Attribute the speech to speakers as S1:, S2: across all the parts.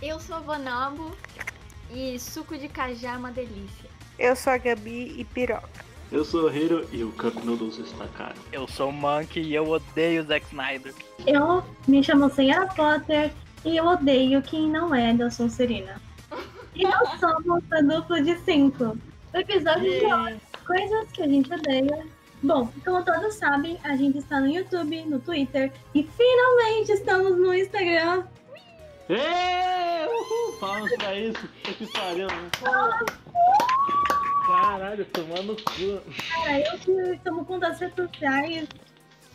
S1: Eu sou a Bonobo e suco de cajá é uma delícia.
S2: Eu sou a Gabi e piroca.
S3: Eu sou o Hiro e o Cup Noodles está caro.
S4: Eu sou o Monkey e eu odeio o Zack Snyder.
S5: Eu me chamo Senhora Potter e eu odeio quem não é da Sonserina. E nós somos a dupla de cinco. O episódio de hoje, coisas que a gente odeia. Bom, como todos sabem, a gente está no YouTube, no Twitter e finalmente estamos no Instagram.
S3: Ê, Uhul! Palmas pra isso! Puta Que pariu, né? Caralho, tomando cu.
S5: Cara, É, eu que tomo conta das redes sociais.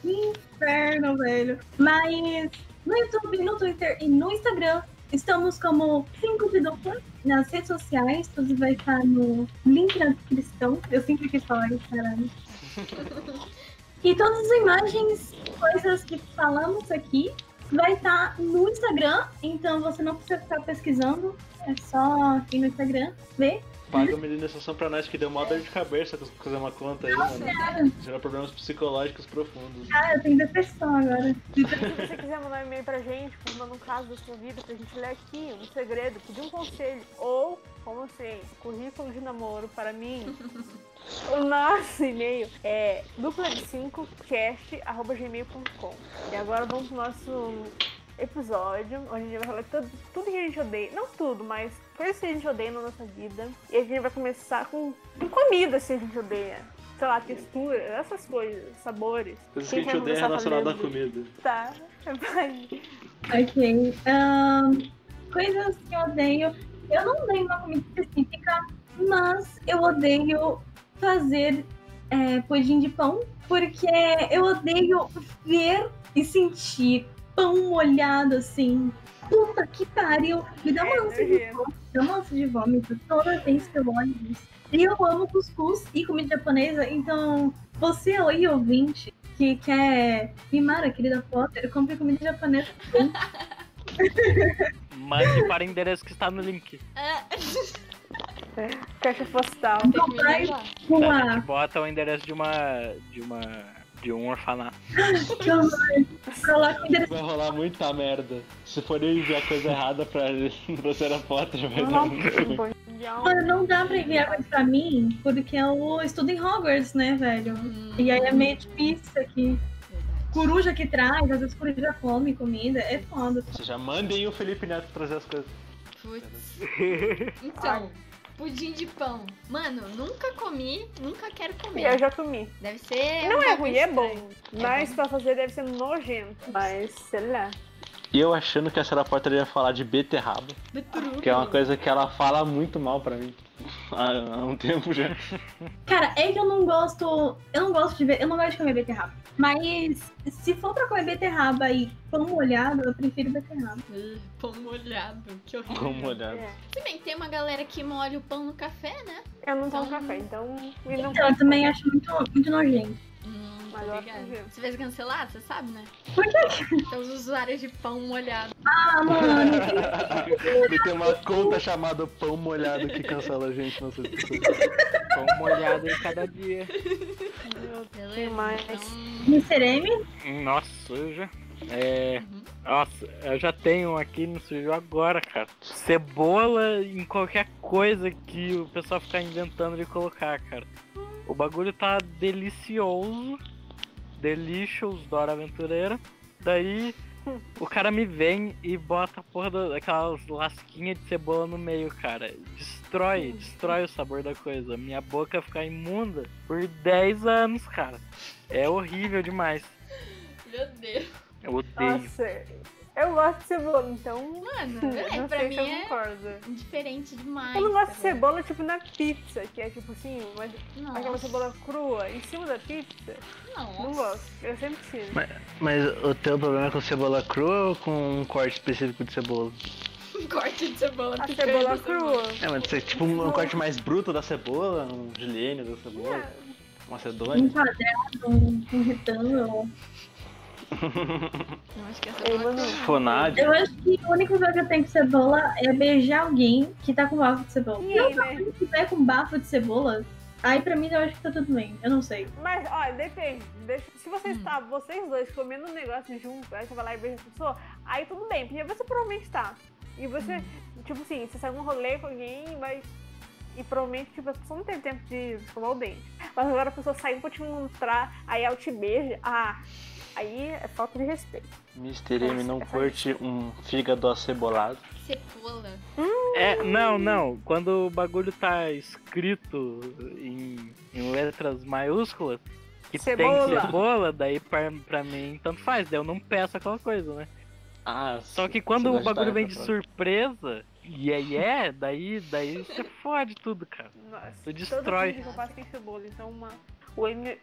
S5: Que Inferno, velho. Mas no YouTube, no Twitter e no Instagram, estamos como 5 de dupla nas redes sociais. Tudo vai estar no link na descrição. Eu sempre quis falar isso, caralho. E todas as imagens, coisas que falamos aqui, vai estar no Instagram. Então você não precisa ficar pesquisando. É só ir no Instagram ver.
S3: Paga uma indenização pra nós que deu mó dor de cabeça com fazer uma conta aí, mano. Gerou problemas psicológicos profundos.
S5: Ah, eu tenho depressão agora.
S6: Se você quiser mandar um e-mail pra gente, contando um caso da sua vida, pra gente ler aqui, um segredo, pedir um conselho, ou, como assim, currículo de namoro para mim, o nosso e-mail é dupla de 5 cast.gmail.com. E agora vamos pro nosso episódio, onde a gente vai falar tudo, tudo que a gente odeia. Não tudo, mas coisas que a gente odeia na nossa vida. E a gente vai começar com, com comida assim, que a gente odeia. Sei lá, textura, essas coisas, sabores.
S3: Coisas que a
S6: Quem
S3: gente
S6: quer começar
S3: odeia relacionado à
S6: falando?
S3: comida.
S6: Tá, vai.
S5: Ok. ahn, coisas que eu odeio. Eu não odeio uma comida específica, mas eu odeio fazer é, pudim de pão, porque eu odeio ver e sentir pão molhado assim. Puta que pariu! Me dá uma
S6: É,
S5: ânsia de
S6: nojento.
S5: vômito, dá uma ânsia de vômito toda vez que eu olho isso. E eu amo cuscuz e comida japonesa, então você aí, ouvinte, que quer mimar a querida Potter, compre comida japonesa
S4: Mande para o endereço que está no link.
S1: É,
S6: Caixa postal.
S5: Então,
S1: terminei lá.
S5: com
S4: Tá, A
S5: a
S4: gente bota o endereço de uma. de uma. de um orfanato.
S5: coloca o endereço
S3: Vai rolar muita merda. Se for eu enviar coisa errada pra, pra Sarah Potter, vai dar muito. ruim.
S6: Não,
S5: Mano, não dá pra enviar coisa pra mim, porque eu estudo em Hogwarts, né, velho? E aí é meio difícil aqui. Coruja que traz, às vezes coruja come comida, é foda.
S3: Ou seja, mandem o Felipe Neto trazer as coisas.
S1: Putz. Então, pudim de pão. Mano, nunca comi, nunca quero
S6: eu
S1: comer.
S6: já comi.
S1: Deve ser.
S6: É. Não
S1: um
S6: é
S1: bagulho
S6: ruim, é
S1: estranho.
S6: bom. Mas pra fazer deve ser nojento. Mas, sei lá.
S3: E eu achando que a Sarah Potter ia falar de beterraba.
S1: Beturuba.
S3: Que é uma coisa que ela fala muito mal pra mim. Há, há um tempo já.
S5: Cara, é que eu não gosto. Eu não gosto de ver. Eu não gosto de comer beterraba. Mas se for pra comer beterraba e pão molhado, eu prefiro beterraba.
S1: Ih, Ah, Pão molhado, que horrível.
S3: Vamos molhado.
S6: É.
S1: Se bem que tem uma galera que molha o pão no café, né?
S6: Eu não tomo café, então. E não
S5: Então, eu também acho muito, muito nojento.
S1: Hum,
S6: Mas eu
S1: tá
S6: acho
S1: ligado.
S6: que-
S1: Você fez cancelar, você sabe, né?
S5: Por quê?
S1: Pelos usuários de pão molhado.
S5: Ah, mano.
S3: E tem uma conta chamada Pão Molhado que cancela a gente no seu
S4: Com uma olhada em cada dia.
S1: Beleza?
S6: mais?
S1: Então,
S5: Mr. M?
S4: Nossa, suja. É. Nossa, eu já tenho um aqui, não sujou agora, cara. Cebola em qualquer coisa que o pessoal ficar inventando de colocar, cara. O bagulho tá delicioso. Delicious, Dora Aventureira. Daí o cara me vem e bota a porra da- daquelas lasquinhas de cebola no meio, cara. Destrói, destrói o sabor da coisa. Minha boca fica imunda por 10 anos, cara. É horrível demais.
S1: meu Deus.
S4: Eu odeio.
S6: Nossa, eu gosto de cebola, então.
S1: Mano,
S6: eu
S1: é,
S6: não
S1: pra
S6: sei
S1: mim
S6: se eu
S1: é
S6: concordo.
S1: diferente demais.
S6: Eu não gosto de
S1: tá ligado?
S6: cebola, tipo, na pizza, que é tipo assim, uma, aquela
S1: Nossa,
S6: cebola crua em cima da pizza.
S1: nossa.
S6: Não gosto, eu sempre tiro.
S3: Mas o teu problema é com cebola crua ou com um corte específico de cebola?
S1: Um corte de cebola.
S6: A
S1: picanha
S6: cebola
S1: da
S6: crua.
S3: É, mas você, tipo um, um corte mais bruto da cebola, um julienne da cebola,
S6: É.
S3: uma
S5: Um
S3: cedônia.
S5: quadrado, um, um retângulo.
S1: Eu acho que essa
S6: Eu
S1: cebola
S6: não-
S1: crua.
S3: Fonade.
S5: Eu acho que a única coisa que eu tenho com cebola é beijar alguém que tá com bafo de cebola.
S6: E
S5: Se eu
S6: aí, né?
S5: alguém tiver com um bafo de cebola, aí pra mim eu acho que tá tudo bem. Eu não sei.
S6: Mas, olha, depende. Deixa- se você está, vocês dois, comendo um negócio junto, aí você vai lá e beija a pessoa, aí tudo bem, porque a pessoa provavelmente tá. E você, tipo assim, você sai num rolê com alguém, mas. E provavelmente, tipo, a pessoa não tem tempo de escovar o dente. Mas agora a pessoa saiu pra te encontrar, aí ela te beija. Ah, aí é falta de respeito.
S4: Mr. M não curte um fígado acebolado.
S1: Cebola.
S4: É, não, não. Quando o bagulho tá escrito em, em letras maiúsculas, que tem
S6: Cebola.
S4: cebola, daí pra, pra mim tanto faz, daí eu não peço aquela coisa, né?
S3: Ah,
S4: Só que quando
S3: Você
S4: o bagulho
S3: vai
S4: vem de
S3: estar,
S4: surpresa, e aí é, daí, daí você fode tudo, cara.
S6: Nossa,
S4: Tu destrói.
S6: Todo vídeo que eu faço tem cebola, então uma. O M.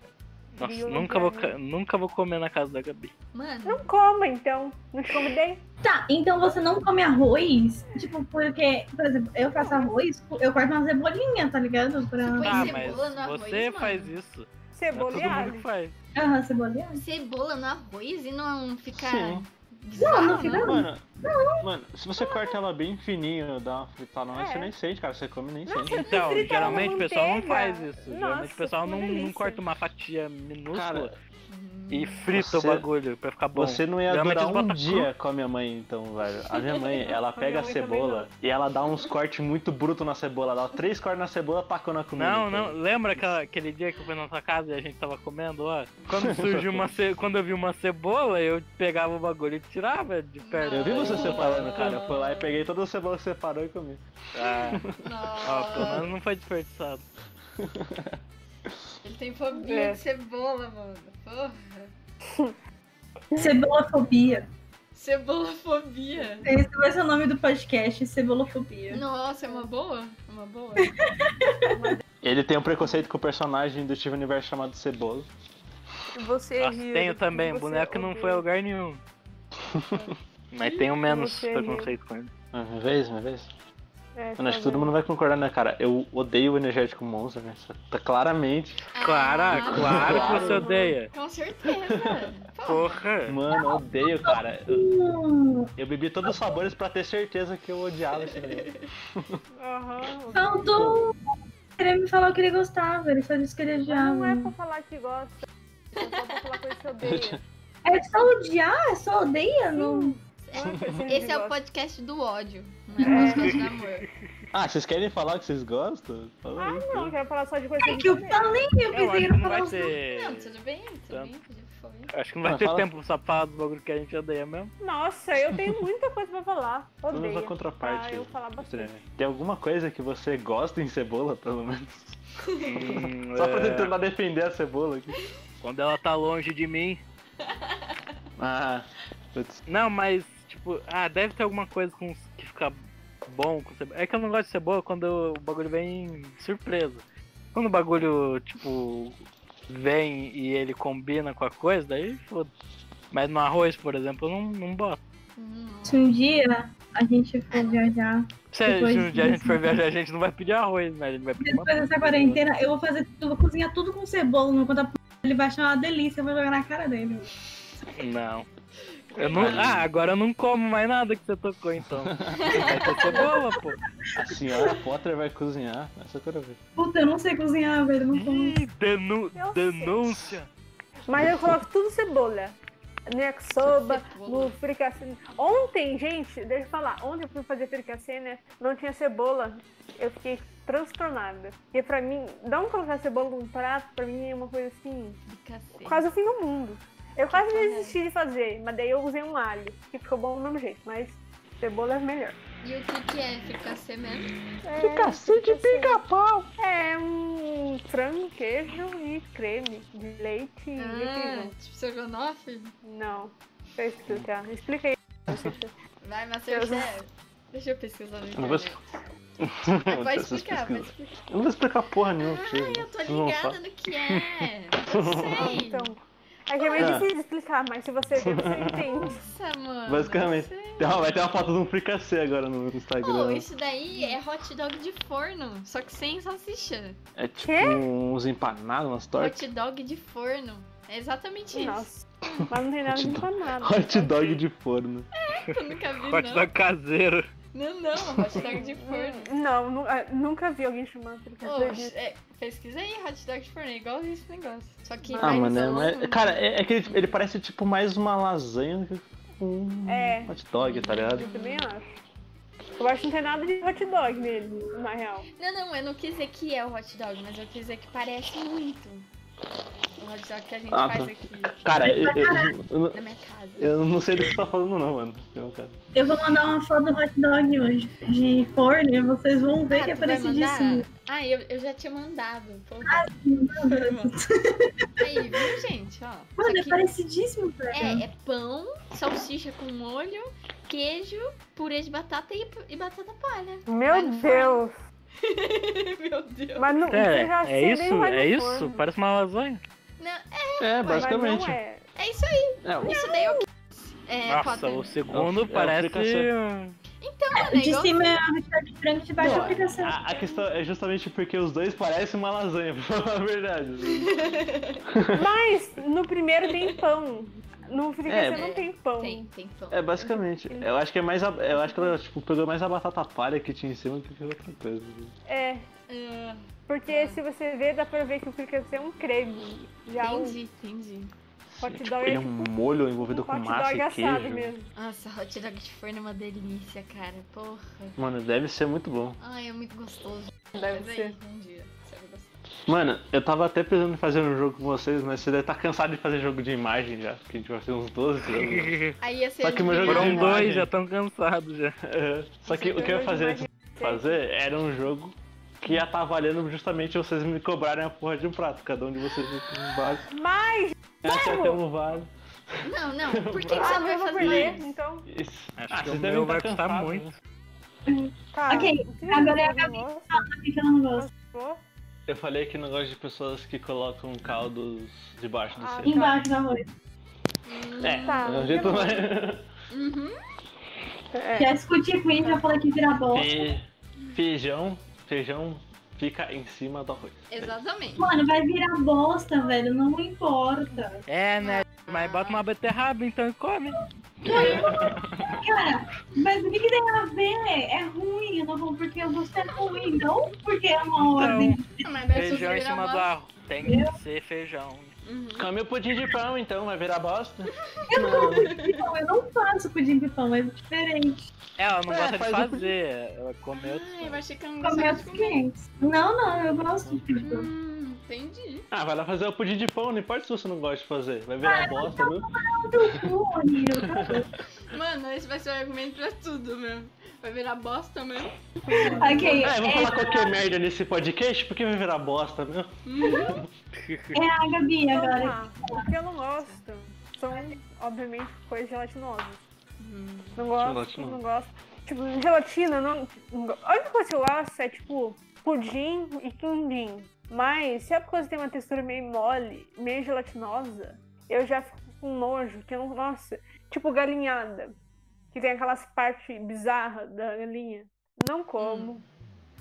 S4: Nossa,
S6: eu não
S4: nunca vou,
S6: quero.
S4: ca- nunca vou comer na casa da Gabi.
S1: Mano,
S6: Não coma, então. Não te convidei.
S5: Tá, então você não come arroz? Tipo, porque, por exemplo, eu faço arroz, eu corto uma cebolinha, tá ligado? Pra...
S1: Põe
S4: Tá,
S1: cebola
S4: mas
S1: no arroz,
S4: você
S1: mano.
S4: faz isso. É
S6: Cebola
S4: todo
S6: e
S4: mundo que
S6: alho.
S4: faz.
S5: Aham, cebolinha.
S1: cebola no arroz e não fica.
S6: Ah,
S3: Sim.
S1: bizarro,
S5: Não, não fica-
S3: Mano, mano, se você corta ela bem fininho, dá uma fritada,
S6: É.
S3: você nem sente, cara. Você come e nem
S6: Nossa,
S3: sente.
S4: Então,
S6: Fritar
S4: geralmente
S6: uma
S4: o pessoal não
S6: manteiga.
S4: faz isso. geralmente
S6: Nossa,
S4: o pessoal
S6: que
S4: não, não
S6: delícia.
S4: corta uma fatia minúscula
S3: Cara,
S1: Hum,
S4: e frita
S3: você-
S4: o bagulho pra ficar bom.
S3: Você não ia
S4: Geralmente
S3: durar
S4: eles botam
S3: um dia com a minha mãe, então, velho. A minha mãe, ela
S6: A
S3: pega
S6: minha
S3: a
S6: mãe também
S3: cebola e ela dá uns cortes muito brutos na cebola. Dá três cortes na cebola, tacou na comida.
S4: Não,
S3: então.
S4: não, lembra aquela- aquele dia que eu fui na sua casa e a gente tava comendo, ó? Quando surgiu uma ce... quando eu vi uma cebola, eu pegava o bagulho e tirava de perto.
S3: Eu vi você
S1: Nossa.
S3: separando, cara. Eu fui lá e peguei toda a cebola que você separou e comi.
S4: Ah, ó, pelo
S1: Nossa,
S4: menos não foi desperdiçado.
S1: ele tem fobia
S6: É.
S1: de cebola, mano. Porra.
S5: Cebolofobia.
S1: Cebolafobia.
S5: Esse vai ser o nome do podcast, Cebolofobia.
S1: Nossa, é uma boa? É uma boa?
S3: Ele tem um preconceito com o personagem do Steve Universo chamado Cebola.
S6: Você
S4: Nossa,
S6: rir,
S4: tenho também,
S6: você
S4: boneco que não
S6: odeia.
S4: foi a lugar nenhum. Mas tenho menos
S6: Você,
S4: preconceito com ele.
S3: Uma vez, uma vez.
S6: É,
S3: Mano, acho que
S6: tá
S3: todo mundo vai concordar, né, cara? Eu odeio o Energético Monstro, né? Isso Tá claramente.
S4: Claro,
S1: Ah,
S4: claro que você
S6: claro.
S4: odeia.
S1: Com certeza. Porra.
S4: Porra.
S3: Mano, odeio, cara. Eu,
S5: Hum,
S3: eu bebi todos os sabores pra ter certeza que eu odiava esse negócio.
S6: vendo. Aham.
S5: faltou. Queria me falar o que ele gostava, ele só disse que ele odiava.
S6: Não é pra falar que gosta. É só pra falar coisa que odeia.
S5: É só odiar, é só odeia? Não.
S6: Não é pra ser
S1: Esse é o
S6: gosta.
S1: podcast do ódio. Não é o podcast do amor.
S3: Ah, vocês querem falar o que vocês gostam? Fala aí.
S6: Ah, não, eu quero falar só de coisa
S5: É que eu
S6: odeia.
S5: falei, eu
S4: Eu
S5: pensei
S4: acho
S5: que
S4: que
S5: ele
S4: não vai
S5: falava.
S1: assim,
S4: ter.
S1: Não, tudo bem, tudo
S4: Tanto.
S1: bem, tudo foi.
S4: Acho que não vai
S3: Mas
S4: ter
S3: fala-
S4: tempo só pra falar dos bagulho que a gente odeia mesmo.
S6: Nossa, eu tenho muita coisa pra falar.
S3: Pelo menos
S6: Odeio.
S3: a contraparte.
S6: Ah, eu vou falar
S3: estranha.
S6: bastante.
S3: Tem alguma coisa que você gosta em cebola, pelo menos?
S4: Hum,
S3: Só pra
S4: é,
S3: tentar defender a cebola aqui.
S4: Quando ela tá longe de mim.
S3: Ah, putz.
S4: Não, mas, tipo, ah, deve ter alguma coisa com que fica bom com cebola. É que eu não gosto de cebola quando o bagulho vem surpresa. Quando o bagulho, tipo, vem e ele combina com a coisa, daí foda. Mas no arroz, por exemplo, eu não, não boto.
S1: Hum.
S5: Se um dia a gente for viajar,
S4: Se,
S5: Depois
S4: se um dia a gente
S5: disso.
S4: for viajar, a gente não vai pedir arroz, né? A gente vai pedir uma
S5: depois dessa quarentena, eu vou fazer, eu vou cozinhar tudo com cebola, não conta pra ele vai achar uma delícia, eu vou jogar na cara dele.
S4: Não. Eu não. Ah, agora eu não como mais nada que você tocou, então. Vai ter cebola, pô.
S3: A senhora Potter vai cozinhar. Essa eu quero ver.
S5: Puta, eu não sei cozinhar, velho, eu não como.
S4: Ih, denu
S6: Eu sei.
S4: denúncia.
S6: Mas eu coloco tudo cebola. Né, No yakisoba,
S1: Cebola.
S6: no fricassê. Ontem, gente, deixa eu falar. Ontem eu fui fazer fricassê, né? Não tinha cebola. Eu fiquei transtornada. E pra mim, não colocar cebola num prato, pra mim é uma coisa assim...
S1: Que cacete.
S6: Quase o fim do mundo. Eu quase
S1: porra é
S6: desisti de fazer, mas daí eu usei um alho, que ficou bom do mesmo jeito, mas cebola é melhor.
S1: E o que, que é fricassê mesmo?
S6: Fricassê de pica-pau! assim. É um frango, queijo e creme de leite Hum, e
S1: Ah,
S6: requeijão.
S1: tipo estrogonofe?
S6: Não, deixa eu explicar. Explica aí.
S1: Vai, Masterchef. é. Deixa eu pesquisar no
S3: Eu não vou,
S1: internet.
S3: eu
S1: Mas vai
S3: Vocês
S1: explicar, vai
S3: pesquisam.
S1: explicar.
S3: não vou explicar porra nenhuma. pra vocês,
S1: Ah,
S3: né?
S1: eu tô
S3: Vocês vão
S1: ligada
S3: falar.
S1: no que é. Eu sei.
S6: Então, é que é meio
S3: Ah.
S6: difícil de explicar, mas se você ver, você entende.
S1: Nossa, mano.
S3: Basicamente.
S1: sei.
S3: Tem uma- vai ter uma foto de um fricassê agora no Instagram.
S1: Pô, isso daí é hot dog de forno, só que sem salsicha.
S3: É tipo
S6: Quê?
S3: uns empanados, umas tortas.
S1: Hot dog de forno. É exatamente isso.
S6: Nossa, mas não tem nada de empanado.
S3: Hot dog de forno.
S1: Eu nunca vi,
S4: Corte da caseiro.
S1: não. Não, não, hot dog É de forno.
S6: Não, nu- ah, nunca vi alguém chamando
S1: Ô,
S6: fricassê Hum. de
S1: é, pesquisa aí, hot dog de forno, é igual esse negócio. Só que
S3: Ah,
S1: mais
S3: mano, é,
S1: um-
S3: mas- cara, é, é que ele, ele parece tipo mais uma lasanha do que um
S6: É.
S3: hot dog, tá ligado?
S6: Eu também acho. Eu acho que não tem nada de hot dog nele, na real.
S1: Não, não, eu não quis dizer que é o hot dog, mas eu quis dizer que parece muito. O hot dog que a gente
S3: Ah, tá.
S1: faz aqui
S3: Cara, eu, eu- eu não-
S1: na minha casa.
S3: eu não sei do que você tá falando não, mano. Eu, cara.
S5: Eu vou mandar uma foto do hot dog hoje de forno e vocês vão ver
S1: Ah,
S5: que é
S1: tu vai
S5: parecidíssimo.
S1: mandar? Ah, eu, eu já tinha mandado. Pô,
S5: Ah,
S1: Aí, viu, gente? Ó, isso
S5: Mano, é
S1: aqui-
S5: parecidíssimo, velho.
S1: É, é pão, salsicha com molho, queijo, purê de batata e, e batata palha. Vai
S6: Meu
S1: no
S6: Deus!
S1: Meu Deus.
S6: Mas não,
S4: Pera,
S6: isso já
S4: é
S6: sei, nem
S4: isso?
S6: vai no
S4: É isso?
S6: forno.
S4: Parece uma lasanha.
S3: É,
S6: Mas não
S3: basicamente.
S6: é.
S1: É isso aí.
S3: É, o-
S1: Isso daí é o que. É,
S4: Nossa,
S1: Potter.
S4: o
S3: É
S4: segundo
S3: o- é o
S4: parece.
S3: fricassê.
S1: Mano, é
S5: De
S1: igual-
S5: cima é a hot de frango, de baixo é a
S6: assim,
S5: aplicação.
S3: a, a
S6: tipo,
S3: questão é justamente porque os dois parecem uma lasanha, pra falar a verdade.
S6: Mas no primeiro tem pão. No fricassê
S3: É.
S6: não tem pão.
S1: Tem, tem pão.
S3: É, basicamente. Eu acho que é mais. a- eu acho que ela tipo, pegou mais a batata palha que tinha em cima do que outra coisa.
S6: É,
S1: Ah,
S6: porque se você ver, dá pra ver que o fricassê é um creme. Já o
S1: entendi, entendi.
S6: hot dog
S3: Ele
S6: é
S3: é um molho envolvido
S6: um
S3: com
S6: hot
S3: massa
S6: dog
S3: e
S6: assado
S3: queijo.
S6: mesmo.
S1: Nossa, hot dog de forno é uma delícia, cara. Porra.
S3: Mano, deve ser muito bom.
S1: Ai, é muito gostoso.
S6: Deve
S1: Mas aí,
S6: ser.
S1: um dia. você vai gostar.
S3: Mano, eu tava até pensando em fazer um jogo com vocês, mas você deve estar cansado de fazer jogo de imagem já, porque a gente vai fazer uns 12 jogos.
S1: Aí ia ser. um
S3: Só que o meu jogo
S1: adivinhar.
S4: Foram
S3: Imagem.
S4: dois, já estão cansados já.
S3: É, Só que o que eu ia fazer antes de fazer era um jogo que ia estar valendo justamente vocês me cobrarem a porra de um prato, cada um de vocês um vale.
S6: Mas
S3: Essa até um vale.
S1: Não, não. Por que, que você
S6: ah,
S1: não vai
S6: eu vou
S1: fazer
S6: perder,
S1: isso?
S6: então.
S3: Isso.
S4: Acho
S3: Ah,
S4: que o
S3: vocês devem
S4: meu vai
S3: estar
S4: custar
S3: cansados,
S4: muito.
S3: né?
S6: Tá.
S5: Ok,
S6: Você
S5: agora é a
S6: já
S5: Gabi.
S6: almoçou?
S5: que eu não gosto.
S3: Eu falei que não gosto de pessoas que colocam caldos debaixo do
S6: Ah,
S3: cedo.
S5: Embaixo do arroz.
S3: É,
S6: tá,
S3: é um jeito
S6: não.
S3: mais.
S1: Uhum.
S6: É.
S5: Já discuti com ele, já falei que vira bola.
S3: Fe- Feijão, feijão fica em cima do arroz.
S1: Exatamente.
S5: Mano, vai virar bosta, velho. Não importa.
S4: É, né? Mas bota uma beterraba então e come.
S5: Cara, mas o que, que tem a ver? É ruim. Eu não vou porque eu gosto é ruim, não porque é uma ordem.
S1: Mas vai
S4: Feijão em
S1: subir a
S4: cima do
S1: massa.
S4: arroz. Tem que ser feijão.
S1: Uhum.
S3: Come o pudim de pão então, vai virar bosta.
S5: Eu não faço pudim de pão, Então, eu não faço pudim de pão, é diferente.
S4: É, Ela não
S3: É,
S4: gosta de
S3: faz o pudim.
S4: fazer, ela comeu.
S1: Ai, eu achei que eu não
S6: Tá
S5: Comer
S1: gostava
S5: os
S1: de comer.
S5: clientes. Não, não, eu gosto de pudim de pão.
S1: Hum, entendi.
S3: Ah, vai lá fazer o pudim de pão, não importa se você não gosta de fazer. Vai virar bosta, viu?
S5: Eu tô com horrível, tá bom.
S1: Mano, esse vai ser o argumento pra tudo mesmo. Vai virar bosta mesmo.
S5: Ok,
S3: É, vamos
S5: é,
S3: falar qualquer merda nesse podcast, porque vai virar bosta, viu?
S5: é a Gabi
S6: Então, Vamos
S5: agora.
S6: lá. O que eu não gosto são, obviamente, coisas gelatinosas.
S1: Hum.
S6: Não gosto,
S3: Gelatinoso.
S6: não gosto. Tipo, gelatina, não. não go- A única coisa que eu gosto é, tipo, pudim e quindim. Mas se a coisa tem uma textura meio mole, meio gelatinosa, eu já fico com nojo, que eu não. Nossa, tipo galinhada. Que tem aquelas partes bizarras da galinha. Não como.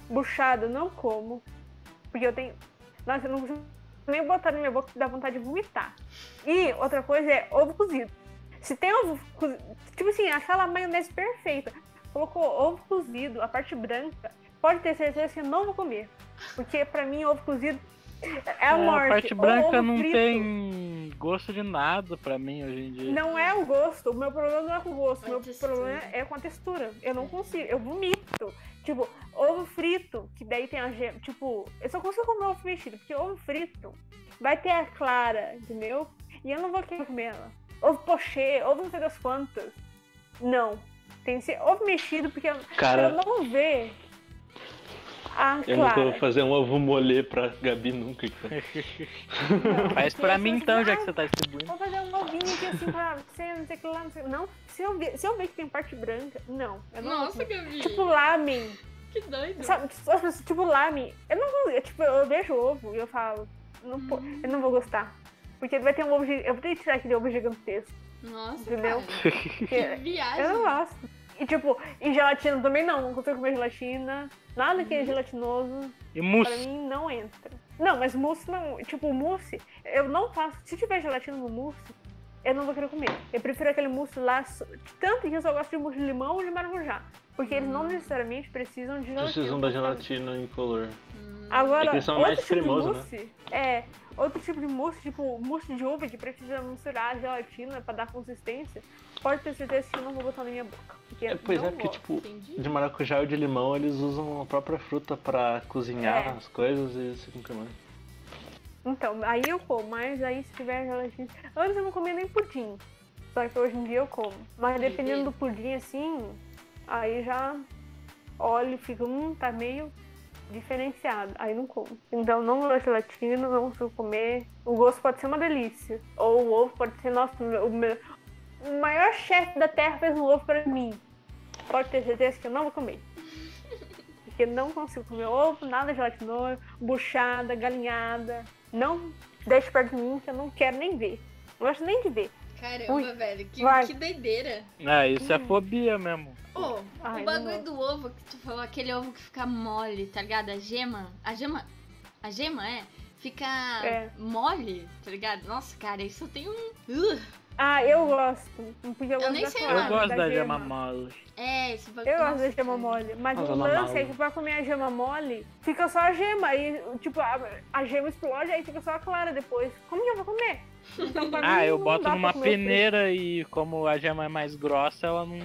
S6: Buchada, não como. Porque eu tenho. Nossa, eu não consigo nem botar na minha boca que dá vontade de vomitar. E outra coisa é ovo cozido. Se tem ovo cozido. Tipo assim, aquela maionese perfeita. Colocou ovo cozido, a parte branca. Pode ter certeza que eu não vou comer. Porque pra mim, ovo cozido é a morte.
S4: A parte
S6: Ou
S4: branca
S6: ovo
S4: não
S6: frito.
S4: tem gosto de nada pra mim hoje em dia.
S6: Não é o gosto, o meu problema não é com o gosto,
S1: A
S6: meu
S1: textura.
S6: problema é com a textura. Eu não consigo, eu vomito. Tipo, ovo frito, que daí tem a gema. Tipo, eu só consigo comer ovo mexido, porque ovo frito vai ter a clara, entendeu? E eu não vou querer comer ela. Ovo pochê, ovo não sei das quantas. Não. Tem que ser ovo mexido, porque eu,
S3: Cara,
S6: eu não ver a
S3: eu nunca vou
S6: clara.
S3: fazer um ovo mole pra Gabi nunca. então. cara.
S4: Faz pra mim então, já que você tá distribuindo.
S6: Vou fazer um ovinho aqui assim pra você, não sei o que lá, não sei o que. Não, se eu ver, se eu ver que tem parte branca, não. Eu não vou
S1: Nossa,
S6: comer.
S1: Gabi.
S6: Tipo lamen.
S1: que doido.
S6: Sabe, as pessoas, tipo lamen. Eu não vou. Eu, tipo, eu vejo ovo e eu falo, não po- eu não vou gostar. Porque vai ter um ovo. gi- Eu vou ter que tirar aquele ovo gigantesco.
S1: Nossa,
S6: Entendeu?
S1: cara. Que
S6: Porque
S1: viagem.
S6: eu não gosto. E tipo, e gelatina também não. Não consigo comer gelatina. Nada que é gelatinoso.
S4: E
S6: Pra
S4: mousse.
S6: mim não entra. Não, mas mousse não. Tipo, mousse, eu não faço. Se tiver gelatina no mousse, eu não vou querer comer. Eu prefiro aquele mousse lá. so- Tanto que eu só gosto de mousse de limão ou de maracujá. Porque eles não necessariamente precisam de gelatina.
S3: Precisam da gelatina incolor.
S1: Hum,
S6: Agora,
S3: É que eles são
S6: outro
S3: mais
S6: tipo de
S3: cremosos,
S6: mousse, é, outro tipo de mousse, tipo mousse de uva que precisa misturar a gelatina pra dar consistência, pode ter certeza que eu não vou botar na minha boca. Porque
S3: É, pois
S6: não
S3: é, porque,
S6: gosto.
S3: tipo,
S1: Entendi.
S3: de maracujá ou de limão, eles usam a própria fruta pra cozinhar
S6: É.
S3: as coisas e eles ficam queimando.
S6: Então, aí eu como, mas aí se tiver gelatina. Antes eu não comia nem pudim. Só que hoje em dia eu como. Mas dependendo do pudim, assim, aí já olho e fico, hum, tá meio diferenciado. Aí não como. Então não gosto de gelatina, não consigo comer. O gosto pode ser uma delícia. Ou o ovo pode ser, nossa, o meu- o, meu- o maior chefe da terra fez um ovo pra mim. Pode ter certeza que eu não vou comer. Porque não consigo comer ovo, nada gelatinoso, buchada, galinhada. Não deixe perto de mim que eu não quero nem ver. Não gosto nem de ver.
S1: Caramba,
S6: Ui,
S1: velho, que,
S6: vai.
S1: que doideira.
S4: Ah, isso
S6: hum.
S4: é fobia mesmo.
S1: Ô,
S6: Ai,
S1: o
S6: não
S1: bagulho
S6: gosto.
S1: do ovo que tu falou, aquele ovo que fica mole, tá ligado? A gema. A gema. A gema é? Fica
S6: É.
S1: mole, tá ligado? Nossa, cara, isso tem um. Ugh.
S6: Ah, eu gosto. Porque
S1: Eu
S6: eu, gosto
S1: nem
S6: da
S1: sei
S6: clara,
S4: Eu
S1: Ah,
S4: gosto da gema mole.
S1: é, esse bagulho.
S6: Eu gosto da
S1: nossa,
S6: gema
S1: cara.
S6: mole, mas
S3: Nossa,
S6: o
S3: ela
S6: lance
S3: mala.
S6: é que pra comer a gema mole, fica só a gema. E, tipo, a, a gema explode, aí fica só a clara depois. Como que eu vou comer? Então, pra
S4: Ah,
S6: mim,
S4: eu
S6: não
S4: boto
S6: dá pra
S4: numa
S6: comer frito.
S4: peneira e como a gema é mais grossa, ela não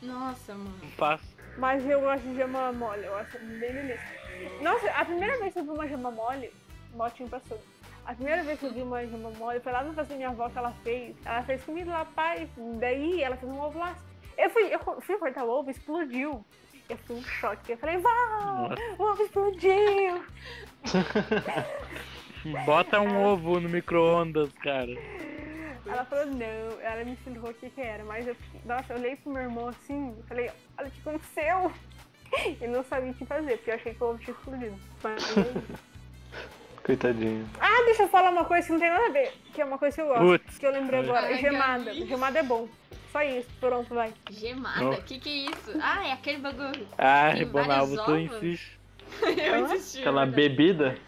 S1: Nossa, mano.
S4: faz.
S6: Mas eu gosto de gema mole, eu acho bem delícia. Nossa, a primeira vez que eu vi uma gema mole, motinho pra cima. A primeira vez que eu vi uma gema mole foi lá no festa da minha avó que ela fez. Ela fez comigo lá, pai. Daí ela fez um ovo lá. Eu fui, eu co- fui cortar o ovo, explodiu. Eu fui um choque. Eu falei, vá! O ovo explodiu!
S4: Bota um ovo no micro-ondas, cara.
S6: Ela falou, não. Ela me explicou o que, que era. Mas eu, fiquei- nossa, eu olhei pro meu irmão assim, eu falei, olha o que aconteceu. Ele não sabia o que fazer, porque eu achei que o ovo tinha explodido. Mas
S3: Coitadinho.
S6: Ah, deixa eu falar uma coisa que não tem nada a ver, que é uma coisa que eu gosto,
S4: Putz.
S6: que eu lembrei agora.
S1: Ai,
S6: Gemada.
S1: Gabi.
S6: Gemada é bom. Só isso, pronto, vai.
S1: Gemada?
S4: Não.
S1: Que que é isso? Ah, é aquele bagulho.
S4: Ai,
S6: Hum,
S1: Tem
S4: Bonalvo,
S1: vários
S4: tu
S1: ovos?
S4: insiste.
S1: Eu desisti.
S3: Aquela
S1: né?
S3: bebida,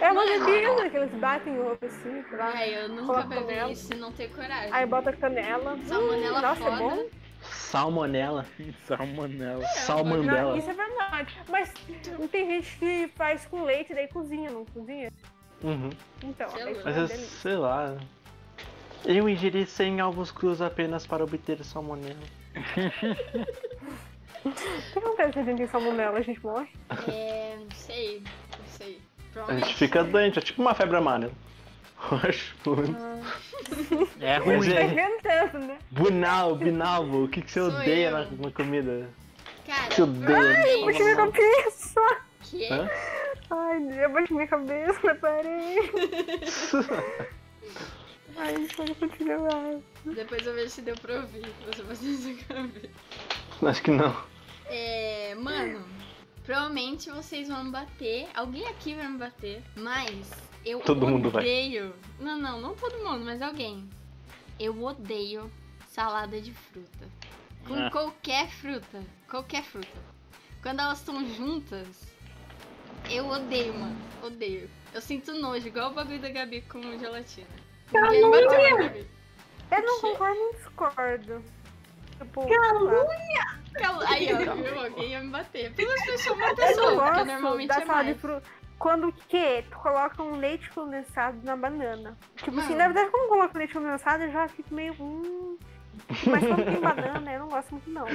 S6: É uma bebida que eles batem ovo assim, sei lá.
S1: Ai, eu nunca
S6: Coloca
S1: bebi
S6: canela.
S1: isso e não tenho coragem.
S6: Aí bota canela.
S1: Salmonela
S6: Hum, Nossa,
S1: foda.
S6: é bom.
S3: salmonela,
S4: Salmonela.
S3: salmandela.
S6: Não, isso é verdade. Mas não tem gente que faz com leite e daí cozinha, não cozinha?
S3: Uhum.
S6: Então,
S1: Sei
S6: aí
S1: lá.
S6: fica
S3: Mas
S6: uma
S3: é,
S6: delícia.
S3: sei lá. Eu ingeri 100 ovos crus apenas para obter salmonela.
S6: O que acontece se a gente tem salmonela? A gente morre?
S1: É, não sei. Não sei.
S3: A
S1: Provavelmente.
S3: gente fica doente, é tipo uma febre amarela. Eu Acho.
S4: É
S3: Mas
S4: ruim.
S6: Tá
S3: é-
S6: inventando, né?
S3: Bunal, binalvo, o que, que você
S1: Sou
S3: odeia
S1: eu.
S3: na, na comida? O
S1: Cara,
S3: que você odeia?
S1: Ai,
S3: na
S6: Puxa minha
S3: comida?
S6: cabeça!
S1: que? é?
S3: Hã?
S6: Ai, eu bati minha cabeça, preparei. Ai, pode continuar.
S1: Depois eu vejo se deu pra ouvir. Você fazer isso com a cabeça.
S3: Acho que não.
S1: É, mano, provavelmente vocês vão me bater. Alguém aqui vai me bater. Mas eu
S3: Todo mundo vai.
S1: odeio. Não, não, não todo mundo, mas alguém. Eu odeio salada de fruta. Com
S4: Ah.
S1: qualquer fruta. Qualquer fruta. Quando elas estão juntas, eu odeio, mano. Odeio. Eu sinto nojo, igual o bagulho da Gabi com gelatina. Ninguém me bateu, né, Gabi?
S6: Eu não concordo nem discordo. Tipo,
S3: é
S1: Calma, Aí, ó, viu? Alguém ia me bater. Pelo menos eu sou uma
S6: eu não
S1: pessoa, porque
S6: gosto
S1: normalmente
S6: É da
S1: é
S6: salada de
S1: mais.
S6: fruta. Quando que tu coloca um leite condensado na banana. Tipo assim,
S1: Não.
S6: na verdade, quando eu coloco leite condensado, eu já fico meio. Hum. Mas quando tem banana, eu não gosto muito, não.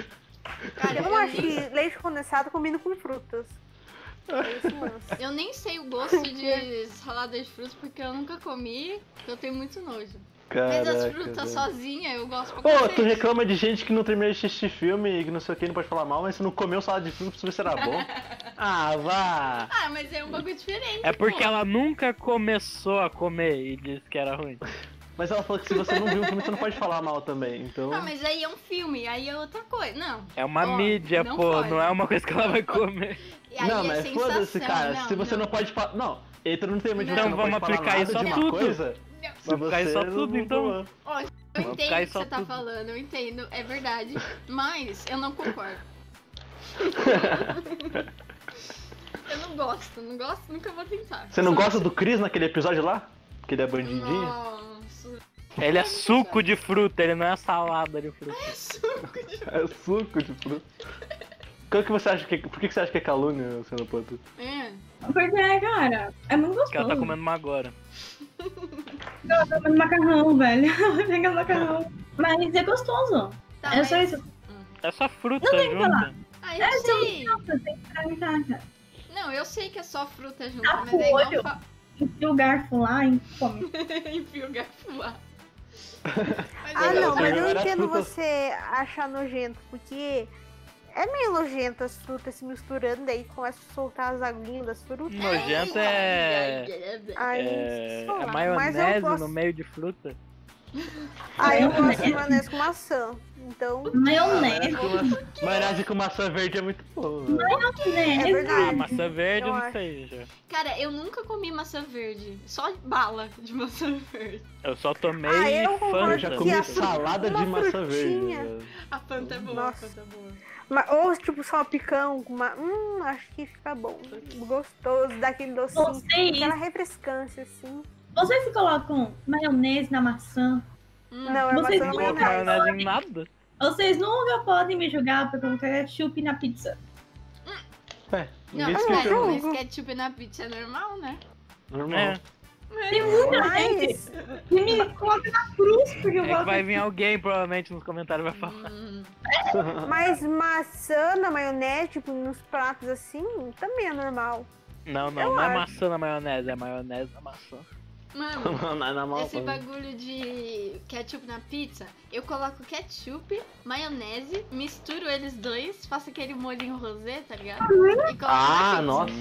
S1: Cara,
S6: Eu não
S1: eu
S6: acho
S1: nem-
S6: que leite condensado combina com frutas. É isso, mano.
S1: Eu nem sei o gosto de salada de frutas porque eu nunca comi, porque eu tenho muito nojo. Mas
S3: Caraca,
S1: as frutas
S3: velho.
S1: sozinha eu gosto pra
S3: Ô, tu
S1: cacete.
S3: reclama de gente que não terminou de assistir filme e que não sei o que, não pode falar mal, mas você não comeu salada de frutas pra ver se era bom. ah, vá!
S1: Ah, mas é um bagulho diferente.
S4: É porque
S1: pô.
S4: ela nunca começou a comer e disse que era ruim.
S3: Mas ela falou que se você não viu o filme, você não pode falar mal também, então...
S1: Ah, mas aí é um filme, aí é outra coisa. Não.
S4: É uma
S1: Ó,
S4: mídia,
S1: não
S4: pô,
S1: pode.
S4: não é uma coisa que ela vai comer.
S1: E aí
S3: não,
S1: é
S3: mas
S1: sensação.
S3: foda-se, cara, se você não,
S1: não
S3: pode falar... Não, entra no tema de
S4: Então
S3: você não
S4: vamos
S3: pode falar
S4: aplicar
S3: nada
S4: isso a
S3: de uma
S4: tudo.
S3: Coisa, se
S4: Vamos aplicar
S3: você
S4: isso a
S3: não-
S4: tudo, então.
S1: Eu
S4: Vamos
S1: entendo o
S4: ficar
S1: que
S4: isso
S1: você tá
S4: tudo.
S1: falando, eu entendo, é verdade, mas eu não concordo. eu não gosto, não gosto, nunca vou tentar.
S3: Você não
S1: Só-
S3: gosta do Chris naquele episódio lá? Que ele é bandidinho?
S1: Nossa,
S4: Ele é suco de fruta, ele não é salada de fruta.
S3: É suco de fruta. Qual que você acha que... Por que que você acha que é calúnia, Senna Ponto?
S1: É,
S5: Porque, cara, é muito
S4: que ela
S5: gostoso.
S6: Hum.
S4: tá comendo uma agora.
S5: Ela tá comendo macarrão, velho. Ela pega macarrão. Mas é gostoso.
S7: Tá,
S5: é só
S7: mas-
S5: isso.
S4: É só fruta
S5: Não tem que falar.
S4: junta.
S7: Ah,
S5: É,
S7: eu
S5: são
S7: sei.
S5: frutas, tem que experimentar, cara.
S7: Não, eu sei que é só fruta junto,
S5: Tá
S7: mas é igual
S5: folho.
S7: fa...
S5: Enfia o garfo lá e come.
S7: enfia o garfo lá. Mas
S6: Ah,
S7: eu
S6: não,
S7: sei.
S6: mas eu
S3: assim, Era
S6: entendo
S3: frutas-
S6: você achar nojento, porque é meio nojento as frutas se misturando, daí começa a soltar as aguinhas das frutas.
S4: Nojento é.
S6: Aí,
S4: É,
S6: sei lá,
S4: é
S6: mas
S4: maionese
S6: eu gosto,
S4: no meio de fruta.
S6: Aí eu gosto de maionese com maçã. Então,
S5: Maionese,
S3: Maionese com maçã verde é muito boa. velho.
S5: né?
S6: É verdade.
S4: Ah, maçã verde,
S6: Eu
S4: eu não
S6: acho.
S4: sei já.
S7: Cara, eu nunca comi maçã verde. Só bala de maçã verde.
S4: Eu só tomei
S6: Ah, eu concordo
S3: Eu
S4: Fanta.
S3: já
S6: que
S3: comi
S6: a fruta-
S3: salada
S6: uma
S3: de maçã verde.
S6: frutinha.
S3: velho.
S7: A Fanta é boa, a
S6: Nossa.
S7: Fanta é boa.
S6: ma- ou tipo salpicão com uma. Hum, acho que fica bom. Gostoso, daquele docinho.
S5: Vocês,
S6: Aquela refrescância, assim.
S5: vocês se colocam maionese na maçã.
S7: Hum,
S6: Não, é
S5: Vocês
S6: maçã na
S4: Não
S5: não
S4: coloco
S6: maionese.
S5: colocam
S4: maionese em nada.
S5: Vocês nunca podem me julgar por colocar ketchup na pizza.
S7: não,
S3: Ninguém
S7: mas,
S3: se
S6: não é
S3: questionou.
S6: jogo.
S7: mas ketchup na pizza é normal, né?
S3: Normal.
S4: É.
S5: Tem muita gente
S6: Mas
S5: que me coloca na cruz porque eu
S4: É que
S5: gosto.
S4: vai vir alguém, provavelmente, nos comentários vai falar.
S7: Hum,
S6: Mas maçã na maionese, tipo, nos pratos assim, também é normal.
S4: Não, não,
S6: Eu
S4: não é
S6: acho.
S4: maçã na maionese, é maionese na maçã.
S7: mano,
S3: na, na mão.
S7: Esse bagulho de ketchup na pizza, eu coloco ketchup, maionese, misturo eles dois, faço aquele molhinho rosé, tá ligado? E coloco na
S3: Ah,
S7: pizza.
S3: nossa.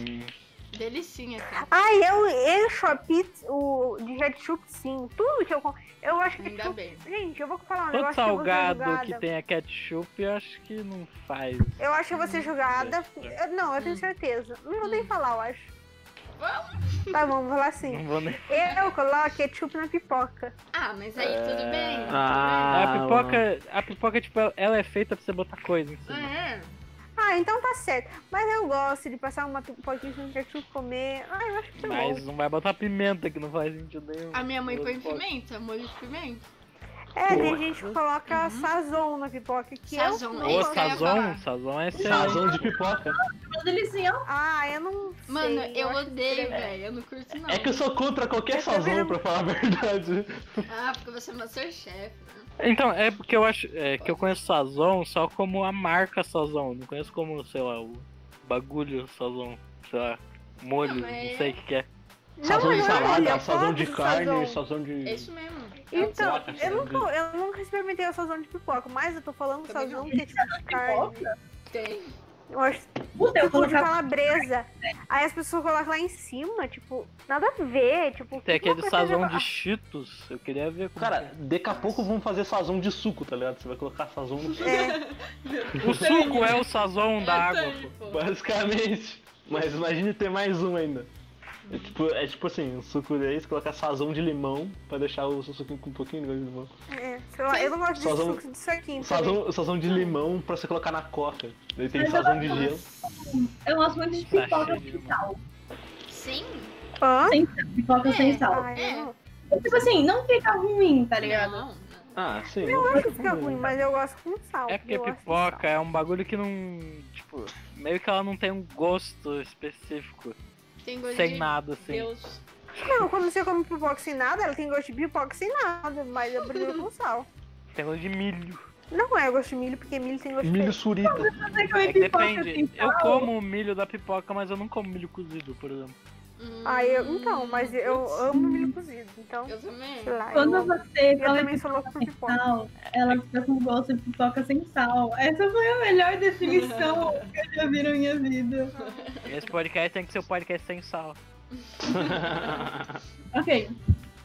S7: Delicinha, assim, cara.
S6: Ah, eu encho a pizza, o de ketchup, sim. Tudo que eu como. Eu acho que
S7: Ainda
S6: ketchup.
S7: bem.
S6: Gente, eu vou falar um
S4: Todo
S6: negócio.
S4: salgado
S6: eu vou ser
S4: que
S6: julgada.
S4: tenha ketchup, eu acho que não faz.
S6: Eu acho que eu vou
S7: Hum,
S6: ser julgada.
S7: é,
S6: Eu- não, eu tenho certeza. Não vou nem falar, eu acho. Tá bom, vou falar sim.
S4: Não vou nem...
S6: Eu coloco ketchup na pipoca.
S7: Ah, mas aí tudo bem.
S3: É.
S7: tudo
S3: Ah,
S4: a pipoca, a pipoca, tipo, ela é feita pra você botar coisa em
S7: bem.
S4: cima.
S7: É.
S6: Ah, então tá certo. Mas eu gosto de passar uma pipoquinha com ketchup comer. Ah, eu acho que tá bom.
S4: Mas não vai botar pimenta, que não faz sentido nenhum.
S1: Ah,
S7: A minha mãe põe
S4: Pipoca.
S7: pimenta, molho de pimenta.
S6: É, tem gente que coloca sazon na pipoca, que
S7: Uhum.
S6: eu
S7: Sazon, é
S6: não
S4: Ô,
S7: isso que eu ia
S6: gosto.
S4: sazon,
S7: falar.
S4: sazon é excelente.
S3: Sazão de pipoca.
S5: Mas eles iam
S6: Ah, eu não sei.
S7: Mano, eu
S6: acho que
S7: odeio,
S6: seria-
S7: velho. Eu não curto, não.
S3: É que eu sou contra qualquer
S6: Eu também
S3: sazão,
S6: não-
S3: pra falar a verdade.
S7: Ah, porque você é masterchef. né?
S4: Então, é porque eu acho é, que eu conheço sazon só como a marca sazon. Não conheço como, sei lá, o bagulho sazon, sei lá, molho,
S7: Não,
S4: não,
S7: mas é-
S4: sei o que, que é.
S3: sazão de
S6: mas eu
S3: salada,
S6: gosto
S3: sazão de
S6: de
S3: carne,
S6: sazon.
S3: sazão de.
S7: É isso mesmo.
S6: Então,
S3: Pipoca,
S6: eu
S3: sazon.
S6: nunca, eu nunca experimentei o sazon de pipoca, mas eu tô falando
S7: Também
S6: sazon
S7: não.
S6: que é tipo de carne.
S7: Tem.
S6: Eu acho
S5: Puta,
S6: tipo
S5: eu
S6: de
S5: colocava
S6: calabresa. Aí as pessoas colocam lá em cima, tipo, nada a ver, tipo...
S4: Tem
S6: que uma coisa
S4: aquele sazon
S6: já-
S4: de cheetos, eu queria ver como
S3: Cara,
S6: é.
S3: daqui a pouco vão fazer sazão de suco, tá ligado? Você vai colocar sazão no suco.
S6: É,
S4: O suco é o sazon da
S7: Essa
S4: água,
S7: aí,
S4: pô.
S7: pô.
S3: Basicamente. Mas imagine ter mais um ainda. É tipo, é tipo assim, um suco desse, colocar sazão de limão pra deixar o seu suquinho com um pouquinho de gosto de limão.
S6: é, sei lá, eu não gosto de
S3: Sazon-
S6: suco de saquinho. também.
S3: Sazão, sazão de limão pra você colocar na coca. Daí tem sazão de gelo.
S5: Eu gosto muito de
S4: Tá
S5: pipoca
S4: cheio de
S5: sem sal.
S7: Sim.
S6: Hã?
S5: Sem sal, pipoca
S7: É.
S5: sem sal.
S6: Ai,
S7: É.
S6: eu não-
S5: Tipo assim, não fica ruim, tá ligado?
S7: Não, não.
S3: Ah, sim.
S6: eu acho que
S5: É.
S6: fica ruim, mas eu gosto com sal.
S4: É porque
S6: eu gosto de
S4: pipoca é um bagulho que não. Tipo, meio que ela não tem um gosto específico.
S7: Tem gosto
S4: sem
S7: de
S4: nada, assim.
S7: Deus.
S6: sal. Não, quando você come pipoca sem nada, ela tem gosto de pipoca sem nada, mas eu prefiro com sal.
S4: Tem gosto de milho.
S6: Não é, eu gosto de milho, porque milho tem gosto de...
S3: Milho surita.
S5: Você come
S4: É que
S5: pipoca sem
S4: depende.
S5: sal.
S4: Eu como o milho da pipoca, mas eu não como milho cozido, por exemplo.
S7: Hum,
S6: Ah, eu, então, mas eu
S7: putz.
S6: amo milho cozido, então,
S7: Eu também.
S6: sei lá, eu,
S5: Quando
S6: amo.
S5: você
S6: eu
S5: come
S6: também sou louca por
S5: sem
S6: pipoca.
S5: sal, ela fica com gosto de pipoca sem sal. Essa foi a melhor definição que eu já vi na minha vida.
S4: Esse podcast tem que ser o podcast sem sal.
S5: Ok.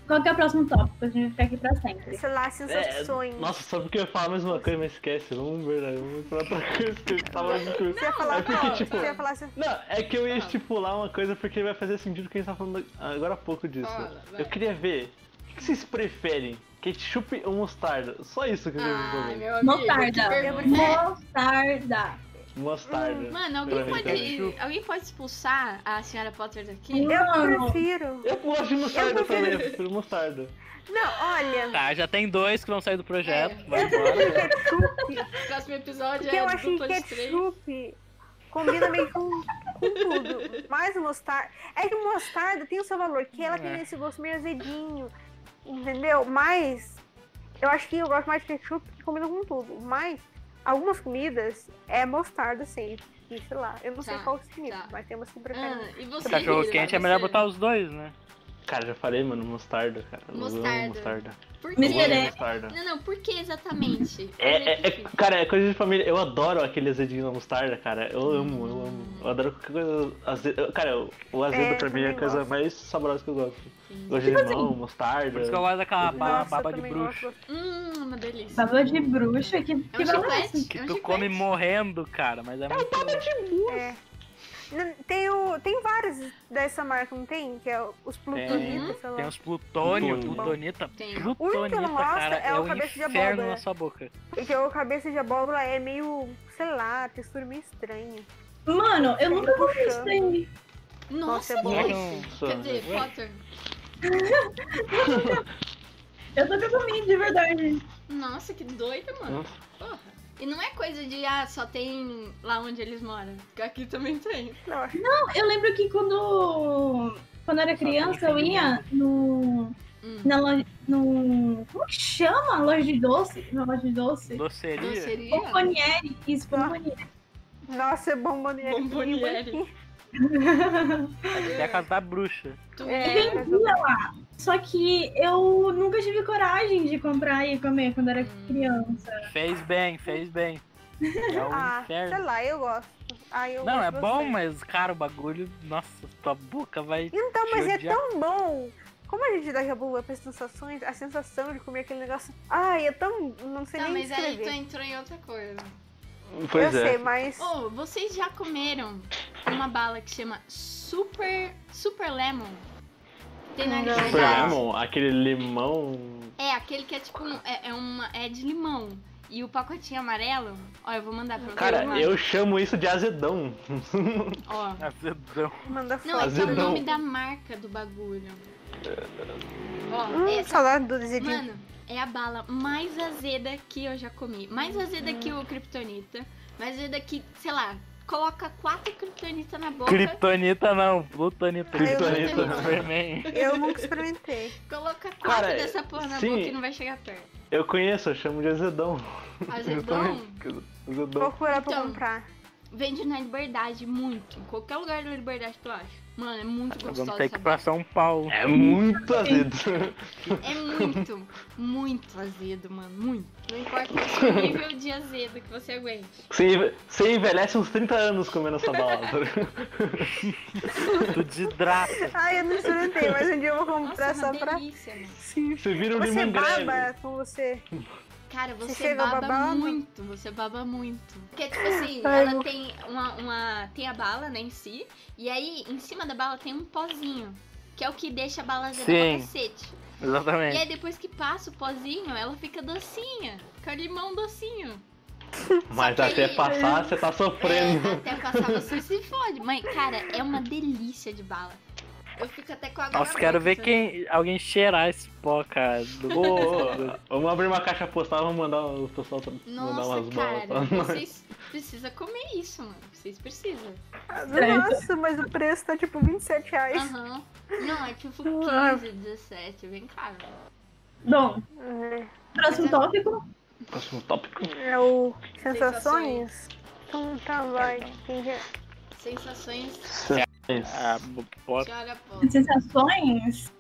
S5: Qual que é o próximo tópico? A gente vai ficar aqui pra sempre.
S6: Sei lá,
S3: É,
S6: sensações.
S3: nossa, só porque eu ia falar a mesma coisa, mas esquece. Vamos ver, né? Vamos pra outra coisa que eu tava me cur-
S6: Você ia falar,
S3: É porque,
S6: não,
S3: tipo,
S6: você ia falar assim,
S3: Não, é que eu ia
S7: Fala.
S3: estipular uma coisa porque vai fazer sentido que a gente tá falando agora há pouco disso.
S7: Fala, vai.
S3: eu queria ver, o que vocês preferem? Ketchup ou um mostarda? Só isso que eu queria
S7: Ai,
S3: saber.
S7: meu amigo.
S5: Mostarda.
S7: que pergunta.
S5: Mostarda.
S3: Mostarda.
S7: Hum, Mano, alguém
S3: Pra mim,
S7: pode, alguém pode expulsar a senhora Potter daqui?
S6: eu
S5: Não.
S6: prefiro.
S3: Eu gosto de mostarda
S6: Eu prefiro-
S3: também, eu prefiro mostarda.
S6: Não, olha,
S4: Tá, já tem dois que vão sair do projeto.
S7: É.
S4: Vai embora.
S7: Próximo episódio
S6: porque
S7: é
S6: eu acho que
S7: dupla de três.
S6: ketchup combina meio com, com com tudo. Mais mostarda. É que mostarda tem o seu valor, que ela tem
S4: É.
S6: esse gosto meio azedinho. Entendeu? Mas eu acho que eu gosto mais de ketchup que combina com tudo. Mas algumas comidas é mostarda sempre. E, sei lá, eu não sei
S1: Tá,
S6: qual que é comida,
S1: tá.
S6: mas tem umas que preferem.
S1: Ana, e você?
S4: Cachorro
S1: Júlio,
S4: quente é
S1: você?
S4: melhor botar os dois, né?
S3: Cara, já falei, mano, mostarda, cara. Eu amo
S1: Mostarda.
S3: mostarda.
S1: Por
S3: Eu amo
S1: quê?
S5: Miseré.
S3: mostarda.
S1: Não, não, por que exatamente? Mas
S3: É, é- é-
S1: difícil.
S3: cara, é coisa de família. Eu adoro aquele azedinho na mostarda, cara. Eu amo, eu amo. Eu adoro qualquer coisa azedo. Cara, o- o azedo
S6: É,
S3: pra mim é a
S6: também
S3: coisa
S6: gosto.
S3: mais saborosa que eu gosto.
S1: Sim.
S3: Gosto de limão,
S6: um
S3: mostarda.
S4: Por isso que eu gosto daquela ba-
S6: Nossa,
S4: baba
S6: eu
S4: de
S6: também
S4: bruxo.
S6: gosto É
S1: Hum, uma delícia.
S5: Baba de bruxa, que,
S1: É
S5: que
S1: um
S5: baba
S1: chiclete.
S4: Que
S1: é um
S4: tu
S1: chiclete.
S4: come morrendo, cara, mas
S6: um
S4: é muito bom.
S6: É. Não, Tem, o, tem vários dessa marca, não tem? Que é o- os plutonitas, sei lá.
S4: Tem os plutônio,
S3: Plutônio.
S4: plutonita,
S1: Tem.
S4: plutonita,
S6: Ui, que
S4: cara,
S6: nossa,
S4: é,
S6: é o
S4: um
S6: cabeça de
S4: inferno
S6: abóbora.
S4: na sua boca.
S6: Porque o cabeça de abóbora é meio, sei lá, textura meio estranha.
S5: Mano, eu nunca comi isso daí.
S1: Nossa,
S6: Nossa, é
S1: que
S6: bom.
S1: delícia.
S3: Nossa,
S1: Quer dizer,
S4: ué.
S1: Potter.
S5: Eu nunca comi, de verdade.
S1: Nossa, que doido, mano.
S3: Nossa.
S1: Porra. E não é coisa de, ah, só tem lá onde eles moram. Porque aqui também tem.
S6: Não, acho
S5: Eu lembro que quando, quando eu era criança, eu ia no,
S1: Hum.
S5: na loja. No, como que chama? Loja de doce? Na loja de doce?
S4: Doceria?
S1: Doceria?
S5: Bombonieri. Isso, bombonieri.
S6: que- Nossa, é bomboniere.
S1: Bomboniere.
S4: É a casa da bruxa.
S1: Tu-
S6: É,
S5: Só que eu nunca tive coragem de comprar e comer quando era
S1: Hum.
S5: criança.
S4: Fez bem, fez bem. É um
S6: ah, sei
S4: inferno.
S6: lá, eu gosto. Ah,
S1: Então,
S6: eu
S4: Não,
S6: gosto
S4: é bom,
S6: bastante.
S4: mas, cara, o bagulho, nossa, tua boca vai.
S6: Então, mas
S4: te
S6: é
S4: odiar.
S6: tão bom. Como a gente daqui a pouco vai para sensações, a sensação de comer aquele negócio. Ai, é tão. Não sei
S1: Tá,
S6: nem
S1: mas aí tu
S6: escrever.
S1: entrou em outra coisa.
S3: Pois
S6: eu
S3: é.
S6: sei, mas.
S1: Ô, vocês já comeram uma bala que chama Super, super Lemon? Tem na
S6: Não.
S3: Super
S1: Arizona?
S3: lemon, é, aquele limão.
S1: É, aquele que é tipo um, é, é uma, é de limão. E o pacotinho amarelo, ó, eu vou mandar pra vocês.
S3: Cara,
S1: mano.
S3: eu chamo isso de azedão.
S6: Ah,
S1: Ó.
S4: Azedão.
S6: Manda
S1: Não, é
S6: foto.
S1: que é o
S3: Azedão.
S1: nome da marca do bagulho.
S3: É,
S1: Ó,
S6: Hum,
S1: essa,
S6: saudade do desedinho.
S1: É, mano, é a bala mais azeda que eu já comi. Mais azeda que o Kryptonita. Mais azeda que, sei lá, coloca quatro Kryptonita na boca.
S4: Kryptonita não, Plutonita.
S6: Kryptonita.
S4: Superman.
S6: Eu nunca experimentei.
S1: Coloca quatro
S3: Cara,
S1: dessa porra na
S3: sim.
S1: boca e não vai chegar perto.
S3: Eu conheço, eu chamo de azedão.
S1: Azedão
S3: Azedão.
S6: Vou procurar pra
S1: Então.
S6: comprar.
S1: vende na Liberdade muito. Em qualquer lugar da Liberdade tu acha. Mano, é muito
S4: Vamos
S1: gostosa
S4: ter
S1: essa
S4: que ir
S1: bala.
S4: pra São Paulo.
S3: É muito azedo.
S1: É muito, muito azedo, mano. Muito. Não importa o nível de azedo que você aguente.
S3: Você enve- Você envelhece uns 30 anos comendo essa balada.
S4: Tu desidrata.
S6: Ai, eu não experimentei, mas um dia eu vou comprar
S1: Nossa, é
S6: só
S1: uma
S6: pra.
S1: delícia, mano.
S6: Sim.
S3: Você vira um
S6: Você
S3: limão grego.
S6: baba com você.
S1: Cara, você
S6: chega
S1: baba
S6: babando?
S1: muito, você baba muito. Porque, tipo assim,
S6: Ai,
S1: ela
S6: eu-
S1: tem uma, uma- Tem a bala, né, em si. E aí, em cima da bala tem um pozinho. Que é o que deixa a bala azeda pra
S4: Sim.
S1: cacete. E
S4: Exatamente.
S1: aí, depois que passa o pozinho, ela fica docinha. Fica limão docinho.
S3: Mas
S1: que
S3: até
S1: ele-
S3: passar, você tá sofrendo.
S1: É, até passar você se fode. Mãe, cara, é uma delícia de bala. Eu fico até com a água
S4: Nossa,
S1: tá na
S4: quero
S1: boca,
S4: ver quem, alguém cheirar esse pó,
S3: Ô,
S4: cara.
S1: É.
S3: ô,
S4: Do...
S3: ô, vamos abrir uma caixa postal, vamos mandar o pessoal tra- mandar
S1: Nossa,
S3: umas
S1: cara,
S3: bolas. pra nós.
S1: vocês precisam comer isso, mano. Vocês precisam.
S4: É, então.
S6: Nossa, mas o preço tá tipo 27 reais.
S1: Aham. Não, é tipo
S6: Ah.
S1: 15, 17, bem caro.
S5: Bom,
S6: É.
S5: próximo tópico.
S3: Próximo tópico.
S6: É o
S1: Sensações.
S6: Sensações? Então tá,
S1: É
S6: vai. Quem já-
S1: Sensações.
S4: Ah, pó.
S1: Te olha, pô.
S5: Sensações.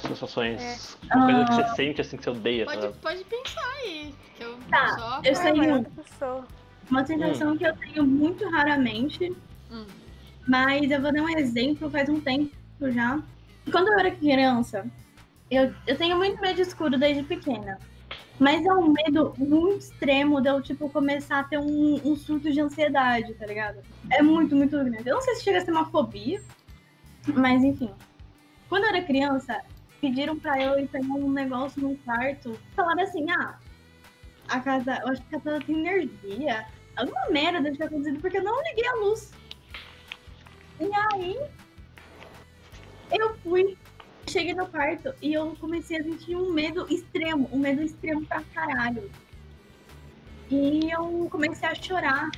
S3: Sensações. Uma coisa que você sente assim que você odeia.
S1: É. Pode,
S3: sabe?
S1: pode pensar aí. Que eu
S5: Tá,
S1: só.
S5: eu
S6: Vai,
S5: sei
S6: vai,
S5: um.
S6: outra pessoa.
S5: Uma sensação que eu tenho muito raramente.
S1: Hum.
S5: Mas eu vou dar um exemplo, faz um tempo já. Quando eu era criança, eu, eu tenho muito medo de escuro desde pequena. Mas é um medo muito extremo de eu, tipo, começar a ter um, um surto de ansiedade, tá ligado? É muito, muito grande. Eu não sei se chega a ser uma fobia, mas enfim. Quando eu era criança, pediram pra eu ir pegar um negócio num quarto. Falaram assim, ah, a casa, eu acho que a casa tem energia. Alguma merda deve ter acontecido porque eu não liguei a luz. E aí, eu fui, cheguei no quarto e eu comecei a sentir um medo extremo, um medo extremo pra caralho. E eu comecei a chorar.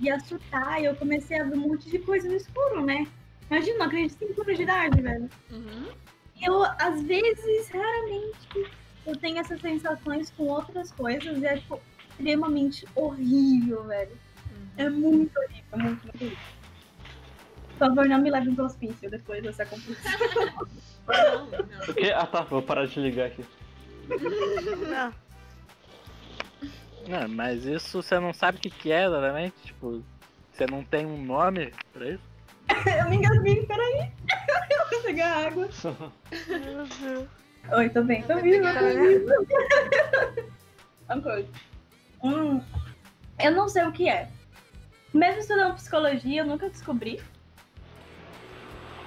S5: e assustar, e eu comecei a ver um monte de coisa no escuro, né? Imagina, uma criança de 5 anos de idade, velho.
S1: Uhum.
S5: Eu, às vezes, raramente, eu tenho essas sensações com outras coisas e é tipo, extremamente horrível, velho. É muito horrível, é muito horrível. Por favor, não me leve pro hospício depois dessa confusão.
S1: Não, não.
S3: O quê? Ah tá, vou parar de ligar aqui.
S6: Ah,
S4: Não, mas isso você não sabe o que, que é exatamente? Tipo, você não tem um nome pra isso?
S5: Eu me engasguei, peraí. Eu vou pegar água.
S3: tá
S5: Oi, tô bem, tô viva,
S6: tá
S5: tô viva. Uma coisa. Hum, eu não sei o que é. Mesmo estudando psicologia, eu nunca descobri.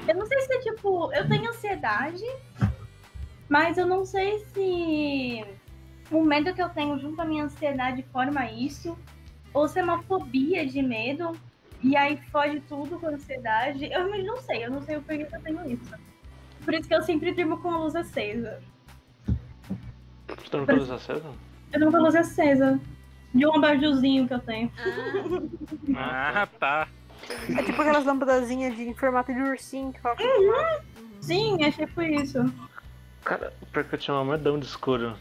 S5: Eu não sei se é tipo. Eu tenho ansiedade, mas eu não sei se o medo que eu tenho junto com a minha ansiedade forma isso, ou se é uma fobia de medo, e aí foge tudo com a ansiedade. Eu realmente não sei, eu não sei o porquê que eu tenho isso. Por isso que eu sempre durmo com a luz acesa.
S3: Estão todos acesos?
S5: Eu durmo com a luz acesa. De um abajurzinho que eu tenho.
S4: Ah, tá.
S8: É tipo aquelas lâmpadazinhas de em formato de ursinho que coloca.
S4: Hum.
S5: Sim, é tipo isso.
S3: Cara, pior que eu tinha uma medão de escuro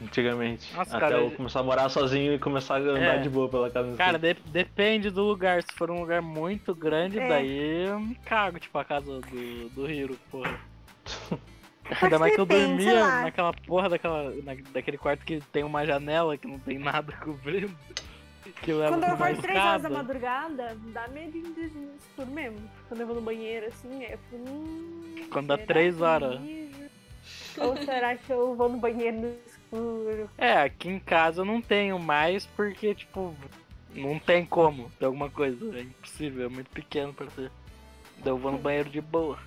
S3: antigamente.
S4: Nossa,
S3: Até
S4: cara,
S3: eu
S4: eu-
S3: começar a morar sozinho e começar a andar
S4: É.
S3: de boa pela casa.
S4: Cara, de- depende do lugar. Se for um lugar muito grande,
S8: É.
S4: daí eu me cago, tipo, a casa do, do Hiro, porra.
S8: Acho
S4: Ainda mais que eu
S8: depende, sei
S4: dormia
S8: lá.
S4: naquela porra daquela, na- daquele quarto que tem uma janela que não tem nada cobrindo. Que leva
S6: Quando
S4: pra
S6: eu
S4: uma
S6: acordo 3 horas da
S4: escada.
S6: madrugada, dá medo de de escuro mesmo. Quando eu vou no banheiro, assim, aí eu fico. Hum,
S4: Quando dá
S6: será
S4: três
S6: que eu
S4: horas.
S6: mijo? Ou será que eu vou no banheiro no escuro?
S4: É, aqui em casa eu não tenho mais porque, tipo, não tem como ter alguma coisa. É impossível, é muito pequeno pra ser. Daí eu vou no banheiro de boa.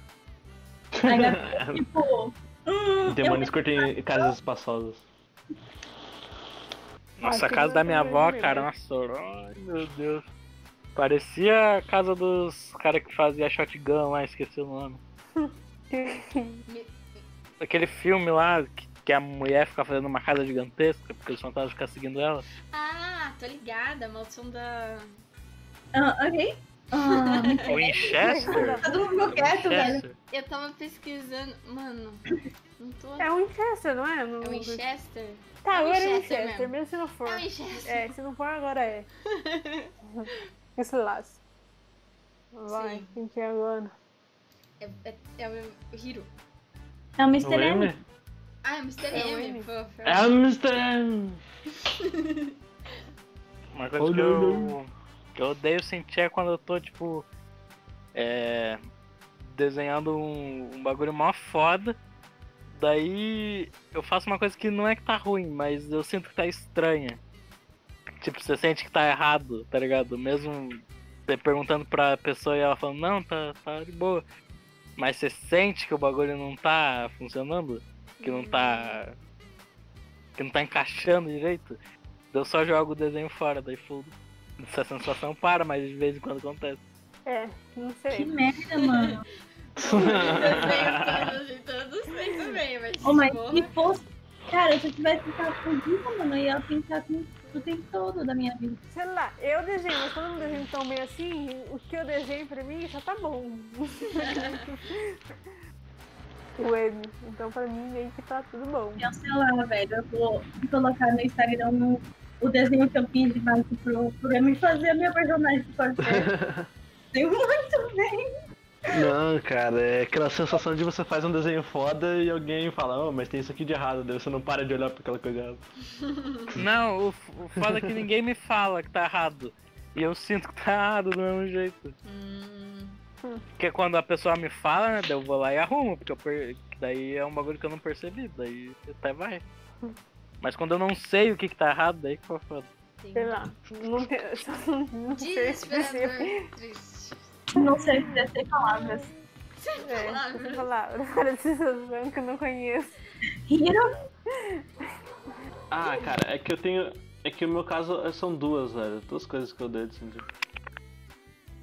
S5: Aí é tipo. Hum,
S3: Demônio escuro tem casas espaçosas.
S4: Nossa, a
S6: que
S4: casa da minha
S6: exatamente
S4: avó,
S6: mesmo.
S4: cara, nossa, ai meu Deus. Parecia a casa dos caras que fazia shotgun lá, esqueci o nome. Aquele filme lá que, que a mulher fica fazendo uma casa gigantesca porque os fantasmas ficam seguindo ela.
S1: Ah, tô ligada, a maldição da.
S5: eu- ah, ok. Ah,
S4: Winchester?
S5: tá todo mundo
S4: É.
S5: quieto, velho.
S4: Winchester.
S1: Eu tava pesquisando. Mano, não tô.
S6: É um Winchester, não é? Não-
S1: É o Winchester?
S6: Tá,
S1: é o
S6: agora é
S1: Winchester mesmo.
S6: Winchester, mesmo se não for.
S1: É o Winchester.
S6: É, se não for, agora é. Esse laço. Vai,
S1: Sim.
S6: quem que é agora?
S1: É, é, é o Hiro.
S5: É o
S3: O
S5: Mr. M.
S3: M?
S1: Ah, é o Mr.
S6: É o
S1: M.
S6: M.
S1: pô, foi o-
S3: Amsterdam!
S4: Uma coisa que eu, que eu odeio sentir é quando eu tô, tipo, é, desenhando um, um bagulho mó foda. Daí eu faço uma coisa que não é que tá ruim, mas eu sinto que tá estranha. Tipo, você sente que tá errado, tá ligado? Mesmo você perguntando pra pessoa e ela falando, não, tá, tá de boa. Mas você sente que o bagulho não tá funcionando? Que não tá. Que não tá encaixando direito? Eu só jogo o desenho fora, daí full. Essa sensação para, mas de vez em quando acontece.
S6: É, não
S5: Que
S6: sei.
S5: merda, mano.
S1: Desenho todos, todos sei também, mas. tipo,
S5: Ô, Oh, mas
S1: porra.
S5: se fosse. Cara, se eu tivesse ficado fodida, mano, eu ia pensar assim o tempo todo da minha vida.
S6: Sei lá, eu desenho, mas quando eu não desenho tão bem assim, o que eu desenho pra mim já tá bom. o M. Então pra mim meio que tá tudo bom.
S5: Eu sei lá, velho. Eu vou colocar no Instagram no- o desenho que eu fiz de base pro programa e fazer a minha personagem de corpo. Deu muito bem.
S3: Não, cara, é aquela sensação de você faz um desenho foda e alguém fala, oh, mas tem isso aqui de errado, daí você não para de olhar pra aquela coisa errada.
S4: Não, o, f- o foda é que ninguém me fala que tá errado. E eu sinto que tá errado do mesmo jeito.
S1: Hum,
S4: Porque quando a pessoa me fala, né, daí eu vou lá e arrumo, porque eu per- daí é um bagulho que eu não percebi, daí até vai. Mas quando eu não sei o que, que tá errado, daí que eu falo.
S1: tem-
S6: Sei lá. Não, tem- só não, não sei se desenho.
S1: Desesperador. Triste.
S5: Não sei se deve ter palavras.
S6: É, sem palavras. Parece sensação que eu não conheço.
S5: Riram?
S3: Ah, cara, é que eu tenho. É que o meu caso é- são duas, velho. Duas coisas que eu odeio de sentir.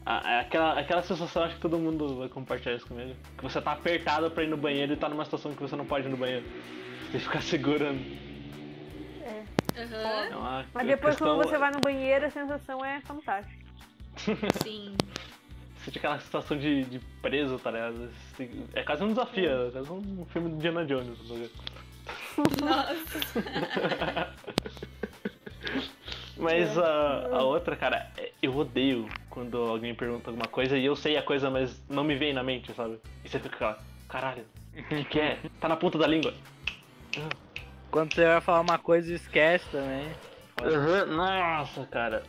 S3: Ah, é aquela, aquela sensação, acho que todo mundo vai compartilhar isso comigo. Que você tá apertado pra ir no banheiro e tá numa situação que você não pode ir no banheiro. Você tem que ficar segurando.
S1: Aham.
S3: É uma
S6: Mas depois
S3: questão...
S6: quando você vai no banheiro, a sensação é fantástica.
S7: Sim.
S3: Você tinha aquela situação de, de preso, tá ligado? Você tem- É quase um desafio, é quase um filme do Indiana Jones. tá ligado?
S7: Nossa.
S3: Mas a, a outra, cara, é- eu odeio quando alguém pergunta alguma coisa e eu sei a coisa, mas não me vem na mente, sabe? E você fica lá, caralho, o que, que é? Tá na ponta da língua.
S4: Quando você vai falar uma coisa e esquece também.
S3: Aham, Nossa, cara.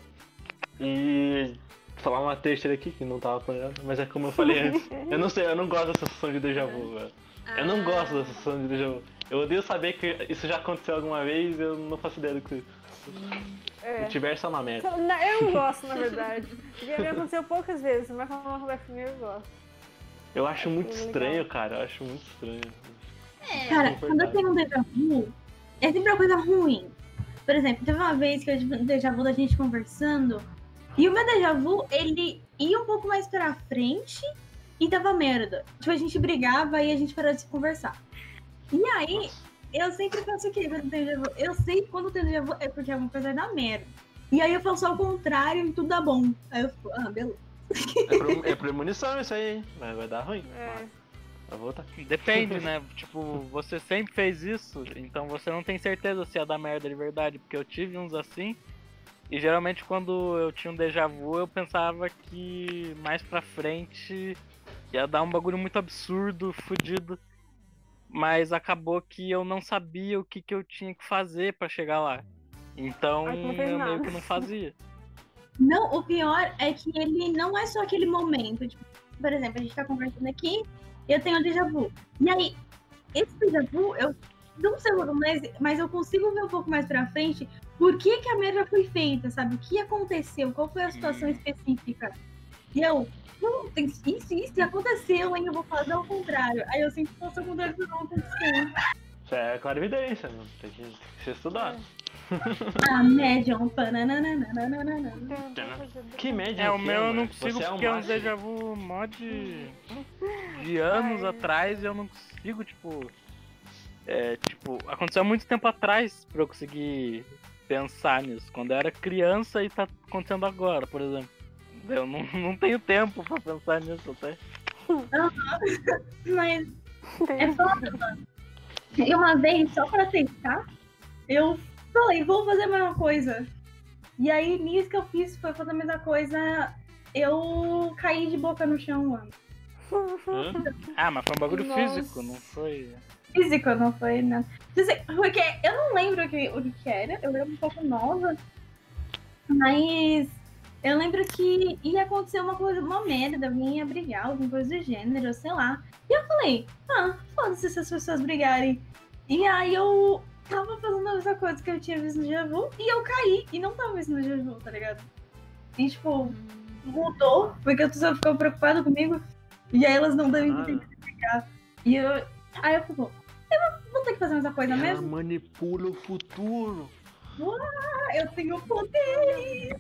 S3: E falar uma terceira aqui que não tava planejado, mas é como eu falei antes. Eu não sei, eu não gosto dessa sensação de déjà vu, velho. Eu
S4: Ah.
S3: não gosto dessa sensação de déjà vu. Eu odeio saber que isso já aconteceu alguma vez e eu não faço ideia do que.
S6: É.
S3: Se tiver, isso é uma merda.
S6: Então, na- Eu não gosto, na verdade. Já me aconteceu poucas vezes, mas quando acontece comigo, eu gosto.
S3: Eu acho muito
S6: Legal.
S3: estranho, cara. Eu acho muito estranho.
S5: Cara,
S3: Concordo.
S5: quando eu tenho um déjà vu, é sempre uma coisa ruim. Por exemplo, teve uma vez que eu tive um déjà vu da gente conversando, e o meu déjà vu, ele ia um pouco mais pra frente e tava merda. Tipo, a gente brigava e a gente parava de se conversar. E aí, eu sempre faço o quê quando eu tenho déjà vu? Eu sei que quando eu tenho déjà vu é porque alguma coisa dá merda. E aí eu faço ao contrário e tudo dá bom. Aí eu fico, ah, beleza.
S3: É, pre- é premonição isso aí, hein? Vai, vai dar ruim.
S6: É.
S3: Vai voltar.
S4: Depende, né? tipo, você sempre fez isso, então você não tem certeza se ia dar merda de verdade, porque eu tive uns assim. E geralmente quando eu tinha um déjà vu, eu pensava que mais pra frente ia dar um bagulho muito absurdo, fudido. Mas acabou que eu não sabia o que, que eu tinha que fazer pra chegar lá. Então
S6: Aí tu não fez
S4: eu
S6: nada.
S4: meio que não fazia.
S5: Não, o pior é que ele não é só aquele momento. Tipo, por exemplo, a gente tá conversando aqui e eu tenho um déjà vu. E aí, esse déjà vu, eu não sei, o mas, mas eu consigo ver um pouco mais pra frente por que, que a merda foi feita, sabe? O que aconteceu? Qual foi a situação
S4: Hum.
S5: específica? E eu, não, tem isso, isso aconteceu, hein? Eu vou fazer ao contrário. Aí eu sempre faço ao contrário do que aconteceu.
S3: Isso é clarividência, mano. Tem que, tem que se
S6: é,
S3: estudar.
S4: É.
S5: Ah, médium, pananananananana.
S6: então,
S3: Que média
S4: É, o
S3: que
S4: meu eu não
S3: mano?
S4: consigo
S3: Você é um
S4: porque é um
S3: macho.
S4: déjà vu mó de, de anos atrás e eu não consigo, tipo. É, tipo, aconteceu há muito tempo atrás pra eu conseguir pensar nisso. Quando eu era criança e tá acontecendo agora, por exemplo. Eu não, não tenho tempo pra pensar nisso até.
S5: Mas É foda, mano. E uma vez, só pra testar, eu falei, vou fazer a mesma coisa. E aí, nisso que eu fiz, foi fazer a mesma coisa, eu caí de boca no chão, mano.
S3: Hã?
S4: Ah, mas foi um bagulho
S7: Nossa.
S4: físico, não foi.
S5: Físico, não foi, não. Assim, Porque eu não lembro o que, o que que era, eu era um pouco nova, mas eu lembro que ia acontecer uma coisa, uma merda, alguém ia brigar, alguma coisa do gênero, sei lá. E eu falei, ah, foda-se se as pessoas brigarem. E aí eu tava fazendo a mesma coisa que eu tinha visto no Javu e eu caí e não tava visto no Javu, tá ligado? E tipo, mudou, porque a pessoa ficou preocupada comigo, e aí elas não devem
S3: Caralho.
S5: entender brigar. E eu. Aí eu fico, eu vou ter que fazer a mesma coisa
S3: Ela
S5: mesmo?
S3: manipula o futuro.
S5: Ah, eu tenho poderes!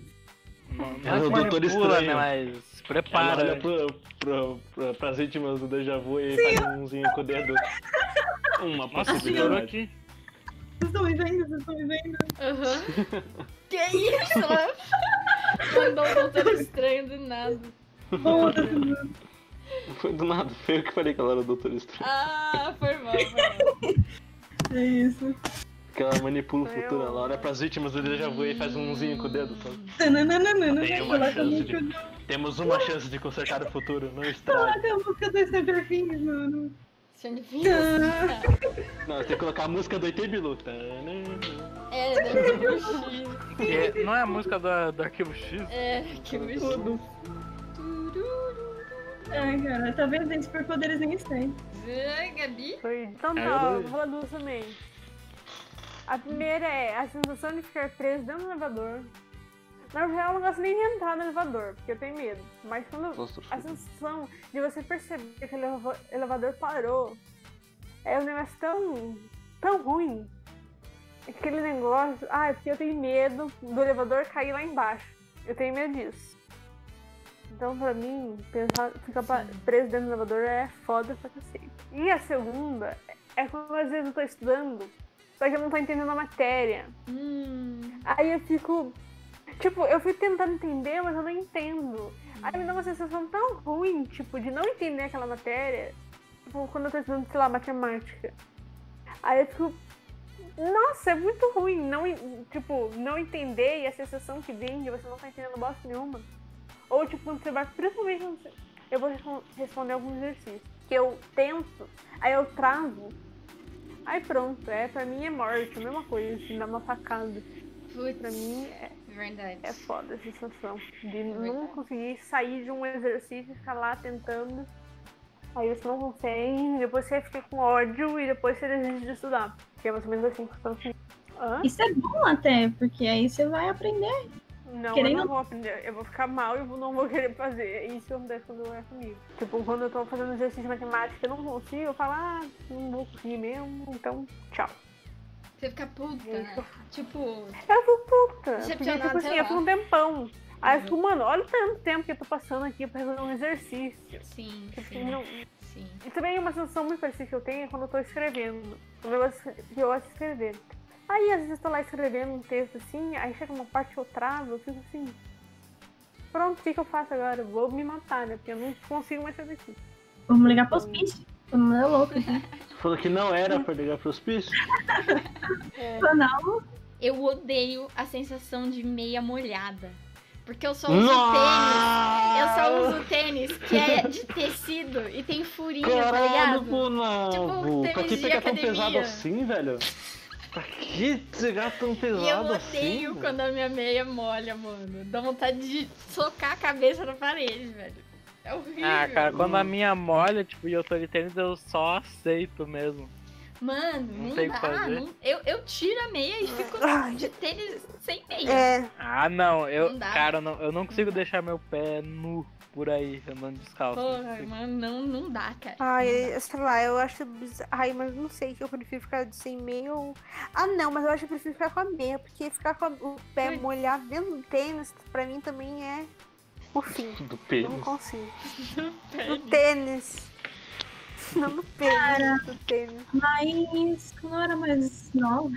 S4: Não, não
S3: Era o
S4: foi
S3: É um Doutor
S4: manipula,
S3: Estranho.
S4: né, Mas se
S3: Ela
S4: prepara.
S3: olha pro, pro, pro, pras vítimas do déjà vu e faz um umzinho com o dedo. Uma
S4: Nossa, piorou
S3: possibilidade.
S4: aqui.
S5: Vocês estão me vendo? Vocês estão me vendo?
S7: Aham. Que isso? Mandou um doutor estranho do nada.
S5: Foda-se.
S3: Foi do nada, foi eu que falei que ela era o Doutor Estranho.
S7: Ah, foi mal, foi mal.
S5: É isso.
S3: Que ela manipula o
S6: Foi
S3: futuro,
S6: eu.
S3: ela olha pras vítimas do déjà vu e faz um umzinho com o dedo. sabe?
S5: Tananana,
S3: Tem uma
S5: Coloca a
S3: chance de-
S5: música do-
S3: Temos uma chance de consertar o futuro, não estraga.
S5: coloca a música do Stranger Things, mano.
S7: Sendo vingança.
S3: Não, tem que colocar a música do ET Bilu. Tá, né?
S7: É, deve ter um X.
S4: Que- Não é a música do, do Arquivo X?
S7: É, que
S3: Tudo.
S7: bicho. Tururu.
S5: Ai, cara, talvez esses superpoderes nem estranhos.
S7: Zé, Gabi?
S6: Foi. Então
S3: Aí É, eu
S6: tá,
S3: dou-
S6: eu vou falar duas também. A primeira é a sensação de ficar preso dentro do elevador. Na real, eu não gosto nem de entrar no elevador, porque eu tenho medo. Mas quando a sensação de você perceber que o eleva- elevador parou é um negócio tão, tão ruim. É Aquele negócio, ah, é porque eu tenho medo do elevador cair lá embaixo. Eu tenho medo disso. Então, pra mim, pensar, ficar pa- preso dentro do elevador é foda pra cacete. E a segunda é quando às vezes eu tô estudando, só que eu não tô entendendo a matéria.
S7: Hum.
S6: Aí eu fico Tipo, eu fico tentando entender, mas eu não entendo. Aí me dá uma sensação tão ruim, tipo, de não entender aquela matéria. Tipo, quando eu tô estudando, sei lá, matemática. Aí eu fico. Nossa, é muito ruim. Não, en- tipo, não entender e a sensação que vem de você não tá entendendo bosta nenhuma. Ou, tipo, quando você vai, principalmente quando você- eu vou respon- responder alguns exercícios. Que eu tento, aí eu travo. Aí pronto, é, pra mim é morte, a mesma coisa, assim, dá uma facada. Pra
S7: Putz,
S6: mim é,
S7: verdade.
S6: é foda a sensação de não conseguir sair de um exercício e ficar lá tentando. Aí você não consegue, depois você fica com ódio e depois você desiste de estudar. Que é mais ou menos assim que funciona comigo. Hã?
S5: Isso é bom até, porque aí você vai aprender.
S6: Não, eu
S5: Querendo-
S6: não vou aprender. Eu vou ficar mal e eu não vou querer fazer. Isso acontece quando é comigo. Tipo, quando eu tô fazendo exercício de matemática e não consigo, eu falo, ah, não vou conseguir mesmo, então tchau.
S7: Você fica puta, né? Tipo,
S6: Eu fico puta. Porque,
S7: Decepcionada,
S6: tipo assim,
S7: sei
S6: eu
S7: lá. Uhum.
S6: fico um tempão. Aí eu fico, mano, olha o tanto tempo que eu tô passando aqui pra fazer um exercício.
S7: sim,
S6: Tipo,
S7: sim,
S6: não,
S7: sim.
S6: E também uma sensação muito parecida que eu tenho é quando eu tô escrevendo. Quando eu gosto que eu gosto de escrever. Aí às vezes eu tô lá escrevendo um texto assim, aí chega uma parte que eu travo, eu fico assim. Pronto, o que, que eu faço agora? Eu Vou me matar, né? Porque eu não consigo mais sair daqui.
S5: Vamos ligar pros bichos. Todo mundo é louco.
S3: Falou que não era pra ligar pros pis?
S5: Canal.
S7: Eu odeio a sensação de meia molhada. Porque eu só uso tênis. Eu só
S3: Nossa!
S7: uso tênis que é de tecido e tem furinho, tá
S3: Caralho,
S7: ligado?
S3: Bonavo!
S7: Tipo,
S3: pra que
S7: tênis de
S3: pegar tão
S7: academia.
S3: pesado assim, velho? Pra que pegar tão
S7: E eu
S3: pesado assim?
S7: odeio quando a minha meia molha, mano. Dá vontade de socar a cabeça na parede, velho. É horrível.
S4: Ah, cara, quando a minha molha, tipo, e eu tô de tênis, eu só aceito mesmo.
S7: Mano, não,
S4: não tem o
S7: dá.
S4: que fazer.
S7: não- Eu, eu tiro a meia e fico
S1: Ah,
S7: de tênis sem meia.
S6: É.
S4: Ah, não, eu.
S7: Não dá.
S4: cara, eu não, eu não consigo
S7: dá.
S4: deixar meu pé nu por aí, andando descalço.
S7: Porra, mano, não, não dá, cara.
S1: Ai, eu- sei lá, eu acho bizarro. Ai, mas não sei que eu prefiro ficar de sem meia ou. Ah, não, mas eu acho que eu prefiro ficar com a meia, porque ficar com a- o pé
S7: Mas-
S1: molhado dentro do tênis, pra mim também é o fim.
S3: Do
S1: Eu não
S3: pênis.
S1: consigo. No tênis. Não no pênis, no tênis.
S5: Mas quando eu era mais nova.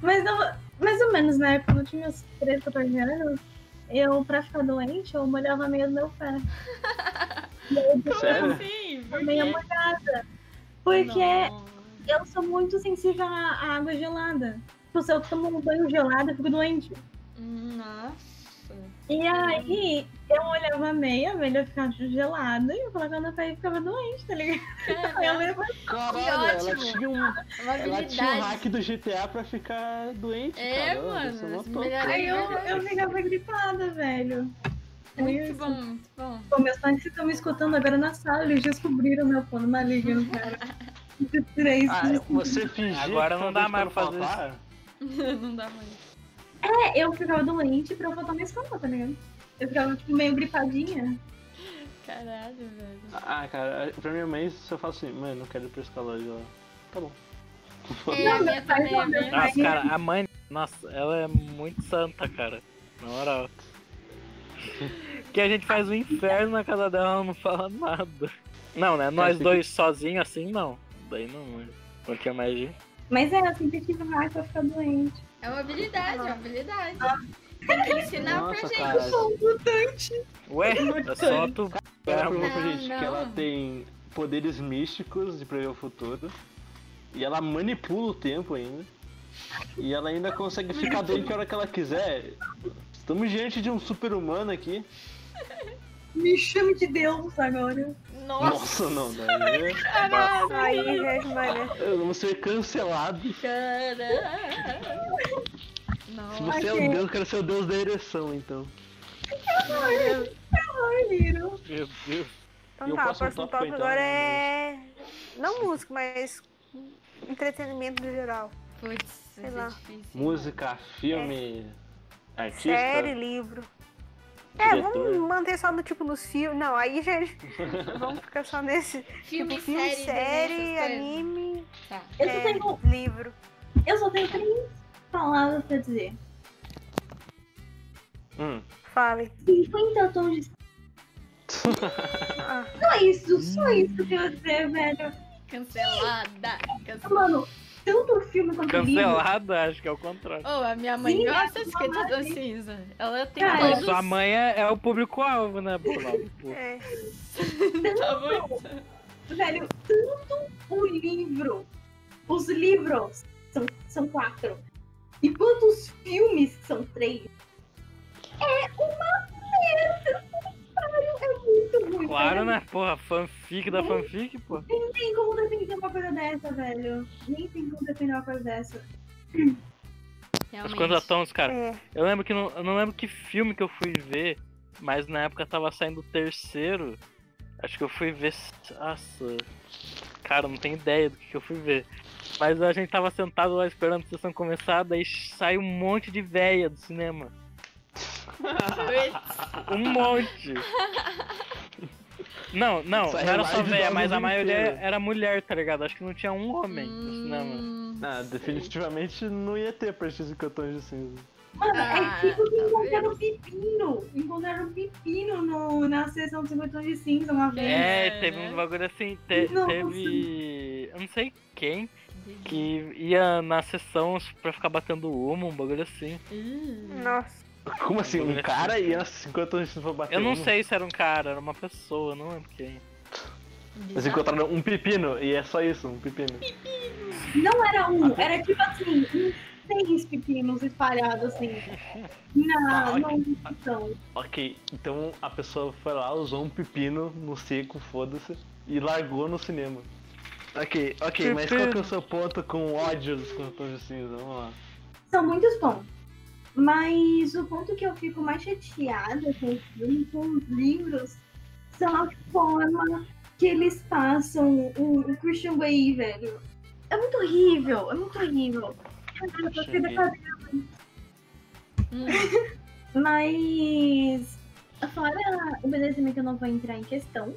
S5: mas eu, mais ou menos na época, quando eu tinha meus 13, 14 anos, eu, pra ficar doente, eu molhava a meia do meu pé.
S3: Sério?
S7: Sim,
S5: A
S7: por
S5: meia
S7: quê?
S5: molhada. Porque
S1: é?
S7: Não.
S5: eu sou muito sensível à à água gelada. Tipo, se eu tomo um banho gelado, eu fico doente.
S7: Nossa.
S5: E aí, eu olhava a meia, a meia ficava gelada, e eu colocava no pé e ficava doente, tá ligado? Eu
S7: Caraca,
S5: lembro
S3: Caralho,
S7: Que
S3: ela
S7: ótimo.
S3: tinha, um,
S7: é uma
S3: ela tinha um
S7: habilidade.
S3: hack do GTA pra ficar doente,
S7: É,
S3: cara.
S7: mano,
S3: Você
S7: as
S3: notou.
S7: melhores-
S5: Aí eu, eu ficava gripada, velho.
S7: É Muito bom, muito bom.
S5: Pô, meus pais que estão me escutando agora na sala, eles descobriram meu plano maligno, cara. De né? três.
S3: Ah, você fingia
S4: Agora
S3: que
S4: não
S3: tá
S4: dá mais
S3: doente
S4: pra
S3: pra
S4: fazer
S3: falar?
S7: Não dá mais.
S5: É, eu ficava doente pra eu voltar na escola, tá ligado? Eu ficava, tipo, meio gripadinha.
S7: Caralho, velho.
S3: Ah, cara, pra minha mãe, se eu falo assim, mãe, não quero ir pra escola hoje, ela... Tá bom.
S7: É, a minha também, a minha
S4: Nossa, Ah, cara, a mãe. Nossa, ela é muito santa, cara. Na moral. Que a gente faz um inferno na casa dela, ela não fala nada. Não, né? Nós
S3: É, fica-
S4: dois sozinhos assim, não. Daí não. né? Porque é mais.
S5: Mas é, eu sempre tive raiva pra ficar doente.
S7: É uma habilidade, é uma habilidade. Tem que ensinar pra
S3: Nossa,
S7: gente.
S3: cara.
S4: Ué, é só tu.
S3: Ela provou pra
S7: Não,
S3: gente que ela
S7: não.
S3: tem poderes místicos de prever o futuro. E ela manipula o tempo ainda. E ela ainda consegue ficar doente a hora que ela quiser. Estamos diante de um super-humano aqui.
S5: Me chame de Deus agora.
S7: Nossa,
S3: Nossa, não, daí
S1: Aí, gente, mano.
S3: eu- eu vou ser cancelado.
S7: cara.
S3: Se
S7: Nossa,
S3: você é o deus, eu quero ser o deus da ereção, então.
S5: Ai, Liro.
S4: Meu Deus.
S3: E
S1: Então tá, o
S3: o próximo
S1: próximo
S3: tópico,
S1: tópico
S3: então,
S1: agora
S3: é
S1: é. Não música, mas entretenimento no geral.
S7: putz,
S1: Sei
S7: isso é
S1: lá.
S7: difícil.
S3: Música, filme, artista,
S1: Série, livro. É, vamos
S3: diretor.
S1: manter só no tipo nos filmes. Não, aí gente. vamos ficar só nesse.
S7: Filme,
S1: tipo, filme,
S7: série, desenho,
S1: série,
S7: essas coisas.
S1: anime,
S7: Tá.
S5: Eu só
S1: é,
S5: tenho,
S6: um-
S1: livro.
S5: eu só tenho três palavras pra dizer.
S3: Hum.
S1: Fale.
S5: 50 tons então, de...
S1: Ah,
S5: Só isso, só isso que eu ia dizer, velho.
S7: Cancelada. cancelada.
S5: Mano, tanto filme quanto livro.
S4: Cancelada, acho que é o contrário.
S7: Ô, a minha mãe
S5: Sim,
S7: gosta
S5: é
S7: de esquenta
S5: uma
S7: da
S5: mãe.
S7: cinza. Ela tem
S1: Ah,
S5: Cara,
S4: Não,
S7: todos.
S4: sua mãe é, é o público-alvo, né, Paulo?
S7: Hum.
S4: Pô.
S6: É.
S7: Tá bom. então.
S5: Velho, tanto o livro, os livros são, são quatro, e quanto os filmes que são três. É uma merda! Sério, é muito ruim.
S4: Claro,
S5: velho.
S4: né? Porra, fanfic da fanfic, pô.
S5: Nem tem como defender uma coisa dessa, velho. Nem tem como defender uma coisa dessa.
S4: As
S7: Realmente.
S4: coisas tão, cara.
S6: É.
S4: Eu lembro que não, eu não lembro que filme que eu fui ver, mas na época tava saindo o terceiro. Acho que eu fui ver. Nossa. Cara, eu não tenho ideia do que, que eu fui ver. Mas a gente tava sentado lá esperando a sessão começar, daí sai um monte de véia do cinema. Um monte! Não, não,
S3: Saiu
S4: não era só
S3: mais de
S4: véia,
S3: nove
S4: mas a
S3: inteiro.
S4: maioria era mulher, tá ligado? Acho que não tinha um homem no cinema.
S7: Hum,
S3: Ah, definitivamente não ia ter pra esses cantões de cinza.
S5: Mano,
S7: Ah,
S5: é tipo que
S7: tá
S5: encontraram um pepino. Encontraram um pepino no, na sessão de 50 de cinza uma vez.
S4: É,
S7: né?
S4: teve uns bagulho assim, te-
S5: Nossa.
S4: teve. Eu não sei quem
S7: que delícia.
S4: que ia na sessão pra ficar batendo uma, um bagulho assim.
S7: Ih.
S6: Nossa.
S3: Como assim? Um cara ia 50 anos pra bater
S4: Eu não
S3: um?
S4: sei se era um cara, era uma pessoa, não lembro quem.
S3: Eles encontraram um pepino e é só isso, um pepino.
S5: Não era um, era tipo assim, uns seis pepinos espalhados assim.
S7: Tá
S5: é
S3: Ah,
S5: Na,
S3: ok.
S5: na sessão.
S3: Ok, então a pessoa foi lá, usou um pepino no seco, foda-se, e largou no cinema. Ok, ok, mas qual que é o seu ponto com ódio dos cantores de cinza? Vamos lá.
S5: São muitos pontos. Mas o ponto que eu fico mais chateada com os filmes, com os livros, são a forma que eles passam o, o Christian Way, velho. É muito horrível, é muito horrível. Caralho, eu fiquei
S3: Christian Grey.
S5: decadentada.
S7: Hum,
S5: Mas fora o que eu não vou entrar em questão.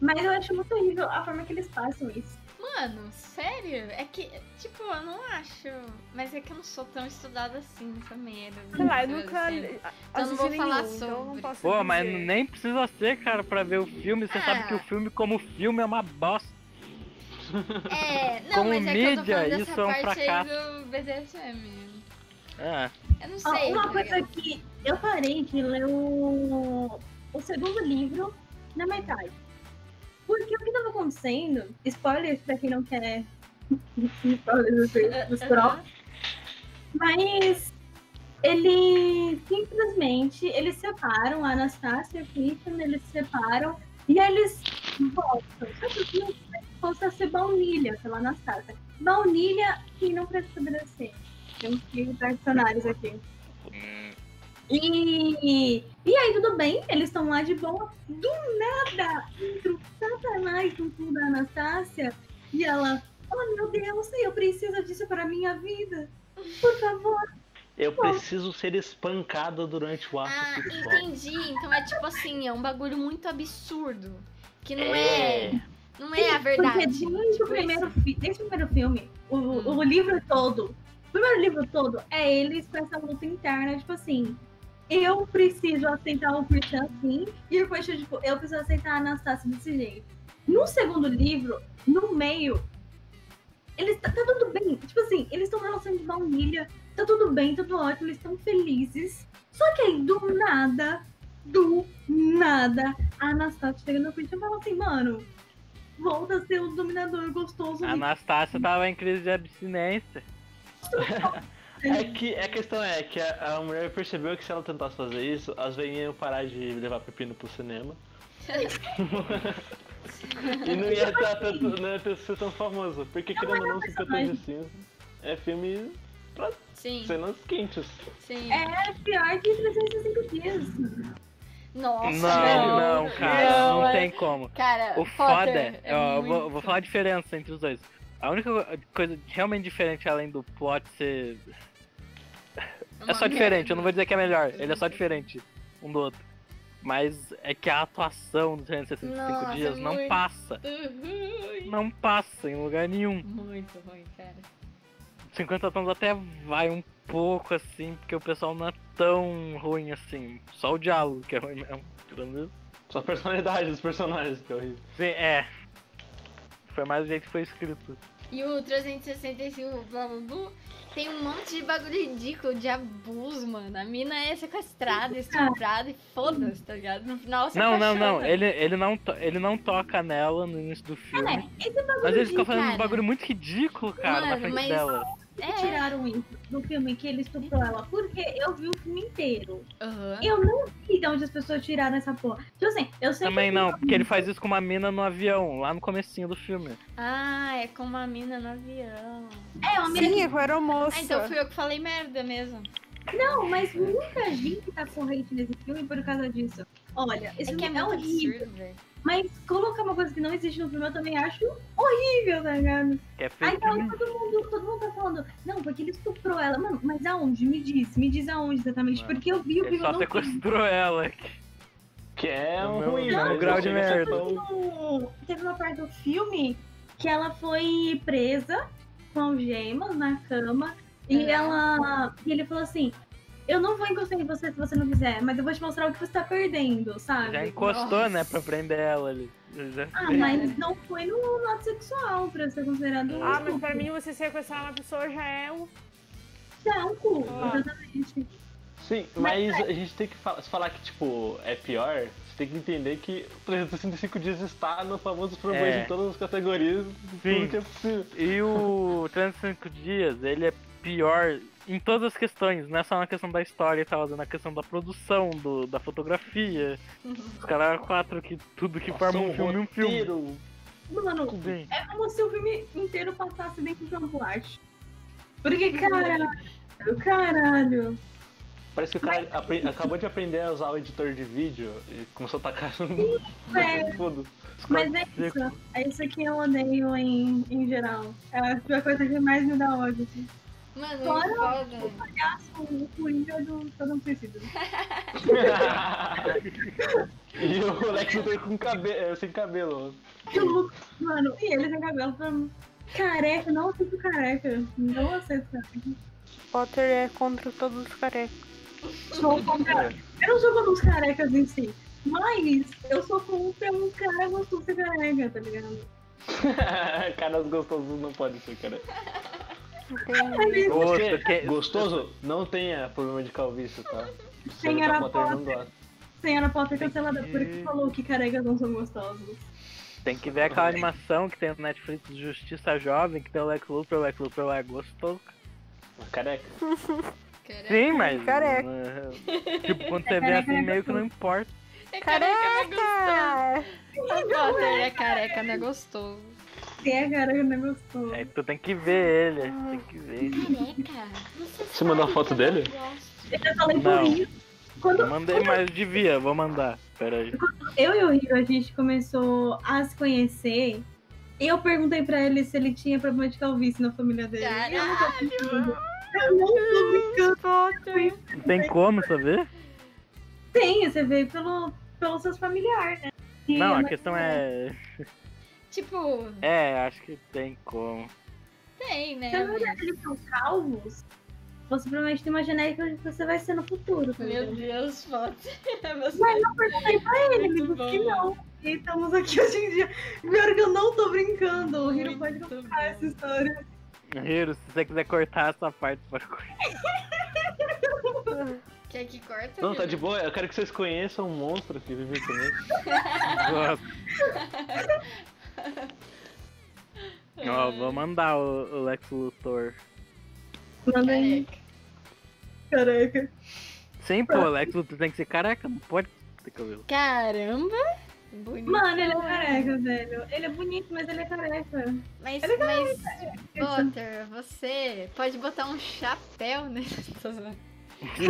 S5: Mas eu acho muito horrível a forma que eles passam isso.
S7: Mano, sério? É que, tipo, eu não acho. Mas é que eu não sou tão estudada assim, essa merda.
S6: Sei lá, eu
S7: Assim.
S6: nunca
S7: Então não vou
S6: assisti
S7: falar
S6: nenhum, então
S7: sobre.
S6: não posso
S4: Pô, mas
S6: dizer.
S4: nem precisa ser, cara, pra ver o filme. Você
S7: Ah.
S4: sabe que o filme, como filme, é uma bosta.
S7: É, não,
S4: Como
S7: mas é que eu tô
S4: mídia,
S7: falando dessa
S4: isso é um
S7: parte
S4: fracasso.
S7: aí do BDSM.
S4: Ah,
S7: Eu não
S5: Ó,
S7: sei.
S5: Uma
S7: tá
S5: coisa
S7: ligado?
S5: que eu parei de ler o, o segundo livro na metade. Porque o que tava acontecendo, spoilers pra quem não quer spoilers assim, dos- dos próprios, mas eles simplesmente eles separam a Anastácia e o Christian, eles separam e eles voltam. Só que o filme é disposto a ser baunilha pela Anastácia. Baunilha que não precisa obedecer. Temos que dar dicionários aqui. E, e aí, tudo bem, eles estão lá de boa. Do nada, entra o Satanás no cu da Anastácia e ela, oh meu Deus, eu preciso disso para minha vida. Por favor.
S3: Eu preciso ser espancado durante o ato
S7: Ah,
S3: sexual.
S7: entendi. Então é tipo assim, é um bagulho muito absurdo. Que não é. Não é a
S5: Porque
S7: verdade.
S5: desde, o
S7: Tipo
S5: primeiro,
S7: isso.
S5: fi- desde o primeiro filme, o,
S7: Hum.
S5: o livro todo, o primeiro livro todo é eles com essa luta interna, tipo assim. Eu preciso aceitar o Christian assim, e depois, tipo, eu preciso aceitar a Anastácia desse jeito. No segundo livro, no meio, eles tá, tá tudo bem. Tipo assim, eles estão na relação de baunilha, tá tudo bem, tudo ótimo, eles estão felizes. Só que aí, do nada, do nada, a Anastácia chega no Christian e fala assim, mano, volta a ser o dominador gostoso.
S4: a Anastácia tava em crise de abstinência.
S3: É que a questão é que a, a mulher percebeu que se ela tentasse fazer isso, as veinhas iam parar de levar pepino pro cinema. e não ia estar tanto, não ia ter- ser tão famoso. Porque querendo ou não, 50 anos de cinza é filme pra
S7: Sim,
S3: cenas quentes.
S7: sim.
S5: É pior que 365 dias.
S7: Nossa, velho.
S4: não, não, cara, não,
S7: Não, é-
S4: tem como.
S7: Cara,
S4: O foda,
S7: Potter é
S4: ó, eu
S7: muito...
S4: vou, vou falar a diferença entre os dois. A única coisa realmente diferente além do plot ser É só diferente, eu não vou dizer que é melhor,
S7: Uhum.
S4: ele é só diferente um do outro. Mas é que a atuação dos 365
S7: Nossa, é
S4: dias não
S7: muito.
S4: passa.
S7: dizer.
S4: Não passa em lugar nenhum.
S7: Muito ruim, cara.
S4: 50 tons até vai um pouco assim, porque o pessoal não é tão ruim assim. Só o diálogo que é ruim mesmo. tirando isso.
S3: Só a personalidade dos personagens que é horrível.
S4: Sim, é. Foi mais o jeito que foi escrito.
S7: e o 365 blá blá blá. Tem um monte de bagulho ridículo de abuso, mano. A mina é sequestrada, estuprada e foda-se, tá ligado? No final você
S4: Não, não, não.
S7: apaixona.
S4: Ele, ele, não to- ele não toca nela no início
S7: Ah,
S4: do filme.
S5: Cara, É, esse bagulho
S4: mas ele
S5: de
S4: fica fazendo
S7: é cara.
S4: um bagulho muito ridículo, cara, na
S7: Mano,
S4: frente
S7: mas-
S4: dela.
S5: que
S7: É,
S5: tiraram isso do filme que ele estuprou ela, porque eu vi o filme inteiro.
S7: aham.
S5: Eu não vi de onde as pessoas tiraram essa porra. Tipo assim, eu sei
S4: Também
S5: que
S4: não, porque ele faz isso com uma mina no avião, lá no comecinho do filme.
S7: Ah, é como a mina no avião.
S5: é uma
S6: Sim,
S5: menina.
S6: eu era moça.
S7: Ah, então fui eu que falei merda mesmo.
S5: Não, mas muita gente tá com hate nesse filme por causa disso. Olha, esse
S7: É que é
S5: filme é,
S7: muito
S5: horrível.
S7: absurdo, velho.
S5: Mas colocar uma coisa que não existe no filme eu também acho horrível, tá ligado?
S4: Que é
S5: Aí
S4: fake
S5: tá
S4: news.
S5: todo mundo, todo mundo tá falando, não, porque ele estuprou ela. Mano, mas aonde? Me diz, me diz aonde exatamente.
S4: Não.
S5: Porque eu vi o
S4: Ele
S5: filme, eu
S4: só
S5: não vi.
S4: sequestrou ela.
S3: Que é
S4: O
S3: um
S4: meu-
S3: ruim,
S4: meu
S3: mas
S4: grau
S3: não
S4: de
S3: chega a
S6: Tá
S3: ser
S4: merda.
S3: tão-
S5: No- Teve uma parte do filme que ela foi presa com gemas na cama. E
S7: É.
S5: ela. E ele falou assim. Eu não vou encostar em você se você não quiser, mas eu vou te mostrar o que você tá perdendo, sabe?
S4: Já encostou,
S7: Nossa.
S4: né, pra prender ela ali. Já-
S5: Ah, mas não foi no lado sexual pra ser considerado. um
S6: Ah, mas
S5: estupro.
S6: pra mim você sequestrar uma pessoa já é um.
S5: É um cu,
S6: Ah.
S5: exatamente.
S3: Sim, mas
S5: é
S3: a gente tem que falar, se falar que, tipo, é pior, você tem que entender que 365 dias está no famoso Pro
S4: É.
S3: Boys em todas as categorias,
S4: Sim.
S3: tudo que é possível.
S4: E o 35 dias, ele é pior em todas as questões, não é só na questão da história e tal, é na questão da produção, do, da fotografia. Os caras quatro que tudo que forma um
S3: Nossa,
S4: filme, um filme.
S3: roteiro,
S5: Mano,
S4: Tudo bem.
S5: é como se o filme inteiro passasse dentro de uma boate. Porque,
S6: Uhum.
S5: cara. Caralho.
S3: Parece que o cara apre- acabou de aprender a usar o editor de vídeo e começou a tacar no
S5: é.
S3: tudo.
S5: Mas é isso. É isso que eu odeio em, em geral. É a coisa que mais me dá ódio. assim.
S7: Mano,
S5: Fora-
S7: foda.
S5: Palhaço, o Coringa do Todo Suicida.
S3: e o Lex Luthor com cabelo, sem cabelo.
S5: E o Luke- Mano, e ele tem cabelo pra mim. Careca, não aceito careca. Não aceito careca.
S6: Potter é contra todos os carecas.
S5: Sou contra. Eu não sou contra os carecas em si. Mas eu sou contra um cara gostoso de ser careca, tá ligado?
S3: Caras gostosos não podem ser, cara.
S5: é
S4: Gosto,
S3: Porque
S4: que-
S3: gostoso não tenha problema de calvície, tá?
S5: Tem
S3: Harry
S5: era
S3: Potter não
S5: Potter.
S3: gosta.
S5: Senhora Potter cancelada
S4: que-
S5: porque falou que carecas não são gostosos.
S4: Tem que ver aquela animação que tem no Netflix Justiça Jovem, que tem o Lex Luthor, o Lex Luthor lá é gostoso.
S3: Mas Careca.
S7: Careca.
S4: Sim, mas...
S6: Careca.
S4: né, Tipo, quando você vê assim, meio que não importa.
S7: É careca, não é gostoso. O Potter é careca, não é gostoso.
S5: Se é careca, não é gostoso.
S4: Aí tu tem que ver ele, tem que
S7: é
S4: ver.
S7: Careca?
S3: Você mandou a foto dele?
S5: Eu já falei
S4: Não.
S5: por isso. Quando
S4: Eu mandei, mas devia, vou mandar. Pera aí.
S5: eu e o Rio, a gente começou a se conhecer, eu perguntei pra ele se ele tinha problema de calvície na família dele. Eu não tô brincando. Eu não tô brincando.
S4: Não tem como saber?
S5: Tem, você vê pelo, pelos seus familiares, né? E
S4: Não,
S5: é
S4: a
S5: mais-
S4: questão é...
S7: Tipo,
S4: É, acho que tem como.
S7: tem, né?
S5: Se a família
S7: mas-
S5: dele são calvos, você provavelmente tem uma genética que você vai ser no futuro. tá ligado?
S7: Meu Deus, Potter. Você...
S5: Mas eu perguntei pra ele, ele
S7: Muito
S5: disse que
S7: bom.
S5: não. E estamos aqui hoje em dia. Pior que eu não tô brincando. O Hiro pode
S7: Muito
S5: contar
S7: bom.
S5: essa história.
S4: Hiro, se você quiser cortar essa parte, pode cortar.
S7: Quer que corta?
S3: Não, tá
S7: Júlia?
S3: de boa. Eu quero que vocês conheçam um monstro que vive comigo.
S4: Gosto. Ó, vou mandar o, o Lex Luthor.
S5: Manda aí,
S7: Careca.
S5: careca.
S4: Sim, pô, o Lex Luthor tem que ser careca, não pode ter cabelo.
S7: Caramba! Bonito.
S5: Mano, ele é careca, velho. Ele é bonito, mas ele é careca.
S7: Mas,
S5: Ele
S7: mas, Potter, você pode botar um chapéu nesse. Tô zoando.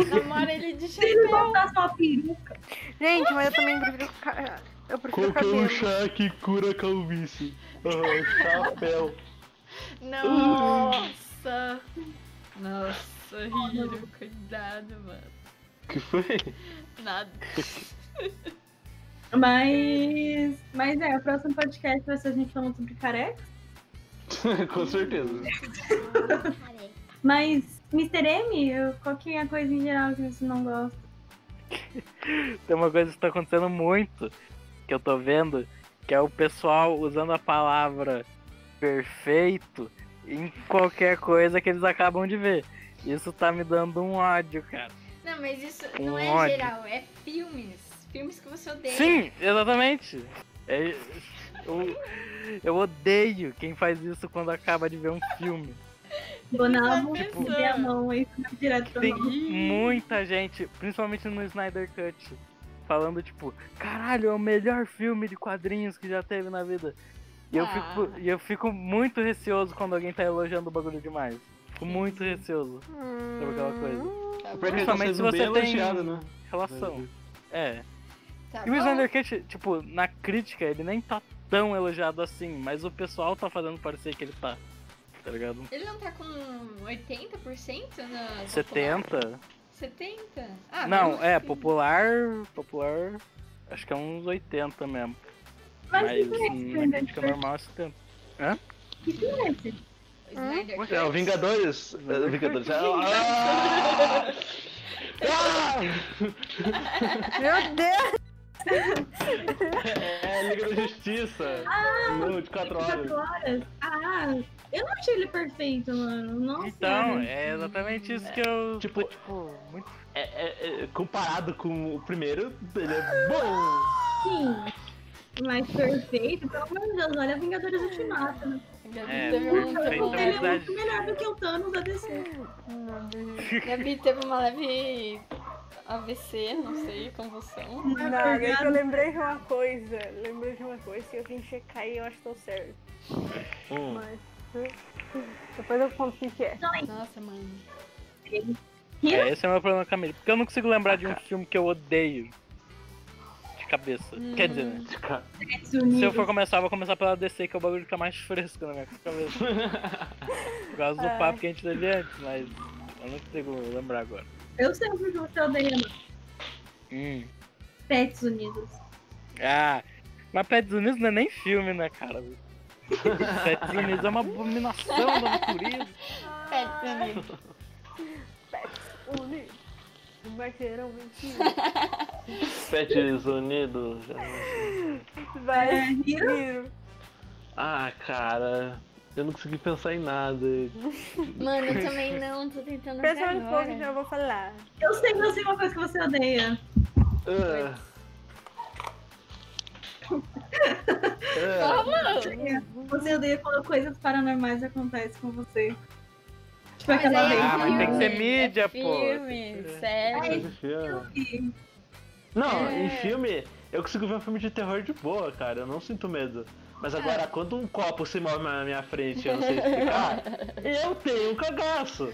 S7: Namora ele de
S5: Se ele
S7: chapéu.
S5: botar só a peruca,
S6: Gente, mas eu também prefiro. ca- Eu prefiro
S3: Qualquer um
S6: cabelo.
S3: chá que cura calvície. Ah, chapéu.
S7: Nossa! Nossa, Hiro, cuidado, mano.
S3: que foi?
S7: Nada.
S5: mas. Mas é, o próximo podcast vai ser a gente falando sobre careca.
S3: Com certeza.
S5: Mas, Mr. M, eu- qual que é a coisa em geral que você não gosta?
S4: Tem uma coisa que tá acontecendo muito, que eu tô vendo, que é o pessoal usando a palavra perfeito em qualquer coisa que eles acabam de ver. Isso tá me dando um ódio, cara.
S7: Não, mas isso
S4: Um
S7: não é
S4: ódio.
S7: geral, é filmes. Filmes que você odeia.
S4: Sim, exatamente. É- eu, eu odeio quem faz isso quando acaba de ver um filme.
S5: Bonalvo,
S7: Tipo-
S5: dê a mão aí, direto pra
S4: Tem
S5: mão.
S4: muita gente, principalmente no Snyder Cut, falando tipo, caralho, é o melhor filme de quadrinhos que já teve na vida. E eu,
S7: Ah.
S4: fico, e eu fico muito receoso quando alguém tá elogiando o bagulho demais. Fico muito receoso sobre aquela coisa.
S7: Tá bom?
S3: Pior que ele tá
S4: Principalmente se
S3: sendo bem
S4: você tem-
S3: elogiado, né?
S4: Relação. É.
S7: Tá
S4: E o
S7: bom.
S4: Snyder Cut, tipo, na crítica, ele nem tá tão elogiado assim, mas o pessoal tá fazendo parecer que ele tá. Tá ligado?
S7: Ele não tá com 80% na.
S4: 70?
S7: 70? Ah,
S4: não,
S7: mas-
S4: é, popular. Popular. Acho que é uns 80 mesmo.
S5: Mas
S4: Mas
S5: que filme é
S4: na
S5: esse,
S4: crítica
S5: Snyder Cut?
S4: normal é 70.
S5: Que filme é esse?
S7: Snyder
S3: É, o
S7: Cut.
S3: Vingadores. É, o Vingadores. Ah! Ah!
S6: Meu Deus!
S3: É a Liga da Justiça. No 24 horas.
S5: Quatro horas? Ah, eu não achei ele perfeito, mano. Nossa.
S4: Então,
S5: mano.
S4: é exatamente isso que eu.
S3: Tipo,
S4: tô, tipo, muito.
S3: É, é- é- comparado com o primeiro, ele é bom.
S5: Sim. Mas perfeito, pelo amor de Deus, olha Vingadores Ultimato. né?
S7: Gabi
S4: É,
S7: teve
S4: perfeito,
S7: muito bom.
S5: Ele é
S4: verdade.
S5: muito melhor do que o Thanos da DC.
S7: Gabi teve uma leve AVC, não sei, convulsão.
S6: Não, é que eu lembrei de uma coisa. Lembrei de uma coisa que eu vim checar e eu acho que tô certo.
S3: Hum.
S6: Mas. Depois eu conto o que que é.
S7: Nossa, mano.
S4: É, esse é o meu problema com a mídia. Porque eu não consigo
S5: Ah,
S4: lembrar de um filme que eu odeio. De cabeça. Quer
S7: Hum.
S4: dizer, né? Se eu for começar, eu vou começar pela DC, que é o bagulho que fica mais fresco na minha cabeça. Por causa do papo que a gente teve antes, mas eu não consigo lembrar agora.
S5: Eu sei o que você odeia, mano.
S4: Hum.
S5: Pets Unidos.
S4: Ah, mas Pets Unidos não é nem filme, né, cara? Pets Unidos é uma abominação da natureza.
S7: Pera,
S6: Uni. Vai ter um mentira.
S3: Pets Unidos. é. já não-
S6: Vai.
S5: É, Hero,
S6: Hiro.
S3: Ah, cara. Eu não consegui pensar em nada.
S7: Mano, eu também não, tô tentando ver
S6: Pensa um pouco,
S7: é agora.
S6: então eu vou falar.
S5: eu sei que eu sei uma coisa que você odeia.
S3: Ah. Ah.
S7: Como?
S5: Você odeia quando coisas paranormais acontecem com você. Tipo
S7: Mas
S5: aquela
S7: aí é
S5: vez.
S4: Ah, mas tem que ser
S7: filme,
S4: mídia,
S7: é
S4: pô.
S7: Filme, sério.
S3: Coisa de filme. Não,
S6: É.
S3: em filme, eu consigo ver um filme de terror de boa, cara. Eu não sinto medo. Mas agora, quando um copo se move na minha frente, eu não sei explicar, eu tenho um cagaço.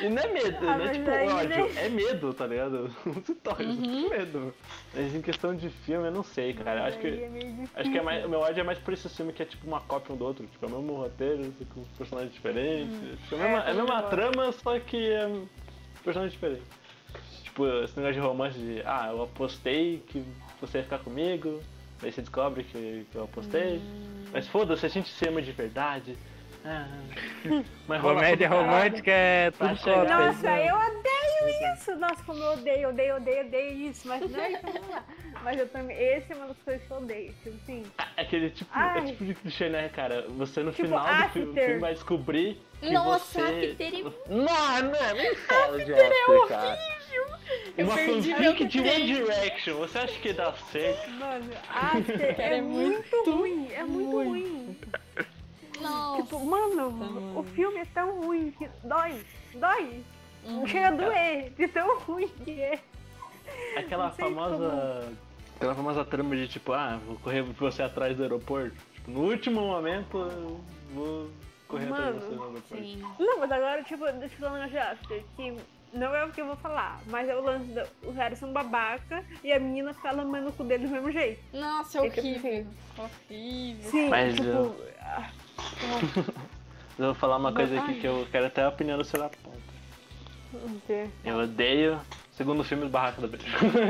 S3: e não é medo,
S6: Ah,
S3: não é
S6: mas
S3: tipo
S6: aí, Uhum.
S3: ódio, é medo, tá ligado? Não se torna, eu sinto medo. Mas em questão de filme, eu não sei, cara. Eu acho
S6: Aí
S3: que,
S6: é meio difícil.
S3: acho que é mais, o meu ódio é mais por esse filme que é tipo uma cópia um do outro. Tipo, é o mesmo roteiro, só com personagens diferentes. Tipo, é a mesma, é a mesma trama, só que é um personagem diferente. Tipo, esse negócio de romance de, ah, eu apostei que você ia ficar comigo, daí você descobre que, que eu apostei. Mas foda-se, a gente se ama de verdade. Ah, mas rola
S4: Comédia
S3: tudo caralho.
S4: romântica é
S3: Vai
S4: tudo
S3: chegar.
S4: cópia.
S6: Nossa, eu odeio isso! Nossa, como eu odeio, odeio, odeio, odeio isso. Mas não é vamos lá. Mas eu também. Esse é uma das coisas que eu odeio. Tipo assim.
S3: É aquele tipo,
S6: Ai.
S3: é tipo de clichê, né, cara? Você no
S6: Tipo,
S3: final do filme,
S6: After.
S3: filme vai descobrir que
S7: Nossa,
S3: você...
S7: After é-
S3: Nossa, não, nem fala de After, cara.
S7: Eu
S3: Uma
S7: perdi
S3: fanfic
S7: meu
S3: de One
S7: trem.
S3: Direction, você acha que dá certo?
S6: Mano, After
S7: Cara,
S6: é,
S7: é
S6: muito ruim. É muito, ruim. Tipo,
S7: Nossa.
S6: mano,
S7: mano.
S6: o filme é tão ruim que dói. Dói.
S7: Uhum.
S6: Chega a doer de tão ruim que é.
S3: Aquela
S6: Não sei
S3: famosa... Aquela famosa trama de tipo, ah, vou correr você atrás do aeroporto. Tipo, no último momento, eu vou correr atrás
S6: Mano,
S3: de você no aeroporto.
S7: Sim.
S6: Não, mas agora, tipo, deixa eu falar um negócio de After, que não é o que eu vou falar, mas é o lance do... Os caras são babaca e a menina fica lamando o cu dele do mesmo jeito.
S7: Nossa, é
S6: Fica assim.
S7: horrível. Horrível.
S6: Sim,
S3: Mas,
S6: tipo...
S3: eu-
S6: ah,
S3: Eu vou falar uma coisa aqui que eu quero até a opinião do seu ponta.
S6: não sei.
S3: Eu odeio, segundo o filme, o Barraco da Beijo.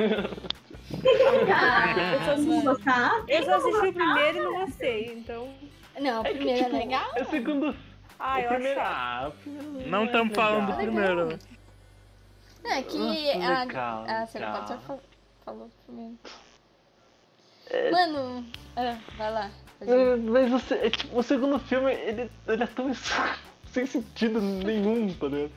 S5: Ah, Eu não
S7: Nossa.
S5: gostar.
S6: Eu só assisti o primeiro e não gostei, então...
S7: Não, o
S3: É que,
S7: primeiro é
S3: tipo,
S7: legal.
S3: É o segundo.
S6: Ah,
S3: o
S6: eu
S3: primeiro,
S6: acho chato.
S3: ah, o primeiro
S4: Não
S3: é
S4: estamos falando do
S3: legal.
S4: primeiro. né?
S7: Não, é que
S3: Nossa,
S7: a,
S3: legal,
S7: a Celepata
S3: legal. É.
S7: já fa- falou primeiro. Mano, ah, vai lá. Fazer.
S3: Mas você, é, tipo, o segundo filme, ele, ele é tão es- sem sentido nenhum, tá ligado?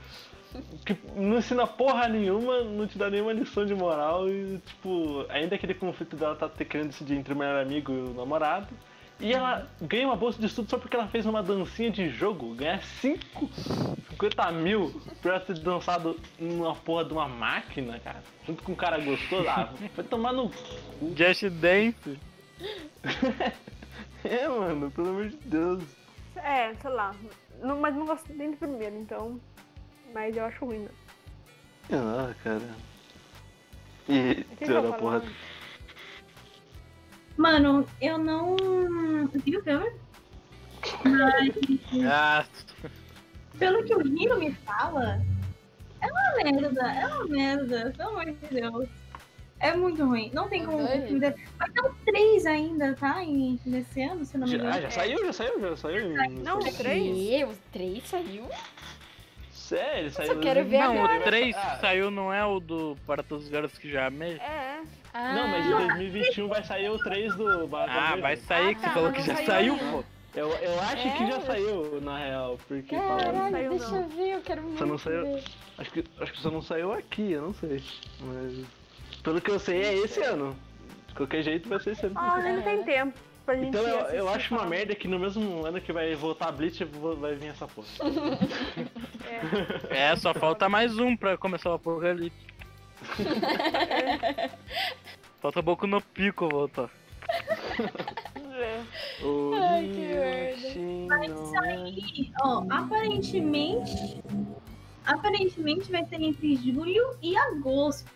S3: Que não ensina porra nenhuma, não te dá nenhuma lição de moral e, tipo, ainda aquele conflito dela tá te- querendo decidir entre o melhor amigo e o namorado. E ela ganha uma bolsa de estudo só porque ela fez uma dancinha de jogo, ganha 5, 50 mil por ela ter dançado numa porra de uma máquina, cara, junto com um cara gostoso. Ah, vai tomar no cu.
S4: Just Dance.
S3: É, mano, pelo amor de Deus.
S6: É, sei lá. Não- mas não gosto nem do primeiro, então. Mas eu acho ruim. né?
S3: Sei lá, Ah, cara. E
S6: É que
S3: sei lá,
S6: eu vou
S3: porra.
S6: falar?
S5: Mano, eu não vi o filme.
S4: Ah,
S5: Pelo que o Hiro me fala, é uma merda, é uma merda, pelo amor de Deus. É muito ruim. Não tem como.
S7: Adorei.
S5: Ainda... Vai ter o 3 ainda, tá? Em, nesse ano, se não me engano.
S3: Já, já saiu, já saiu, já saiu.
S6: É. Não, é três?
S7: E o 3 saiu?
S3: Sério, saiu.
S7: só quero ver
S4: não,
S7: agora.
S4: o 3
S3: Ah.
S4: saiu não é o do Para Todos os Garotos que Já Amei?
S6: É,
S7: Ah,
S3: Não, mas em 2021 vai sair o 3 do Barata
S4: Ah,
S3: Verde.
S4: vai sair,
S6: Ah,
S4: que
S6: tá,
S4: você falou
S6: mas
S4: que
S6: não
S4: já
S6: saiu
S4: saiu, pô.
S3: Eu, eu acho que já
S6: É?
S3: saiu, na real, porque falaram.
S7: Caralho,
S6: saiu,
S7: deixa
S6: não.
S7: eu ver, eu quero muito
S3: Só não saiu-
S7: ver.
S3: Acho que, acho que só não saiu aqui, eu não sei. Mas. Pelo que eu sei, é esse ano. De qualquer jeito vai ser esse ano.
S6: ah, não tem tempo pra gente.
S3: Então eu, eu
S6: assistir tá?
S3: acho uma
S6: falando.
S3: merda que no mesmo ano que vai voltar a Blitz vo- vai vir essa porra.
S4: É, só falta mais um pra começar o apocalipse. Falta Boku no Pico voltar.
S7: Ai, que merda.
S5: E, ó, aparentemente. Aparentemente vai ser entre julho e agosto.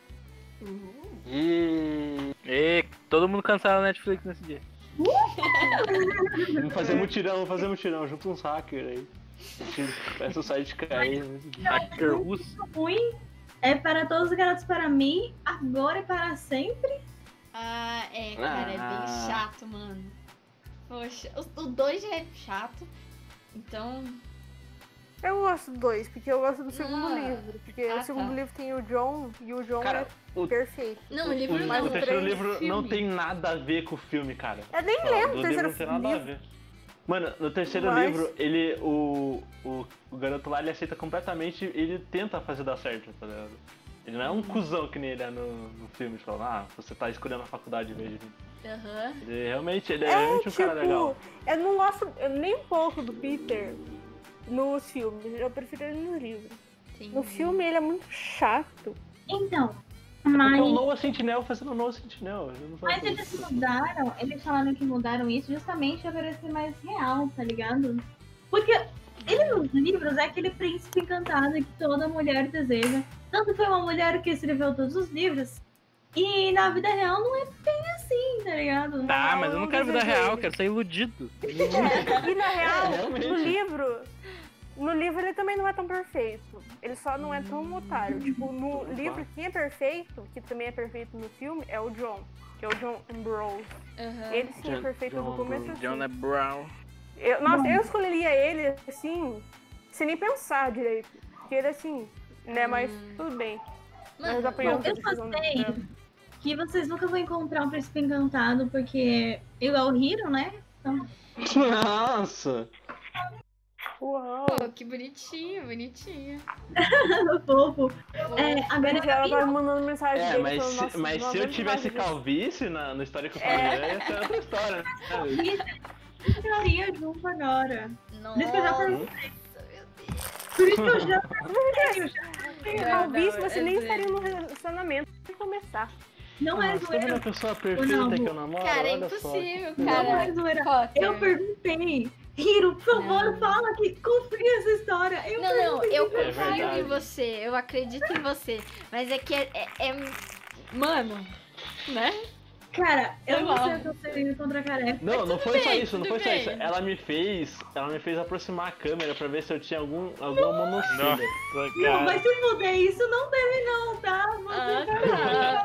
S4: E todo mundo cancela a Netflix nesse dia.
S3: Vamos fazer mutirão, vamos fazer mutirão, junto uns hackers aí. A gente Peça o site cair.
S4: Hacker russo.
S5: Ruim é para todos os garotos para mim, agora e para sempre.
S7: Ah, é, cara, é bem
S3: Ah.
S7: chato, mano. Poxa, o- o 2 já é chato. Então,
S6: Eu gosto do dois, porque eu gosto do segundo
S7: Ah.
S6: livro. Porque
S7: Ah,
S6: o segundo
S7: tá.
S6: livro tem o John, e o John
S3: Cara,
S6: é perfeito.
S7: não, o
S3: O,
S7: livro não.
S6: mais
S3: o terceiro
S6: três
S3: livro não
S7: filme.
S3: tem nada a ver com o filme, cara.
S6: Eu nem
S3: Não,
S6: lembro
S3: do
S6: o terceiro
S3: livro não tem nada a
S6: livro.
S3: ver. Mano, no terceiro
S6: Mas-
S3: livro, ele. O, o, o garoto lá ele aceita completamente ele tenta fazer dar certo, tá ligado? Ele não é um cuzão que nem ele é no, no filme, de falar, ah, você tá escolhendo a faculdade em vez de mim.
S7: Aham.
S3: Ele realmente, ele é,
S6: É,
S3: realmente um
S6: tipo,
S3: cara legal.
S6: eu não gosto eu nem um pouco do Peter nos filmes. Eu prefiro ele no livro. No
S7: entendi.
S6: filme ele é muito chato.
S3: Tá
S5: Então,
S3: Porque o
S5: mas.
S3: Noah Sentinel fazendo o Noah Sentinel. ele não faz
S5: Mas eles
S3: isso.
S5: mudaram, eles falaram que mudaram isso justamente pra parecer mais real, tá ligado? Porque ele nos livros é aquele príncipe encantado que toda mulher deseja. Tanto que foi uma mulher que escreveu todos os livros. E na vida real não é bem assim, tá ligado?
S4: Tá,
S6: Não,
S4: mas
S6: eu
S4: eu não
S6: não
S4: quero vida
S6: desejo
S4: real,
S6: ele.
S4: quero ser iludido.
S6: E na real,
S3: É, realmente.
S6: no livro. No livro ele também não é tão perfeito. Ele só não é tão otário. Tipo, no livro quem é perfeito, que também é perfeito no filme, é o John. Que é o John Ambrose.
S7: Aham.
S6: Ele sim é
S3: John-
S6: perfeito
S3: John
S6: do começo ao fim.
S4: John Brown.
S6: Eu, nossa, eu escolheria ele, assim, sem nem pensar direito. Porque ele, assim, né, mas tudo bem. Mas
S7: Mano,
S6: apanhamos né? a
S5: Hum. eu
S6: decisão do
S5: gostei. Que vocês nunca vão encontrar um príncipe encantado, porque igual o Hiro, né?
S3: Nossa!
S6: Uau!
S7: pô, que bonitinho, bonitinho.
S5: Fofo. É, agora
S6: Gente, ela tá me mandando mensagem
S3: É,
S6: dele
S3: mas,
S6: falando,
S3: se-
S6: nossa,
S3: mas
S6: não
S3: se eu
S6: aguento
S3: tivesse
S6: mais isso.
S3: calvície na, no histórico familiar, ia ser é outra história. né?
S5: eu ficaria junto agora.
S7: Nossa,
S5: Por isso que eu já
S3: Hum?
S5: perguntei. Por isso
S7: meu Deus.
S5: que eu já perguntei. É,
S6: Talvez você nem
S7: estaria
S6: estaria no relacionamento pra começar.
S5: Não é
S3: Ah, você tá vendo
S5: zoeira,
S3: a pessoa perfeita que eu namoro?
S7: Cara, é
S3: Olha só.
S7: impossível,
S5: não é
S7: cara.
S5: zoeira.
S7: Potter.
S5: Eu perguntei. Hiro, por favor,
S7: Não.
S5: fala que confia essa história. Eu
S7: Não, não,
S5: perguntei.
S7: eu confio
S3: É verdade.
S7: em você, eu acredito em você. Mas é que é. é- é- Mano, né?
S5: Cara, eu
S7: Foi
S5: não sei
S7: mal.
S5: o que eu tô indo contra a careca.
S3: Não, não foi só
S7: bem,
S3: isso, não
S7: tudo
S3: foi só isso.
S7: bem.
S3: Ela me fez. Ela me fez aproximar a câmera pra ver se eu tinha algum, alguma monocelha.
S5: Não,
S4: cara.
S5: mas se fuder isso, não deve não, tá? Você tá
S7: Ah,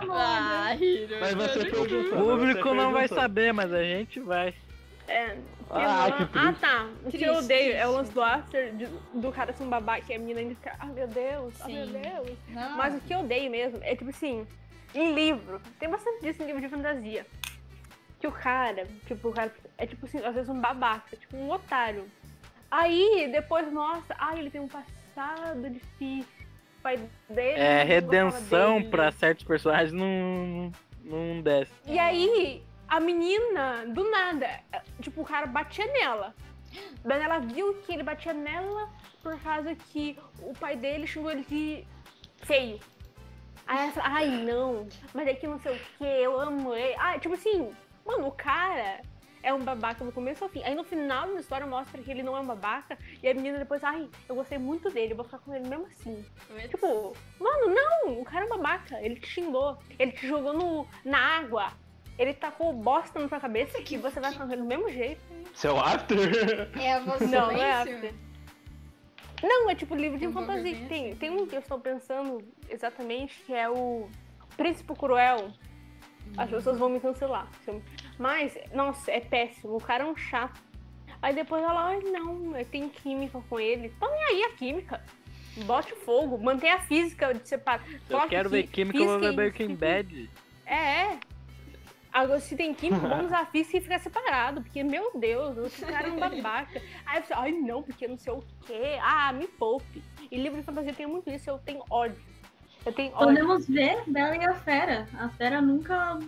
S5: muito amada.
S7: ah, Hiro,
S3: Mas você
S7: eu-
S4: O
S3: perguntou.
S4: público
S3: você
S4: não vai
S3: perguntou.
S4: saber, mas a gente vai.
S6: É.
S3: Ah,
S6: eu-
S3: que
S6: ah,
S3: triste.
S6: tá. O que
S7: Triste,
S6: eu odeio é o
S7: triste.
S6: lance do after de- do cara ser um babaca e a menina ainda fica, ah meu Deus, ah meu
S7: Sim.
S6: Deus.
S7: Não.
S6: Mas o que eu odeio mesmo é tipo assim, em livro, tem bastante disso em livro de fantasia. que o cara, tipo, o cara é tipo assim, às vezes um babaca, tipo um otário. Aí depois mostra, ah, ele tem um passado difícil. O pai dele.
S4: É,
S6: não gostava
S4: redenção
S6: dele. né?
S4: pra certos personagens não, não desce.
S6: E aí, a menina, do nada, tipo, o cara batia nela. Daí ela viu que ele batia nela por causa que o pai dele xingou ele de feio. Aí ela fala, ai não, mas é que não sei o que, eu amo ele. Ah, tipo assim, mano, o cara é um babaca do começo ao fim. Aí no final da história mostra que ele não é um babaca e a menina depois, ai, eu gostei muito dele, eu vou ficar com ele mesmo assim. Tipo, mano, não, o cara é um babaca, ele te xingou, ele te jogou no, na água, ele tacou bosta na sua cabeça que você vai ficar com ele do mesmo jeito.
S3: Seu after?
S7: É você
S6: Não, não é after. Não, é tipo livro de
S7: Tem um
S6: fantasia.
S7: Wolverine?
S6: Tem, tem um que eu estou pensando exatamente, que é o Príncipe Cruel.
S4: Hum.
S6: As pessoas vão me cancelar. se eu- Mas, nossa, é péssimo. O cara é um chato. Aí depois ela, ai não, eu tenho química com ele. Então e aí a química? Bote fogo, mantém a física de separado.
S4: Eu quero ver química, eu vou ver
S7: Uhum.
S4: Breaking Bad.
S6: É, é. Agora, se tem química, vamos a física e ficar separado, porque, meu Deus, esse cara é um babaca. Aí você, ai não, porque não sei o quê. Ah, me poupe. E livro de fantasia tem muito isso, eu tenho ódio. Eu tenho ódio.
S5: Podemos ver Bela e a Fera. A Fera nunca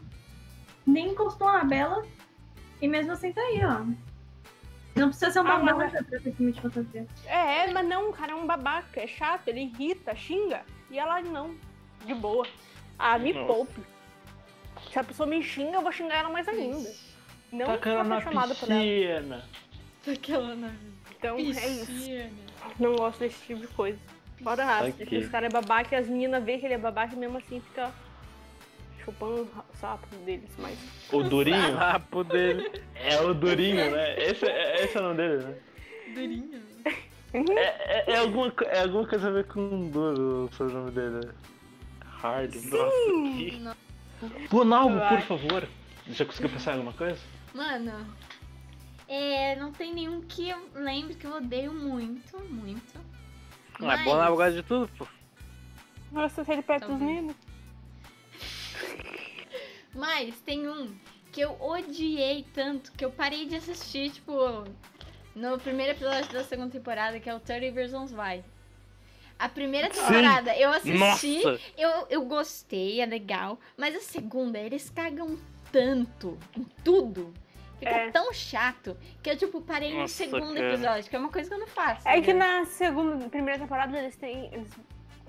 S5: nem encostou na Bela. E mesmo assim tá aí, ó. Não precisa ser uma
S6: Ah, mas-
S5: babaca pra ter filme de fantasia.
S6: É, é, mas não, o cara é um babaca, é chato, ele irrita, xinga. E ela, ai, não, de boa. Ah, me
S4: Nossa.
S6: poupe. Se a pessoa me xinga, eu vou xingar ela mais ainda. Não sou
S3: Tacando na
S6: apaixonada por ela.
S3: piscina.
S7: Aquela na
S6: Então, é isso.
S7: piscina.
S6: Não gosto desse tipo de coisa. Bora raça,
S4: Ok.
S6: que os caras é babaca e as meninas veem que ele é babaca e mesmo assim fica chupando o sapo deles, mas.
S3: O durinho?
S4: Papo dele.
S3: É o durinho, né? Esse é, esse é o nome dele, né?
S7: Durinho. Uhum.
S3: É, é- é alguma, co- é alguma coisa a ver com duro o sobrenome dele. né? Hard. Nossa, que... Planalgo, por favor. Já conseguiu pensar em alguma coisa?
S7: Mano, é, não tem nenhum que eu lembre que eu odeio muito, muito.
S4: Não, é bom lá, eu gosto de tudo, pô.
S6: Nossa, se ele perto
S7: Talvez.
S6: dos meninos.
S7: Mas tem um que eu odiei tanto que eu parei de assistir, tipo, no primeiro episódio da segunda temporada, que é o 30 Reasons Why. A primeira temporada eu assisti,
S4: Nossa!
S7: eu, eu gostei, é legal, mas a segunda eles cagam tanto em tudo. Fica
S6: É.
S7: tão chato que eu, tipo, parei no
S4: Nossa,
S7: segundo
S4: cara.
S7: episódio, que é uma coisa que eu não faço.
S6: É
S7: né?
S6: que na segunda, primeira temporada eles têm. Eles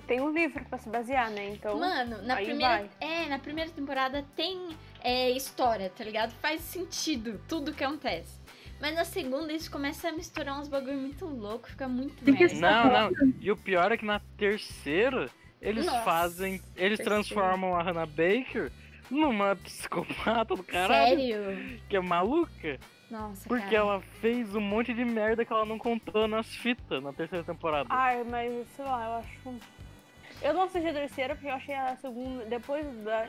S6: têm um livro pra se basear, né? Então.
S7: Mano, na
S6: aí
S7: primeira,
S6: vai.
S7: é, na primeira temporada tem é, história, tá ligado? Faz sentido tudo que acontece. Mas na segunda eles começam a misturar uns bagulho muito louco, fica muito
S5: Tem que
S7: merda.
S4: Não, não. E o pior é que na terceira, eles
S7: Nossa,
S4: fazem. Eles
S7: terceira.
S4: transformam a Hannah Baker numa psicopata do caralho.
S7: Sério? Tá.
S4: Que é maluca.
S7: Nossa,
S4: Porque
S7: cara.
S6: é
S4: ela fez um monte de merda que ela não contou nas fitas na terceira temporada.
S7: Ah.
S6: Ai, mas sei lá, eu acho. um- Eu não assisti a terceira porque eu achei a segunda. Depois da,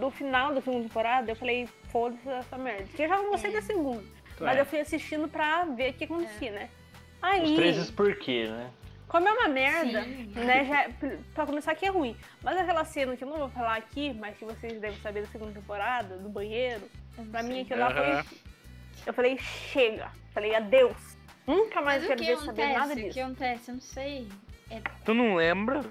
S6: do final da segunda temporada, eu falei, foda-se essa merda. Porque eu já não gostei
S7: É.
S6: da segunda. Mas eu fui assistindo pra ver o que acontecia, né? Aí.
S3: Os três porquê, né?
S6: Como é uma merda,
S7: Sim.
S6: né? Já, pra começar que é ruim. Mas aquela cena que eu não vou falar aqui, mas que vocês devem saber da segunda temporada, do banheiro,
S7: Eu não
S6: pra mim
S7: sei.
S6: aquilo lá
S4: Aham.
S6: foi. Eu falei, chega. Falei, adeus. Nunca mais
S7: Mas o
S6: quero
S7: que
S6: ver saber nada
S7: acontece? O
S6: disso.
S7: que é um acontece? Eu não sei.
S4: Tu não lembra?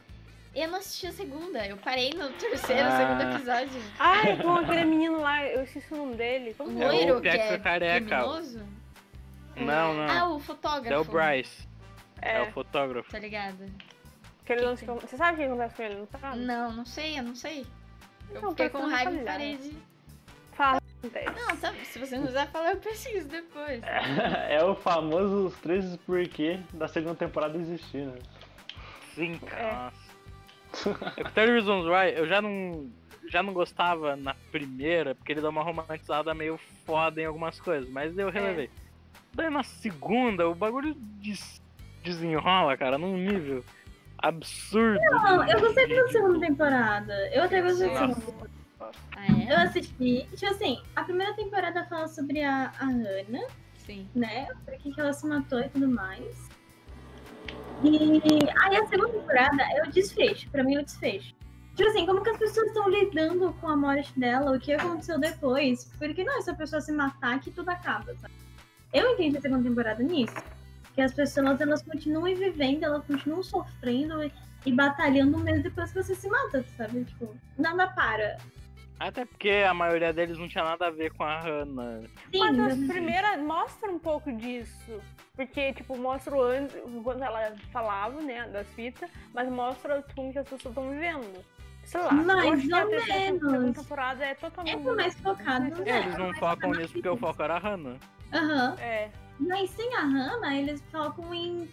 S7: Eu não assisti a segunda, eu parei no terceiro,
S4: Ah.
S7: segundo episódio.
S6: Ai, com aquele menino lá, eu esqueci o nome dele. Como
S7: O
S4: É o
S7: loiro que
S4: Jackson
S7: é
S4: careca.
S7: criminoso?
S4: Não, não.
S7: Ah, o fotógrafo.
S4: É o Bryce. É,
S6: É,
S4: o fotógrafo.
S7: Tá ligado?
S6: aquele lance que eu- Você sabe o que acontece com ele, não sabe?
S7: Não, não sei, eu não sei. Eu
S6: Não, porque
S7: fiquei com
S6: eu não
S7: raiva e
S6: sabia.
S7: parei de...
S6: Fala o que acontece.
S7: Não, sabe, se você não quiser falar, eu preciso depois.
S3: É o famoso Os Três Porquê da segunda temporada existir, né?
S4: Sim,
S6: É.
S4: cara. É. O Terry Reasons Why, eu já não, já não gostava na primeira, porque ele dá uma romantizada meio foda em algumas coisas, mas
S5: É.
S4: eu relevei. Daí na segunda, o bagulho des- desenrola, cara, num nível absurdo.
S5: Não,
S4: de-
S5: eu gostei da
S4: ridículo.
S5: segunda temporada. Eu até gostei da segunda temporada.
S7: Ah,
S5: Eu
S7: é?
S5: assisti. Tipo assim, a primeira temporada fala sobre a, a Hannah.
S7: Sim.
S5: né? Por que, que ela se matou e tudo mais. E aí a segunda temporada é o desfecho. Pra mim é o desfecho. Tipo assim, como que as pessoas estão lidando com a morte dela, o que aconteceu depois? Porque não é só a pessoa se matar que tudo acaba, sabe? Eu entendi a segunda temporada nisso. Que as pessoas elas continuam vivendo, elas continuam sofrendo e, e batalhando mesmo depois que você se mata, sabe? Tipo, nada para.
S4: Até porque a maioria deles não tinha nada a ver com a Hannah.
S5: Sim,
S6: Mas as
S5: eu-
S6: primeiras mostra um pouco disso. Porque, tipo, mostra o antes, quando ela falava, né, das fitas, mas mostra como que as pessoas estão vivendo. Sei lá,
S5: Mais
S6: eu acho que a
S5: ou
S6: terceira-
S5: menos.
S6: segunda temporada é
S5: é
S6: totalmente.
S5: mais focado
S4: Eles
S5: nela.
S4: não focam nisso porque o foco era a Hannah.
S5: Aham.
S6: É.
S5: Mas sem a Hannah, eles focam em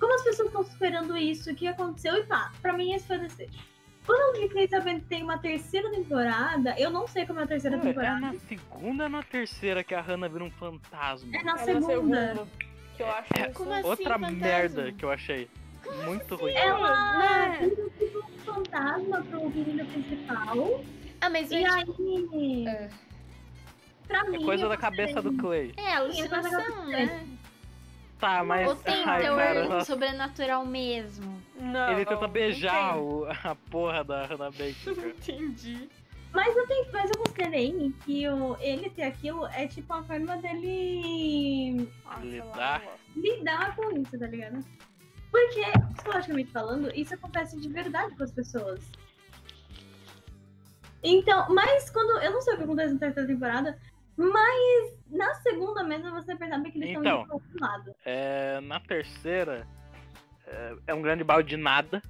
S5: como as pessoas estão superando isso, o que aconteceu e pá. Pra mim, esse foi o desejo. Quando eu fiquei sabendo que tem uma terceira temporada, eu não sei como é a terceira
S4: É
S5: temporada.
S4: na segunda ou na terceira que a Hannah vira um fantasma?
S5: É na
S6: é na
S5: segunda.
S6: segunda. Que eu acho
S4: É,
S6: isso.
S7: Como assim,
S4: Outra
S7: fantasma?
S4: merda que eu achei. Muito ruim.
S5: É Ela
S6: Né?
S5: vira tipo um fantasma pro menino principal.
S7: Ah, mas
S5: E
S7: é,
S5: aí.
S7: É.
S5: Pra
S4: É
S5: mim.
S4: coisa
S5: eu
S4: da cabeça do Clay.
S7: é alucinação, né?
S4: Tá, mas.
S7: Ou tem um
S4: Ai, cara,
S7: teor
S6: né?
S4: nossa.
S7: sobrenatural mesmo.
S6: Não,
S4: Ele tenta
S6: não Ah,
S4: beijar
S6: tem.
S4: o- a porra da Hannah Baker. cara.
S7: Entendi.
S5: Mas eu, tenho, mas eu considerei que o, ele ter aquilo é tipo uma forma dele
S6: Ah, sei lá,
S4: Lidar.
S6: eu gosto.
S5: lidar com isso, tá ligado? Porque, psicologicamente falando, isso acontece de verdade com as pessoas. Então, mas quando. Eu não sei o que acontece na terceira temporada, mas na segunda mesmo você percebe que eles estão
S4: Então.
S5: indo pro outro lado.
S4: É, na terceira, é, é um grande balde de nada.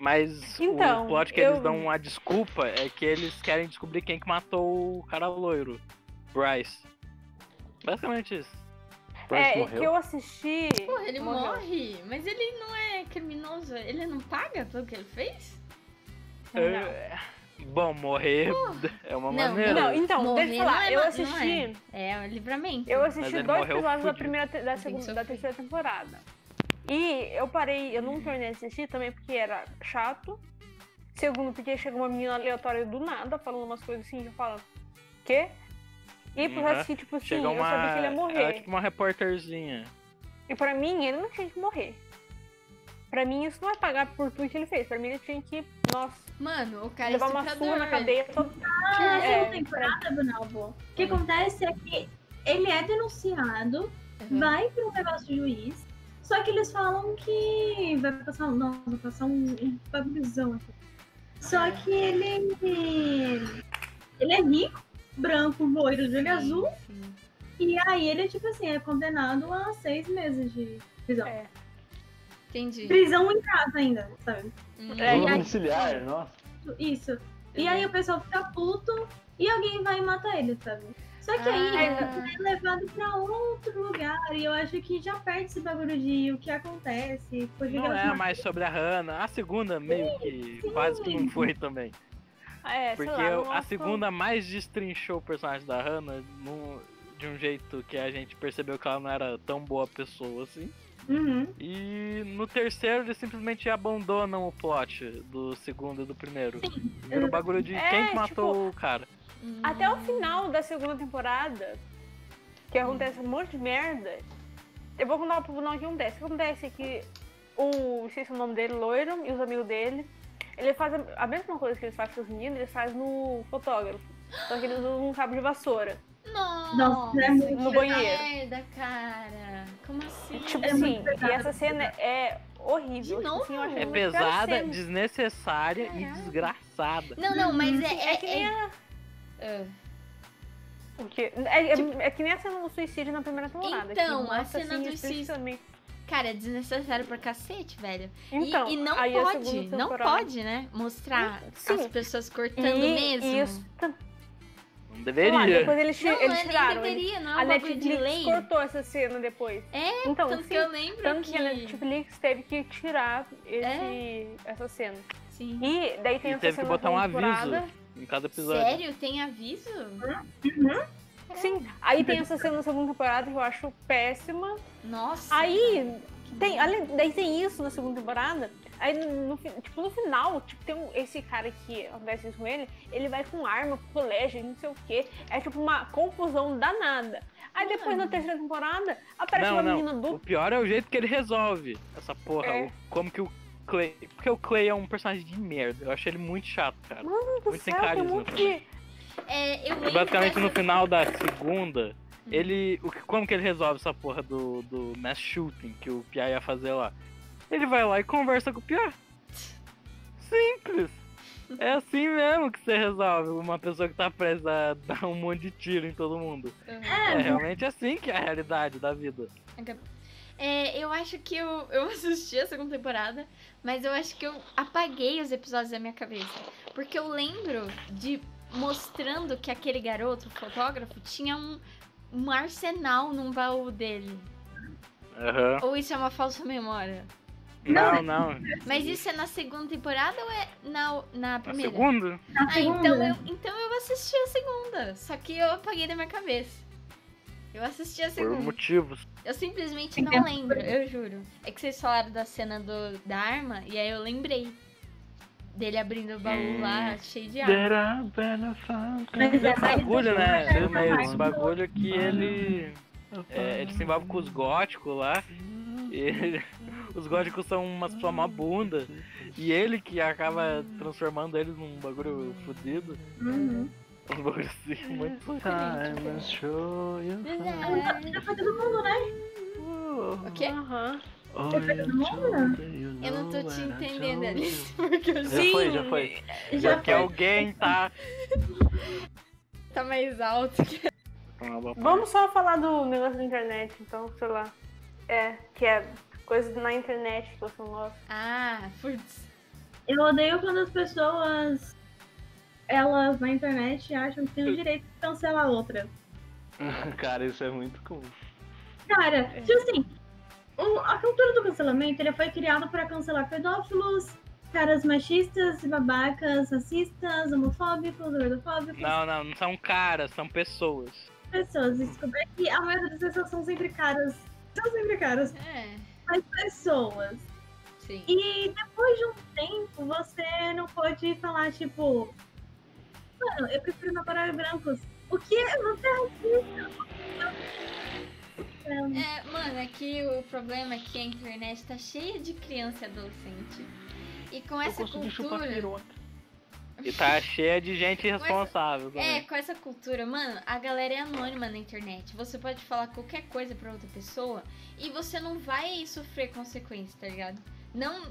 S4: Mas
S6: Então,
S4: o plot que
S6: eu-
S4: eles dão a desculpa é que eles querem descobrir quem que matou o cara loiro. Bryce. Basicamente isso.
S6: É,
S3: Bryce morreu.
S6: que eu assisti.
S7: Porra, ele
S6: Morreu.
S7: morre, mas ele não é criminoso, ele não paga pelo que ele fez?
S4: É, Bom, morrer é uma
S7: Não,
S4: maneira.
S6: Uh, Não, então,
S7: Morrer
S6: deixa eu falar.
S7: não é
S6: eu
S7: ma- não
S6: assisti.
S7: É, é um livramento.
S6: Eu
S4: Mas
S6: assisti
S4: ele
S6: dois
S4: morreu
S6: episódios da
S4: fudido.
S6: primeira te- da,
S7: Tem que
S6: segunda,
S7: ser
S6: da
S7: fudido.
S6: terceira temporada. E eu parei, eu não tornei a assistir também porque era chato. Segundo, porque chega uma menina aleatória do nada falando umas coisas assim, eu falo, quê? E por
S4: Uhum.
S6: resto, tipo assim,
S4: Chega
S6: eu
S4: uma.
S6: sabia que ele ia morrer.
S4: Ela é tipo uma repórterzinha.
S6: E pra mim, ele não tinha que morrer. Pra mim, isso não é pagar por tudo que ele fez. Pra mim, ele tinha que, nossa,
S7: Mano, o cara é
S6: levar uma surra
S7: estuprador.
S6: na cadeia toda.
S5: Ah, na
S6: É,
S5: segunda temporada, Bonalvo, o que
S7: Hum.
S5: acontece é que ele é denunciado
S7: Uhum.
S5: vai para um negócio de juiz, só que eles falam que vai passar um. Nossa, vai passar um, um bagulhozão aqui. Só que ele. Ele é rico, branco, loiro, de olho azul,
S7: Sim.
S5: e aí ele, tipo assim, é condenado a seis meses de prisão.
S6: É.
S7: Entendi.
S5: Prisão em casa ainda, sabe?
S7: Hum.
S6: É,
S3: Vamos
S4: Uhum.
S5: e aí-
S3: domiciliar, nossa.
S5: Isso. E aí o pessoal fica puto e alguém vai matar ele, sabe? Só que aí
S7: Ah.
S5: ele é levado pra outro lugar e eu acho que já perde esse bagulho de o que acontece, por que que
S4: Não
S5: elas
S4: é mais sobre a Hannah. A segunda meio que quase que não foi também.
S6: Ah, É, sei
S4: Porque
S6: lá,
S4: eu- a
S6: nossa.
S4: segunda mais destrinchou o personagem da Hannah num- de um jeito que a gente percebeu que ela não era tão boa pessoa assim.
S5: Uhum.
S4: E no terceiro eles simplesmente abandonam o plot do segundo e do primeiro. Era o bagulho de
S6: É,
S4: quem que
S6: tipo,
S4: matou o cara.
S7: Hum.
S6: Até o final da segunda temporada, que acontece um monte de merda, eu vou contar pro final o que acontece. O que acontece é que o, esqueci é o nome dele, Loiro, e os amigos dele, ele faz a- a mesma coisa que eles fazem com os meninos, eles fazem no fotógrafo. Só que eles usam um cabo de vassoura.
S7: Nossa,
S5: Nossa, é muito
S7: que
S6: banheiro.
S7: merda, cara. Como assim?
S6: Tipo
S5: É
S6: assim,
S5: muito pesado.
S6: e essa cena é horrível.
S7: De
S6: tipo
S7: novo?
S6: assim, eu acho
S4: É
S6: muito
S4: pesada,
S6: cena.
S4: desnecessária e
S7: Caraca.
S4: desgraçada.
S7: Não, não, mas é...
S6: É que nem a-
S7: é-
S6: porque- é- é- é que nem a cena do suicídio na primeira temporada. que
S7: Tipo Então, a
S6: mostra, assim,
S7: cena do suicídio-
S6: explicitamente.
S7: Cara, é desnecessário pra cacete, velho. E-
S6: Então,
S7: e, não
S6: aí a
S7: pode,
S6: segunda
S7: não
S6: temporada- Hum,
S7: pode, né? Mostrar
S6: Sim.
S7: as pessoas
S6: E
S7: cortando mesmo.
S6: isso
S4: Não
S6: Sei lá,
S4: deveria.
S6: depois eles, ti-
S7: Não,
S6: eles
S7: é, nem
S6: tiraram. eles-
S7: deveria, não é
S6: a
S7: um bagulho de lei.
S6: Netflix cortou essa cena depois.
S7: É,
S6: então,
S7: Tanto
S6: sim,
S7: que eu lembro
S6: tanto
S7: que...
S6: que
S7: É.
S6: a Netflix teve que tirar esse, essa cena.
S7: Sim.
S6: E daí tem
S4: E
S6: essa
S4: teve que
S6: cena
S4: botar um
S6: da
S4: aviso.
S6: temporada.
S4: Em cada episódio.
S7: Sério? Tem aviso?
S6: Sim, aí tem essa cena da segunda temporada que eu acho péssima.
S7: Nossa.
S6: Aí tem, além, daí tem isso na segunda temporada. Aí no, no fi- tipo, no final, tipo, tem um- esse cara que acontece isso com ele, ele vai com arma pro colégio, não sei o quê. É tipo uma confusão danada. Aí depois na terceira temporada aparece
S4: Não,
S6: uma
S4: não.
S6: menina do
S4: O pior é o jeito que ele resolve essa porra.
S6: É.
S4: o- como que o Clay. Porque o Clay é um personagem de merda. Eu acho ele muito chato, cara.
S6: Mano do
S4: Muito
S6: céu, tem
S4: sem carisma
S6: um monte
S4: também.
S6: de...
S7: É, eu
S4: E
S7: lembro
S4: basicamente no
S7: dessa-
S4: final da segunda, ele. O, que- como que ele resolve essa porra do, do mass shooting que o Pia ia fazer lá? Ele vai lá e conversa com o Pia. Simples. É assim mesmo que você resolve uma pessoa que tá presa a dar um monte de tiro em todo mundo. É, realmente assim que é a realidade da vida.
S7: É, eu acho que eu, eu assisti a segunda temporada, mas eu acho que eu apaguei os episódios da minha cabeça. Porque eu lembro de mostrando que aquele garoto, o fotógrafo, tinha um, um arsenal num baú dele.
S4: Aham.
S7: Ou isso é uma falsa memória?
S4: Não, não.
S7: Mas isso é na segunda temporada ou é na, na
S4: A
S7: primeira?
S4: segunda?
S5: Na
S7: Ah, então
S5: segunda.
S7: eu, então eu assisti a segunda, só que eu apaguei da minha cabeça. Eu assisti a
S4: Por
S7: segunda.
S4: motivos.
S7: Eu simplesmente
S5: Tem
S7: não
S5: tempo
S7: lembro, eu juro. É que vocês falaram da cena do, da arma, e aí eu lembrei. Dele abrindo o baú
S4: Hum.
S7: lá, cheio de arma.
S3: There are benefits.
S5: Mas
S4: Tem um
S5: essa aí
S4: bagulho,
S5: deixa
S4: né?
S5: eu ver
S4: Tem meio
S5: mais.
S4: esse bagulho que ele. É, ele se envolve com os góticos lá. e ele- os góticos são uma pessoa mó bunda. E ele que acaba transformando eles num bagulho fudido.
S5: Uhum.
S4: Um bagulho assim, muito fudido.
S3: Time will show you.
S5: É pra todo mundo, né?
S7: O quê?
S6: Aham.
S3: Oh,
S5: Você fez uma onda?
S7: Eu não tô te entendendo, Alice.
S3: Já foi, já foi.
S5: Já
S4: Porque alguém tá.
S7: Tá mais alto que
S6: Vamos só falar do negócio da internet, então, sei lá. É, que é coisa na internet que você não gosta.
S7: Ah, putz.
S5: Eu odeio quando as pessoas elas na internet acham que tem o direito de cancelar a outra.
S3: Cara, isso é muito comum.
S5: Cara, tipo assim, o- a cultura do cancelamento ele foi criada para cancelar pedófilos, caras machistas, babacas, racistas, homofóbicos, gordofóbicos,
S4: Não, não, não são caras, são pessoas.
S5: pessoas. Descobri que a maioria das pessoas são sempre caras. São sempre caras,
S7: É,
S5: mas pessoas.
S7: sim.
S5: E depois de um tempo, você não pode falar, tipo, mano, eu prefiro namorar brancos. O que? Você
S7: É, mano, aqui o problema é que a internet tá cheia de criança e adolescente. E com essa cultura.
S4: E tá cheia de gente irresponsável
S7: É,
S4: também.
S7: com essa cultura, mano, a galera é anônima na internet. Você pode falar qualquer coisa pra outra pessoa e você não vai sofrer consequências, tá ligado? Não,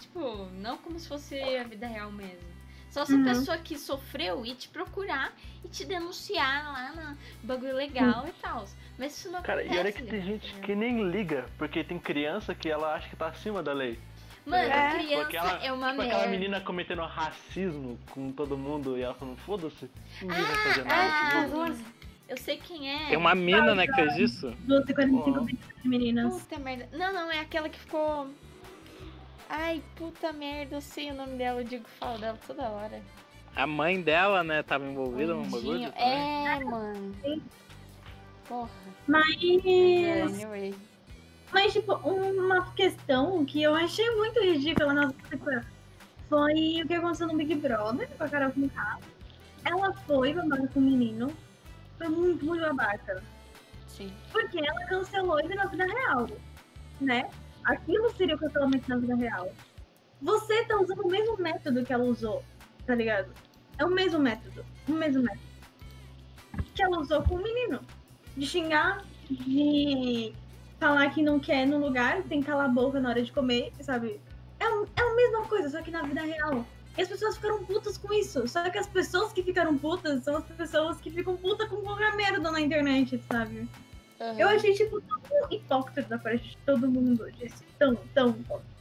S7: tipo, não como se fosse a vida real mesmo. Só se a
S5: Uhum.
S7: pessoa que sofreu e te procurar e te denunciar lá no bagulho legal e tal. Mas isso não
S3: Cara,
S7: acontece. né?
S3: e olha que tem gente que nem liga, porque tem criança que ela acha que tá acima da lei.
S7: Mano,
S6: É.
S7: criança
S3: Porque ela-
S7: é uma
S3: Tipo aquela
S7: merda.
S3: menina cometendo racismo com todo mundo e ela falando, foda-se, ninguém vai fazer
S7: Ah,
S3: nada.
S6: tipo-
S7: eu sei quem é.
S4: Tem uma mina, né, que fez isso?
S5: 12, 45
S3: Ó.
S5: minutos de meninas.
S7: Puta merda. Não, não, é aquela que ficou. Ai, puta merda, eu sei o nome dela, eu digo falo dela toda hora.
S4: A mãe dela, né, tava envolvida num bagulho.
S7: Mundinho.
S4: também.
S7: É, mano. Porra.
S5: Mas.
S7: Anyway.
S5: Mas, tipo, uma questão que eu achei muito ridícula na época foi o que aconteceu no Big Brother com a Carol com Ela foi babada com o menino. Foi muito, muito babaca.
S7: Sim.
S5: Porque ela cancelou ele na vida real. Né? Aquilo seria o cancelamento na vida real. Você tá usando o mesmo método que ela usou, tá ligado? É o mesmo método. O mesmo método. Que ela usou com o menino. De xingar, de falar que não quer no lugar, tem que calar a boca na hora de comer, sabe? É, o- é a mesma coisa, só que na vida real. E as pessoas ficaram putas com isso. Só que as pessoas que ficaram putas são as pessoas que ficam putas com qualquer merda na internet, sabe? Eu achei, tipo, tão hipócrita da parte de todo mundo hoje. assim, Tão, tão hipócrita.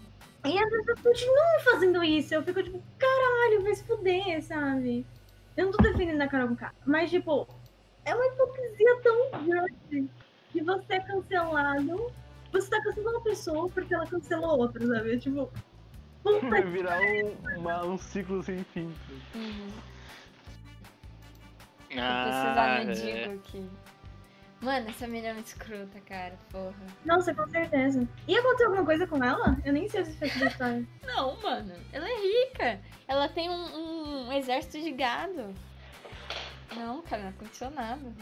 S5: E as pessoas continuam tipo, fazendo isso. Eu fico, tipo, caralho, vai se fuder, sabe? Eu não tô defendendo a Carol K, mas, tipo, é uma hipocrisia tão grande que você é cancelado. Você tá cancelando uma pessoa porque ela cancelou outra, sabe? Tipo, puta
S3: Vai virar um, uma- um ciclo sem fim.
S7: Uhum. Vou
S4: Ah,
S7: precisar no
S4: é.
S7: Digo aqui. Mano, essa menina é muito escrota, cara. Porra.
S5: Nossa, com certeza. E aconteceu alguma coisa com ela? Eu nem sei se fez essa história.
S7: Não, mano. Ela é rica. Ela tem um, um exército de gado. Não, cara, não aconteceu nada.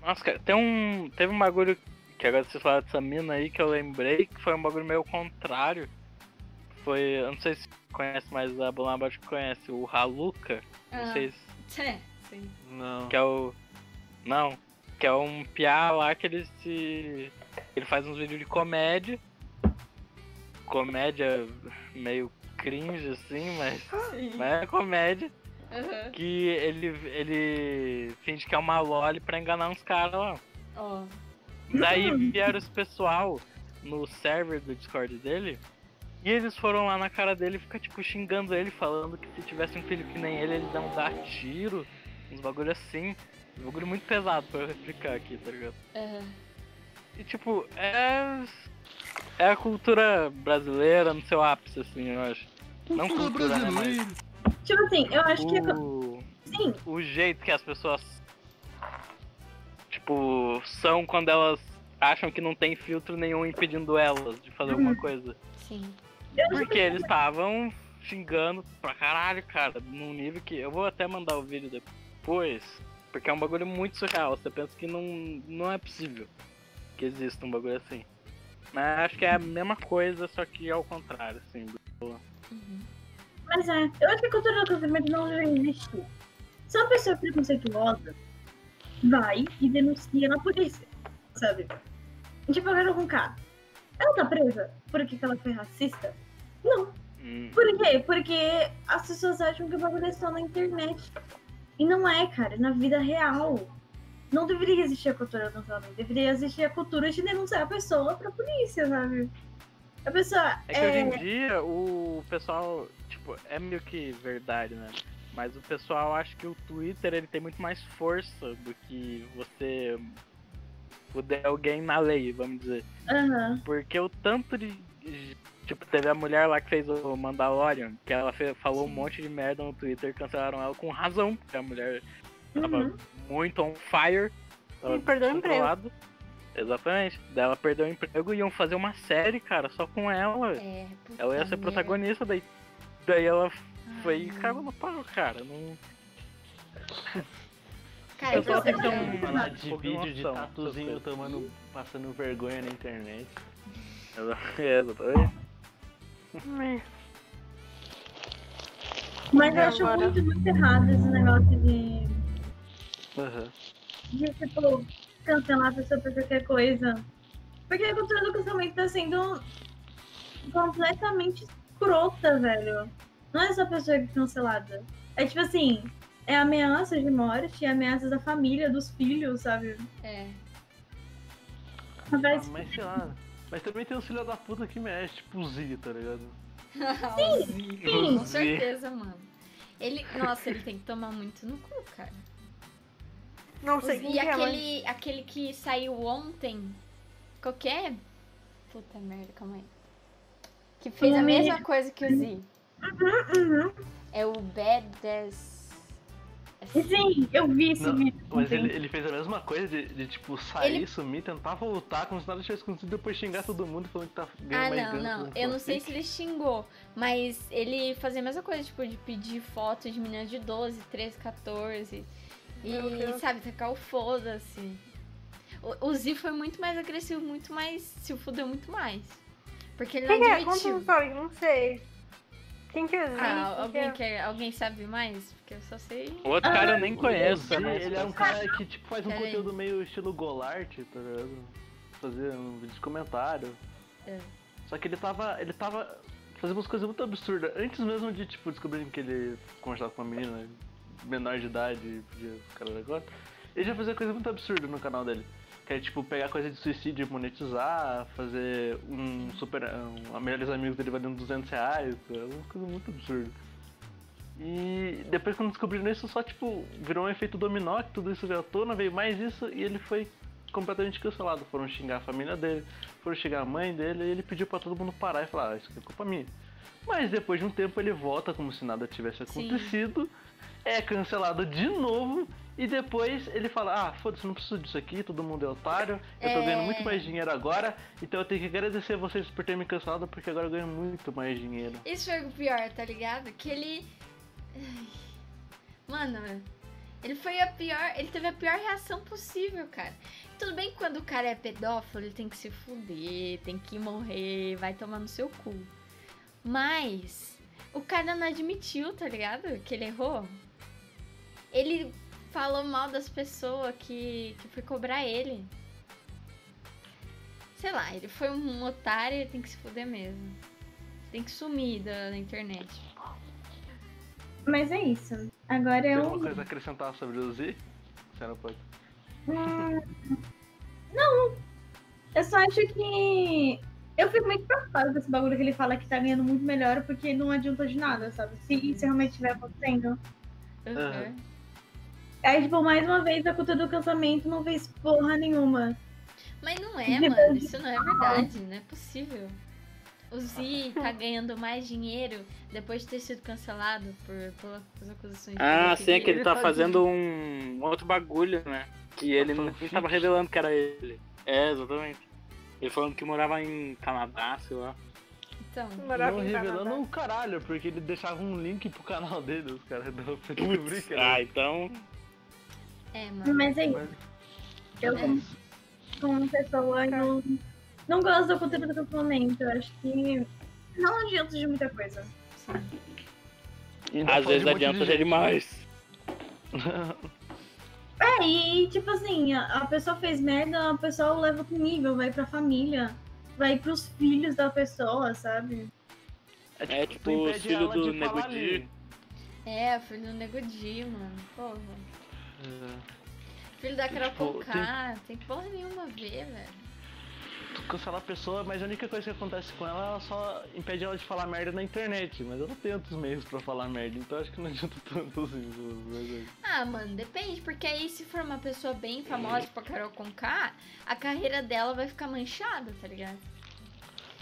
S4: Nossa, cara, tem um. Teve um bagulho que agora vocês falaram dessa mina aí que eu lembrei, que foi um bagulho meio contrário. foi. Eu não sei se conhece, mas a Bonabate conhece o Haluca. Não
S7: Ah,
S4: sei se.
S7: É, sim.
S3: Não.
S4: Que é o. Não. Que é um piá lá que ele se. Ele faz uns vídeos de comédia. Comédia meio cringe assim, mas. Mas é comédia.
S7: Aham.
S4: Que ele, ele finge que é uma loli pra enganar uns caras lá.
S7: Ó.
S4: Daí vieram esse pessoal no server do Discord dele. E eles foram lá na cara dele e fica tipo xingando ele, falando que se tivesse um filho que nem ele, ele não dá tiro. Uns bagulho assim. Um bagulho muito pesado pra eu replicar aqui, tá ligado?
S7: aham.
S4: E tipo, é. É a cultura brasileira no seu ápice, assim, eu acho. Não cultura, né, mas
S5: Tipo assim, eu acho que. é-
S4: o...
S5: Sim.
S4: o jeito que as pessoas tipo são quando elas acham que não tem filtro nenhum impedindo elas de fazer alguma coisa.
S7: Sim.
S4: Porque eles estavam xingando pra caralho, cara, num nível que eu vou até mandar o vídeo depois, porque é um bagulho muito surreal, você pensa que não não é possível que exista um bagulho assim. Mas acho que é a mesma coisa, só que ao contrário, assim.
S5: Mas é, eu acho que a cultura do cancelamento não deve existir. Se uma pessoa é preconceituosa vai e denuncia na polícia, sabe? Tipo, eu quero com cara. Ela tá presa porque que ela foi racista? Não.
S4: Hum,
S5: Por quê? Porque as pessoas acham que o bagulho é só na internet. E não é, cara, é na vida real. Não deveria existir a cultura do cancelamento, deveria existir a cultura de denunciar a pessoa pra polícia, sabe? A pessoa
S4: É que hoje em dia o pessoal, tipo, é meio que verdade, né? Mas o pessoal acha que o Twitter ele tem muito mais força do que você puder alguém na lei, vamos dizer.
S5: Aham.
S4: Porque o tanto de. de- Tipo, teve a mulher lá que fez o Mandalorian, que ela fe- falou um monte de merda no Twitter, cancelaram ela com razão, porque a mulher tava
S5: Uhum.
S4: muito on fire. Ela
S6: perdeu o emprego.
S4: controlada. Exatamente. Daí ela perdeu o emprego e iam fazer uma série, cara, só com ela.
S7: É, puta
S4: Ela ia ser
S3: Ah,
S7: merda.
S4: protagonista, daí, daí ela foi e
S7: Ai.
S4: cagou no pau, cara. Não...
S7: Cara,
S4: pessoal
S7: você
S4: tem que ter um-
S3: Falar de
S4: Pouca
S3: vídeo de
S4: noção,
S3: tatuzinho
S4: essas
S3: tomando, passando vergonha na internet.
S4: É, exatamente.
S6: É.
S5: Mas eu acho
S6: Agora-
S5: muito, muito errado esse negócio de,
S3: Aham.
S5: de tipo, cancelar a pessoa por qualquer coisa. Porque a cultura do cancelamento tá sendo completamente escrota, velho. Não é só a pessoa que é cancelada. É tipo assim, é ameaça de morte, é ameaça da família, dos filhos, sabe?
S7: É.
S5: Mas,
S3: Ah, mas sei lá. Mas também tem os filhos da puta que mexe, tipo o Z, tá ligado?
S7: Sim, com
S4: Inclusive,
S7: certeza, mano. Ele, nossa, ele tem que tomar muito no cu, cara.
S6: Não sei quem
S7: e
S6: que é, mas-
S7: aquele, aquele que saiu ontem, é? qualquer. Puta merda, calma aí. Que fez a
S5: Hum.
S7: mesma coisa que o Z.
S5: uhum.
S7: É o Badass.
S5: Sim, eu vi esse
S3: Não,
S5: vídeo.
S3: Mas
S5: ontem.
S3: ele, ele fez a mesma coisa de, de, tipo, sair,
S7: Ele-
S3: sumir, tentar voltar como se nada tivesse acontecido, depois xingar todo mundo falando que tá
S7: Ah,
S3: ganhando mais
S7: não,
S3: grana,
S7: não.
S3: fazendo
S7: Eu não
S3: fanfic.
S7: sei se ele xingou, mas ele fazia a mesma coisa, tipo, de pedir foto de meninas de 12, 13, 14.
S6: Meu
S7: E,
S6: Deus.
S7: sabe, tacar o foda-se. O, o Z foi muito mais agressivo, muito mais. se fudeu muito mais. Porque ele
S6: Quem que
S7: não
S6: é? Conta
S7: admitiu.
S6: uma história que eu não sei. Quem que é? Zé?
S7: Ah,
S6: Quem que é?
S7: alguém, quer, alguém sabe mais? Porque eu só sei.
S4: O outro cara eu nem conheço.
S3: Ah, Ele,
S4: né?
S3: ele é um cara que tipo, faz um
S7: Pera aí.
S3: conteúdo meio estilo Golart, tá ligado? Fazer um vídeo de comentário.
S7: É.
S3: Só que ele tava. ele tava fazendo umas coisas muito absurdas. Antes mesmo de tipo descobrirem que ele conversava com uma menina menor de idade e podia ficar agora. Ele já fazia coisa muito absurda no canal dele. Que é tipo pegar coisa de suicídio e monetizar, fazer um super. Um, a melhores amigos dele valendo 200 reais, é uma coisa muito absurda. E depois quando descobriram isso, só tipo, virou um efeito dominó, que tudo isso veio à tona, veio mais isso e ele foi completamente cancelado. Foram xingar a família dele, foram xingar a mãe dele e ele pediu pra todo mundo parar e falar, ah, isso aqui é culpa minha. Mas depois de um tempo ele volta como se nada tivesse acontecido, é cancelado de novo e depois ele fala, ah, foda-se, não preciso disso aqui, todo mundo é otário, eu tô
S7: É.
S3: ganhando muito mais dinheiro agora, então eu tenho que agradecer a vocês por terem me cancelado porque agora eu ganho muito mais dinheiro.
S7: Isso foi o pior, tá ligado? Que ele. Ai. Mano, ele foi a pior. Ele teve a pior reação possível, cara. Tudo bem que quando o cara é pedófilo, ele tem que se fuder, tem que morrer, vai tomar no seu cu. Mas o cara não admitiu, tá ligado? Que ele errou. Ele falou mal das pessoas que, que foi cobrar ele. Sei lá, ele foi um otário e tem que se fuder mesmo. Tem que sumir da, da internet.
S5: Mas é isso. Agora
S3: Tem
S5: eu.
S3: alguma coisa a acrescentar sobre o Z? Você não pode.
S5: Hum, Não. Eu só acho que. Eu fico muito preocupada com esse bagulho que ele fala que tá ganhando muito melhor, porque não adianta de nada, sabe? Se isso realmente estiver acontecendo.
S7: Uhum.
S5: Aí, tipo, mais uma vez, a cultura do cansamento não fez porra nenhuma.
S7: Mas não é, mano. Isso não é verdade. Não é possível. O Z tá ganhando mais dinheiro depois de ter sido cancelado por, pelas acusações de
S4: Ah,
S7: pedofilia.
S4: sim, é que ele tá
S3: Ele
S4: fazendo um outro bagulho, né? Que ele não
S3: fanfic.
S4: tava revelando que era ele. É, exatamente. Ele falando que morava em Canadá, sei lá.
S7: Então,
S6: Morava
S3: não
S6: em
S3: revelando
S6: Canadá.
S3: o caralho, porque ele deixava um link pro canal dele, os caras davam pra descobrir que era.
S4: Ah, então.
S3: tá
S7: é, mano.
S5: Mas é isso. Eu, como, como pessoa, eu não gosto da cultura do cansamento. Eu acho que não adianta de muita coisa.
S3: E ainda
S4: Às
S3: falou de
S4: vezes
S3: um monte de
S4: adianta
S3: gente.
S4: ser demais.
S5: É, e tipo assim, a, a pessoa fez merda, a pessoa leva pro nível, vai pra família, vai pros filhos da pessoa, sabe?
S4: É
S3: Tu
S4: tipo o
S3: impede
S4: filho
S3: ela
S4: do
S3: de falar
S4: Nego Di.
S3: ali.
S7: É, filho do Nego Di, mano. Porra.
S3: É.
S7: Filho da Carol
S3: Tipo,
S7: Conká. Tem porra nenhuma a ver, velho.
S3: Tu cancela a pessoa, mas a única coisa que acontece com ela, ela só impede ela de falar merda na internet. Mas eu não tenho outros meios pra falar merda, então acho que não adianta tanto assim. mas-
S7: Ah, mano, depende. Porque aí se for uma pessoa bem famosa, tipo a Carol Conká, a carreira dela vai ficar manchada, tá ligado?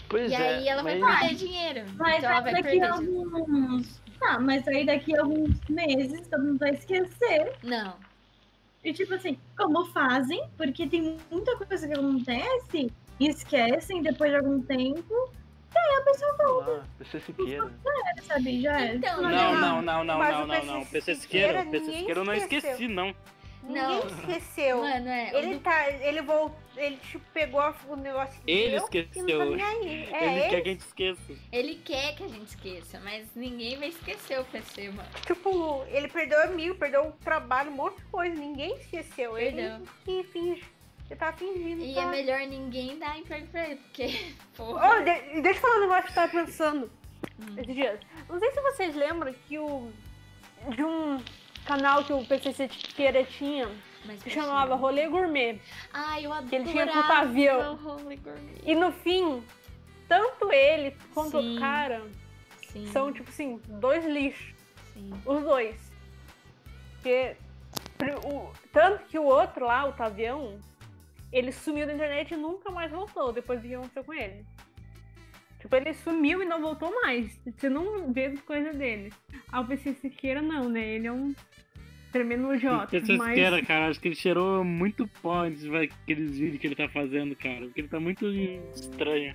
S3: Pois
S7: E
S3: é,
S7: aí ela vai
S3: mas-
S7: perder dinheiro.
S5: Mas
S7: então ela vai
S5: daqui
S7: perder
S5: a
S7: dinheiro.
S5: alguns. Tá, mas aí daqui a alguns meses todo mundo vai esquecer.
S7: Não.
S5: E tipo assim, como fazem, porque tem muita coisa que acontece, esquecem depois de algum tempo, e aí a pessoa
S3: Ah, PC Siqueira.
S5: vai, sabe? Já é.
S7: Então,
S5: Não,
S4: Não,
S5: não.
S4: não, não, não,
S6: Mas
S4: não,
S6: o
S4: não,
S6: PC
S4: não. PC
S6: Siqueira,
S4: Siqueira, PC
S6: ninguém
S4: Siqueira eu não
S6: esqueceu.
S4: esqueci, não.
S7: Não.
S6: Ninguém esqueceu.
S7: Mano, é.
S6: Ele
S7: Ele...
S6: tá. Ele voltou. Ele tipo, pegou a- o negócio que
S4: Ele
S6: deu
S4: esqueceu.
S6: E não tá nem aí. É,
S4: ele
S6: ele,
S4: quer que a gente esqueça.
S7: ele quer que a gente esqueça, mas ninguém vai esquecer o PC, mano.
S6: tipo, ele perdeu amigo, perdeu trabalho, um monte de coisa. Ninguém esqueceu.
S7: Perdeu.
S6: Ele que finge. Ele tá fingindo.
S7: E é
S6: tá...
S7: melhor ninguém dar emprego pra ele, porque, porra.
S6: Oh, de- deixa eu falar um negócio que eu tava pensando esses dias. Não sei se vocês lembram que o. De um canal que o PCC Tiqueira tinha,
S7: Mas
S6: que chamava Rolê Gourmet.
S7: Ai, eu
S6: que ele
S7: adorava
S6: tinha puta avião.
S7: o Rolê Gourmet.
S6: E no fim, tanto ele quanto
S7: Sim.
S6: o cara
S7: Sim,
S6: são, tipo assim, dois lixos.
S7: sim.
S6: Os dois. Porque. pri- O, tanto que o outro lá, o Tavião, ele sumiu da internet e nunca mais voltou depois do que aconteceu com ele. Tipo, ele sumiu e não voltou mais. Você não vê coisa dele. Ah, o PC Siqueira não, né? Ele é um tremendo idiota.
S4: PC
S6: mas...
S4: Siqueira, cara, acho que ele cheirou muito pó antes daqueles vídeos que ele tá fazendo, cara. Porque ele tá muito estranho.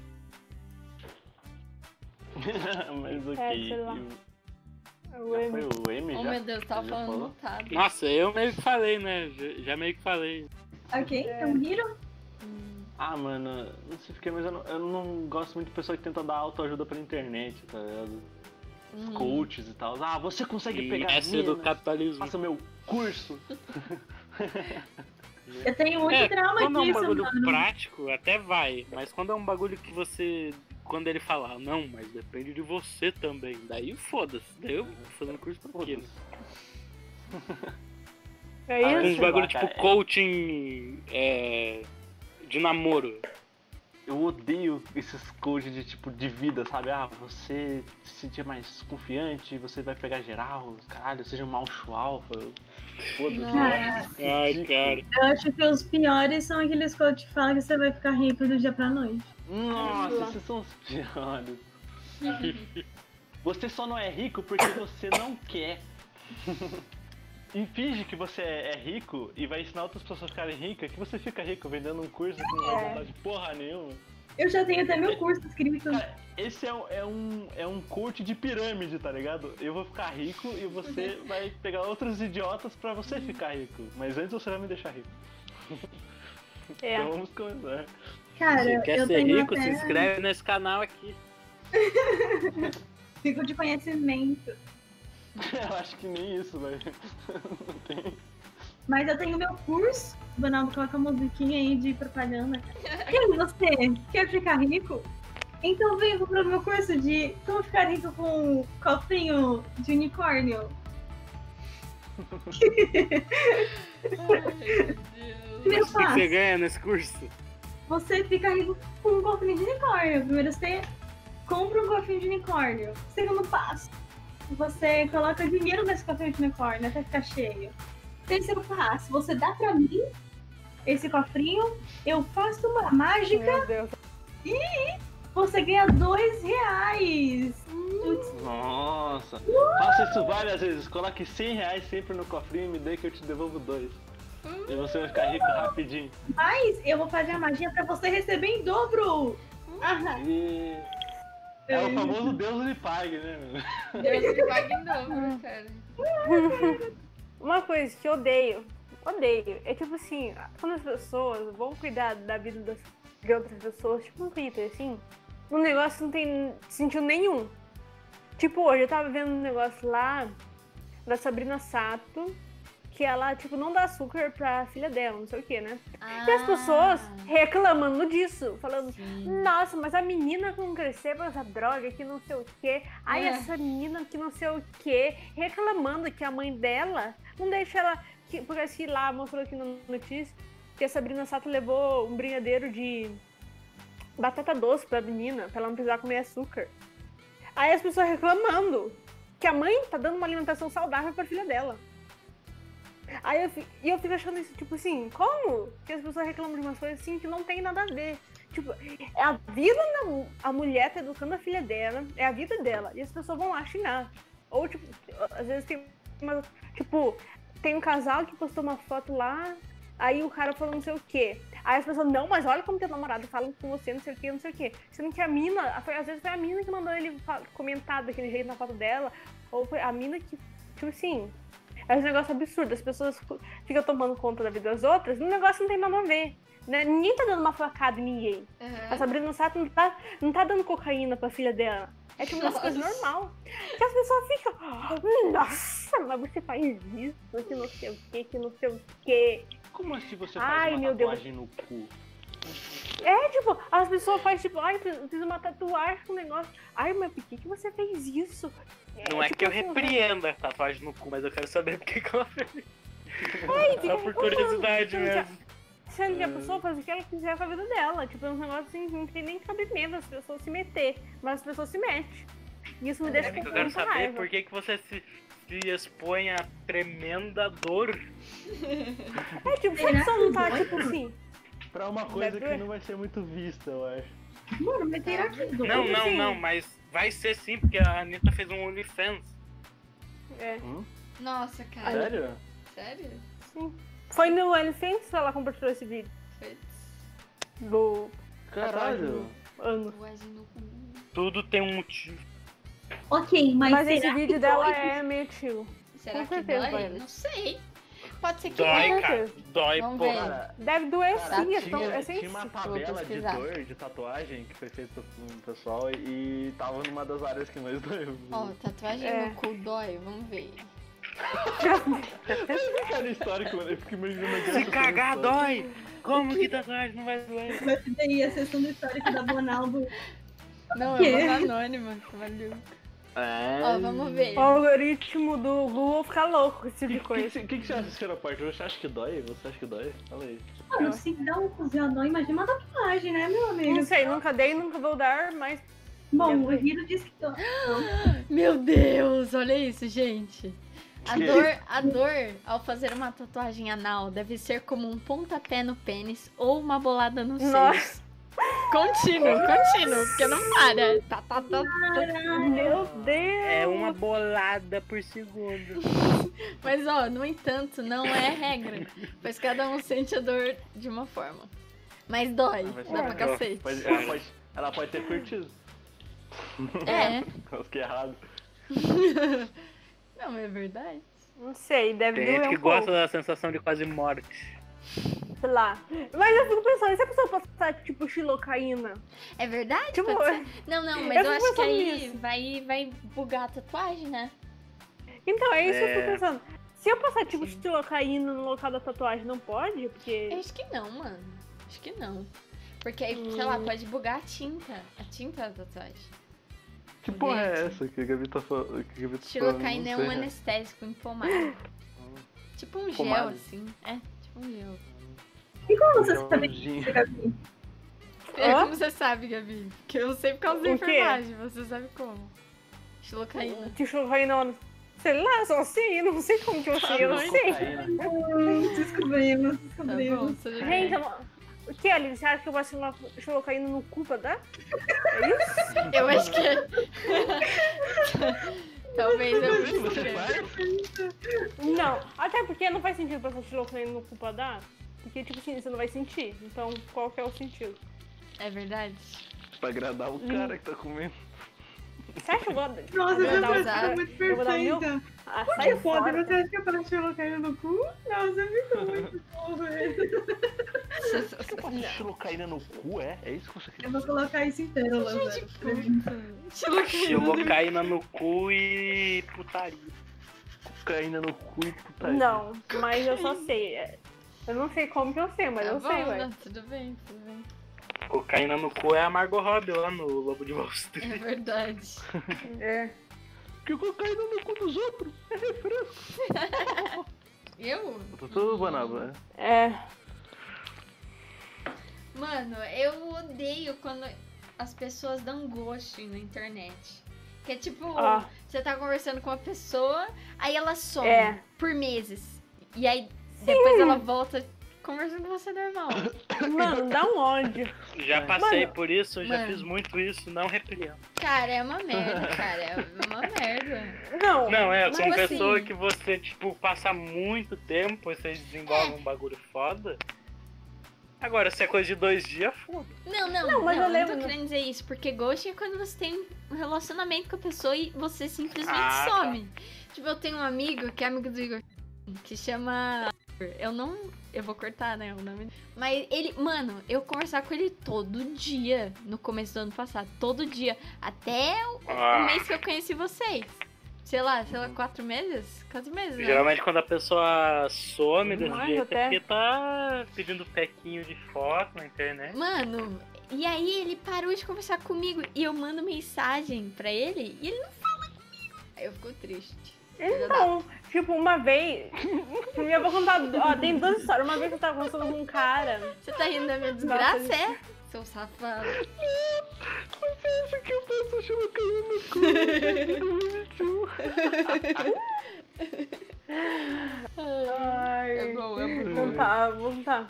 S3: mas ok.
S6: É, sei lá.
S3: e-
S6: O
S3: Já
S6: M.
S3: foi o M
S7: Oh,
S3: já?
S7: meu Deus, tava
S3: Já
S7: falando
S3: falou?
S7: mutado.
S4: Nossa, eu meio que falei, né? Já- Já meio que falei.
S5: Ok,
S4: é.
S5: então riram?
S3: Ah, mano, não sei porque, mas eu não, eu não gosto muito de pessoa que tenta dar autoajuda pela internet, tá ligado?
S7: Hum.
S3: Os coaches e tal. Ah, você consegue pegar
S4: Mestre é do
S3: minas,
S4: capitalismo.
S3: faça o meu curso.
S5: Eu tenho muito
S4: É,
S5: trauma
S4: quando é um
S5: disso,
S4: bagulho
S5: mano.
S3: né?
S4: prático, até vai. Mas quando é um bagulho que você. Quando ele falar, não, mas depende de você também. Daí foda-se. Daí eu tô fazendo curso pra quê? né?
S6: É
S3: Ah,
S6: isso?
S4: Uns bagulho
S3: Sei lá,
S4: tipo
S3: cara, é.
S4: coaching. É, de namoro.
S3: Eu odeio esses coaches de tipo de vida, sabe? Ah, você se sentir mais confiante, você vai pegar geral, caralho, seja um macho alfa. eu- Foda-se.
S5: Cara,
S4: Ai, cara.
S5: eu acho que os piores são aqueles que eu te falo que você vai ficar rico do dia pra noite.
S3: Nossa, esses são os piores. Você só não é rico porque você não quer. E finge que você é é rico e vai ensinar outras pessoas a ficarem ricas, que você fica rico vendendo um curso que não vai
S6: É.
S3: contar de porra nenhuma.
S5: Eu já tenho até meu curso então, escrito.
S3: Esse é, um- é um, é um coach de pirâmide, tá ligado? Eu vou ficar rico e você vai pegar outros idiotas pra você ficar rico. Mas antes você vai me deixar rico.
S6: É.
S3: Então vamos começar.
S5: Cara,
S4: Você quer
S5: eu
S4: ser
S5: tenho
S4: rico?
S5: até...
S4: Se inscreve nesse canal aqui.
S5: Fico de conhecimento.
S3: Eu acho que nem isso, velho. Não tem.
S5: Mas eu tenho meu curso. Banaldo, coloca a musiquinha aí de propaganda. E você? Quer ficar rico? Então vem pro meu curso de como ficar rico com um cofrinho de unicórnio.
S4: Mas o
S5: Primeiro
S4: que que
S5: passo,
S6: Ah.
S4: você ganha nesse curso?
S5: você fica rico com um cofrinho de unicórnio. Primeiro você compra um cofrinho de unicórnio. Segundo passo, você coloca dinheiro nesse cofrinho de unicórnio até ficar cheio. Terceiro passo, você dá pra mim esse cofrinho, eu faço uma mágica
S6: Meu Deus.
S5: Você ganha dois reais.
S3: Nossa. Faça isso várias vezes. Coloque 100 reais sempre no cofrinho e me dê que eu te devolvo dois. E você vai ficar rico rapidinho.
S5: Mas eu vou fazer a magia pra você receber em dobro. Ah,
S3: E... É o famoso Deus me pague, né, meu?
S7: Deus me pague em dobro, cara.
S6: Uma coisa que eu odeio, odeio, é tipo assim, quando as pessoas vão cuidar da vida das, de outras pessoas, tipo no Twitter, assim, um negócio não tem sentido nenhum. Tipo, hoje eu tava vendo um negócio lá da Sabrina Sato, que ela, tipo, não dá açúcar pra filha dela, não sei o que, né? E
S7: Ah.
S6: as pessoas reclamando disso, falando, nossa, mas a menina que não cresceu por essa droga que não sei o quê. Ai,
S7: É.
S6: essa menina que não sei o quê. Reclamando que a mãe dela não deixa ela. que- porque assim lá mostrou aqui na notícia que a Sabrina Sato levou um brigadeiro de batata doce pra menina, pra ela não precisar comer açúcar. Aí as pessoas reclamando que a mãe tá dando uma alimentação saudável pra filha dela. Aí eu, fi- e eu fico achando isso, tipo assim, como que as pessoas reclamam de umas coisas assim que não tem nada a ver? Tipo, é a vida da mu- a mulher tá educando a filha dela, é a vida dela, e as pessoas vão lá xingar. Ou, tipo, às vezes tem uma, tipo, tem um casal que postou uma foto lá, aí o cara falou não sei o quê. Aí as pessoas, não, mas olha como teu namorado fala com você, não sei o quê, não sei o quê. Sendo que a mina, foi- às vezes foi a mina que mandou ele fa- comentar daquele jeito na foto dela, ou foi a mina que, tipo assim, é um negócio absurdo. As pessoas ficam- ficam tomando conta da vida das outras, e o negócio não tem nada a ver. Né? Ninguém tá dando uma facada em ninguém. A
S7: Aham.
S6: Sabrina Sato não tá, não tá dando cocaína pra filha dela. É tipo uma coisa
S7: Nossa.
S6: normal. Que as pessoas ficam. "Ah, Nossa, mas você faz isso, que não sei o que, que não sei o que.
S3: Como assim você faz
S6: Ai,
S3: uma
S6: meu Deus.
S3: tatuagem no cu?
S6: É tipo, as pessoas fazem tipo, ai, fiz fiz uma tatuagem com um negócio. Ai, mas por que, que você fez isso?
S4: Não é
S6: tipo
S4: que eu
S6: assim,
S4: repreendo a tatuagem no cu, mas eu quero saber por que que ela fez.
S6: ai, tipo, fica "Oh,
S4: Só É por
S6: reclamando,
S4: curiosidade
S6: sendo que a-
S4: mesmo. É.
S6: Sendo que a pessoa faz o que ela quiser com a vida dela. Tipo, é um negócio assim, não tem nem cabimento as pessoas se meter. Mas as pessoas se metem. E isso me deixa
S4: É
S6: com
S4: que eu quero
S6: muita
S4: saber
S6: raiva.
S4: por que, que você se, se expõe a tremenda dor.
S6: É tipo, se a pessoa não tá, tipo assim...
S3: Pra uma coisa
S6: doer.
S3: que não vai ser muito vista, eu acho.
S5: mano, mas será que dois?
S4: Não, não,
S6: assim-
S4: não, mas vai ser sim, porque a Anitta fez um OnlyFans.
S6: é.
S7: Nossa, cara.
S3: Sério?
S7: Sério?
S6: Foi no OnlyFans que ela compartilhou esse vídeo.
S7: Foi
S6: Do
S3: Caralho.
S6: ano.
S7: tatuagem no cu.
S4: Tudo tem um motivo.
S5: Ok, mas,
S6: Mas esse
S5: será
S6: vídeo
S5: que
S6: dela
S5: dói?
S6: é meio tio.
S7: Será
S6: Com
S7: que
S6: certeza,
S7: dói?
S6: Violet.
S7: Não sei. Pode ser que
S4: Dói,
S6: é
S7: dói.
S4: cara. Dói,
S7: Vamos
S4: porra.
S7: ver.
S6: Deve doer
S3: Cara,
S6: sim, é tão... É
S3: tinha, tinha uma
S6: sensível.
S3: tabela de
S7: pesquisar.
S3: dor de tatuagem que foi feita por um pessoal e tava numa das áreas que mais doeu.
S7: Ó, tatuagem
S6: É.
S7: no cu dói, vamos ver.
S6: assim,
S3: Cara, histórico, mano, eu fico imaginando aquela
S4: Se
S3: pessoa
S4: cagar,
S3: no
S4: dói. Como que tatuagem não vai doer?
S5: Vai ser daí a sessão do histórico da Bonaldo.
S7: Não,
S5: Quê?
S7: é uma anônima, valeu.
S3: É.
S7: Ó, vamos ver.
S6: O algoritmo do Google fica louco com esse tipo
S3: Que,
S6: de coisa.
S3: que, que, que você acha, senhora Porte? Você acha que dói? Você acha que dói? Fala aí.
S5: Mano, se dá um cuzão, não imagina uma tatuagem, né, meu amigo?
S6: Não sei, nunca dei, nunca vou dar, mas...
S5: Bom, o Hiro disse que dói.
S7: Meu Deus, olha isso, gente. A
S3: Que?
S7: dor, a dor ao fazer uma tatuagem anal deve ser como um pontapé no pênis ou uma bolada no seio.
S6: Nossa.
S7: Contínuo, contínuo, porque não para. Tá, tá, tá.
S6: Meu Deus!
S4: É uma bolada por segundo.
S7: Mas ó, no entanto, não é regra, pois cada um sente a dor de uma forma. Mas dói,
S3: Vai ser
S7: dá pra
S3: legal.
S7: cacete.
S3: Pode- ela, pode, ela pode ter curtido.
S7: É,
S3: Eu fiquei errado.
S7: não é verdade.
S6: Não sei, deve
S7: é
S4: Tem
S6: doer
S4: gente
S6: um
S4: que
S6: pouco.
S4: gosta da sensação de quase morte.
S6: Sei lá. Mas eu fico pensando, e se a pessoa passar, tipo, xilocaína?
S7: É verdade?
S6: Tipo,
S7: Pode ser? Não, não, mas
S6: eu
S7: eu,
S6: fico
S7: acho que
S6: pensando
S7: aí vai, vai bugar a tatuagem, né?
S6: Então, é isso que eu
S4: É.
S6: fico pensando. Se eu passar, tipo, xilocaína no local da tatuagem, não pode? Porque...
S7: Eu acho que não, mano. Acho que não. Porque aí, sei lá, pode bugar a tinta. A tinta da tatuagem.
S3: Que porra é essa que a Gabi tá falando? que a Gabi tá falando?
S7: Xilocaína
S3: Não
S7: é um
S3: sei.
S7: anestésico empomado. tipo um gel,
S3: Pomada.
S7: assim. É, tipo um gel.
S5: E como você
S3: É um
S5: sabe
S3: gin.
S5: que Gabi?
S6: Hã?
S7: Como você sabe, Gabi? Que eu não sei por causa da
S6: O quê?
S7: enfermagem. Você sabe como. Xilocaína.
S6: Tipo, xilocaína... não- Sei lá, só sei, não sei como que eu sei,
S3: Tá
S6: eu não sei.
S3: Cocaína.
S5: Hum, Descobrimos,
S7: Tá bom,
S5: descobrimos.
S7: você
S6: Gente, eu não... Kelly, você acha que eu vou assinar xilocaína no cu pra dar? É isso?
S7: Eu acho que. Talvez eu
S3: Você
S7: precise.
S3: vai?
S6: Não, até porque não faz sentido passar xilocaína no cu pra dar. Porque, tipo assim, você não vai sentir. Então, qual que é o sentido?
S7: É verdade?
S3: Pra agradar o cara que tá comendo.
S6: Você acha que eu gosto de-
S5: Nossa,
S7: Eu vou
S5: essa
S7: dar
S5: frase
S7: usar-
S5: ficou muito
S6: eu vou um dar meu-
S5: perfeita.
S6: Ah,
S5: Por
S6: sai
S5: que foda?
S6: fora.
S5: Você acha que é pra tirar o caído no cu? Nossa, ficou muito bom, velho.
S3: Xilocaína no cu, é? É isso que você quer?
S5: Eu vou colocar isso em pérola, velho.
S7: Xilocaína.
S4: Xilocaína no cu e putaria.
S3: Cocaína no cu e tá putaria.
S6: Não, mas eu só sei. é. Eu não sei como que eu sei,
S1: É
S6: mas eu sei, ué.
S7: não, Tá né? tudo bem, tudo bem.
S4: Cocaína no cu é a Margot Robbie lá no Lobo de Wall Street.
S7: É verdade.
S6: É.
S3: Porque cocaína no cu dos outros é refresco.
S7: Eu?
S3: Tá tudo banaba, né?
S6: É.
S7: Mano, eu odeio quando as pessoas dão ghost na internet. Que é tipo,
S6: Ah.
S7: você tá conversando com uma pessoa, aí ela some
S6: É.
S7: por meses. E aí depois ela volta conversando com você normal.
S6: Mano, dá um ódio.
S4: Já passei
S6: Mano.
S4: por isso, já
S7: Mano.
S4: fiz muito isso, não repreendo.
S7: Cara, é uma merda, cara. É uma merda.
S6: Não.
S4: Não, é,
S7: Mas
S4: são
S7: assim-
S4: pessoas que você, tipo, passa muito tempo e vocês desenvolvem um bagulho foda. Agora, se é coisa de dois dias, foda.
S7: Não, não,
S6: Não,
S7: não,
S6: mas eu
S7: eu não tô
S6: lembro-
S7: querendo dizer isso, porque ghost é quando você tem um relacionamento com a pessoa e você simplesmente
S4: Ah, tá.
S7: some. Tipo, eu tenho um amigo que é amigo do Igor, que chama. Eu não. Eu vou cortar, né? O nome. Mas ele. Mano, eu conversava com ele todo dia no começo do ano passado. Todo dia. Até o,
S4: Ah,
S7: o
S4: é
S7: mês que eu conheci vocês. Sei lá, sei lá, quatro meses? Quatro meses, né?
S4: Geralmente quando a pessoa some desse
S6: Mas
S4: jeito
S6: até-
S4: é porque tá pedindo pequinho de foto na internet.
S7: Mano, e aí ele parou de conversar comigo e eu mando mensagem pra ele e ele não fala comigo. Aí eu fico triste.
S6: Então, tipo, uma vez. Eu vou contar. Ó, tem duas histórias. Uma vez que eu tava conversando com um cara.
S7: Você tá rindo da minha desgraça, é? Seu safado.
S3: Isso que eu penso xilocaína no cu.
S6: Ai.
S7: bom, é bom.
S3: né?
S6: Vamos tá, vamos tá.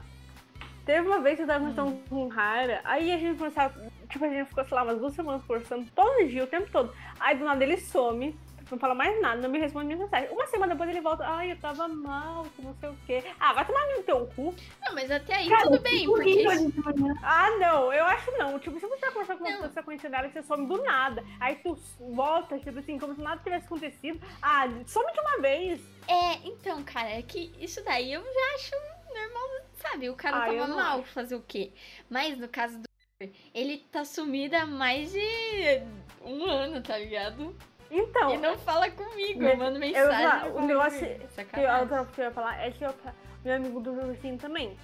S6: Teve uma vez que eu tava conversando com o Rara, aí a gente conversava, tipo, a gente ficou, sei lá, umas duas semanas conversando todo dia, o tempo todo. Aí do nada ele some, não fala mais nada, não me responde minha mensagem. Uma semana depois ele volta, ai, eu tava mal, que não sei o quê. Ah, vai tomar no teu cu.
S7: Não, mas até aí
S5: Cara,
S7: tudo bem,
S5: Por
S7: porque.
S5: que que
S7: isso-
S5: hoje de manhã?
S6: Ah, não, eu acho não. Tipo, se você tá conversando com uma
S7: Não.
S6: pessoa conhecida dela, você some do nada. Aí tu volta, tipo assim, como se nada tivesse acontecido. Ah, some de uma vez.
S7: É, então, cara, é que isso daí eu já acho normal, sabe? O cara
S6: Ah, eu
S7: tava
S6: não
S7: mal, fazer o quê? Mas no caso do Igor, ele tá sumido há mais de um ano, tá ligado?
S6: Então,
S7: E não fala comigo,
S6: Mas
S7: eu mando mensagem.
S6: já-
S7: não
S6: o
S7: fala
S6: negócio-
S7: comigo.
S6: que eu, a
S7: Sacanagem.
S6: outra que eu ia falar é que eu, meu amigo do cursinho também.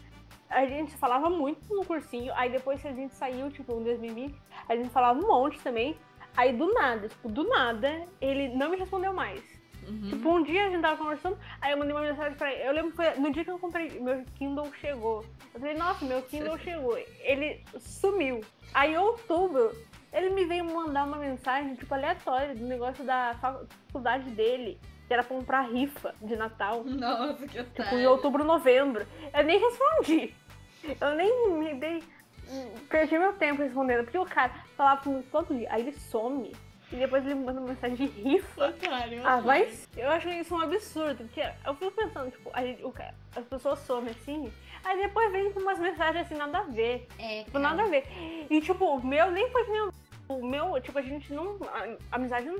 S6: A gente falava muito no cursinho, aí depois que a gente saiu, tipo, em 2020, a gente falava um monte também. Aí do nada, tipo, do nada, ele não me respondeu mais.
S7: Uhum.
S6: Tipo, um dia a gente tava conversando, aí eu mandei uma mensagem pra ele. Eu lembro que foi no dia que eu comprei, meu Kindle chegou. Eu falei, nossa, meu Kindle chegou. Ele sumiu. Aí em outubro, ele me veio mandar uma mensagem, tipo, aleatória, do negócio da faculdade dele, que era pra comprar rifa de Natal.
S7: Hum, Nossa, que
S6: Tipo,
S7: otário.
S6: em outubro, novembro. Eu nem respondi. Eu nem me dei. Perdi meu tempo respondendo, porque o cara falava comigo todo dia, aí ele some. E depois ele manda uma mensagem de rifa.
S7: Otário.
S6: Ah, vai. Eu acho isso um absurdo, porque eu fico pensando, tipo, a gente- o cara- as pessoas somem assim, aí depois vem com umas mensagens assim, nada a ver.
S7: É,
S6: Tipo,
S7: cara.
S6: nada a ver. E tipo, o meu nem foi que nem o o meu, tipo, a gente não. A, a amizade, não-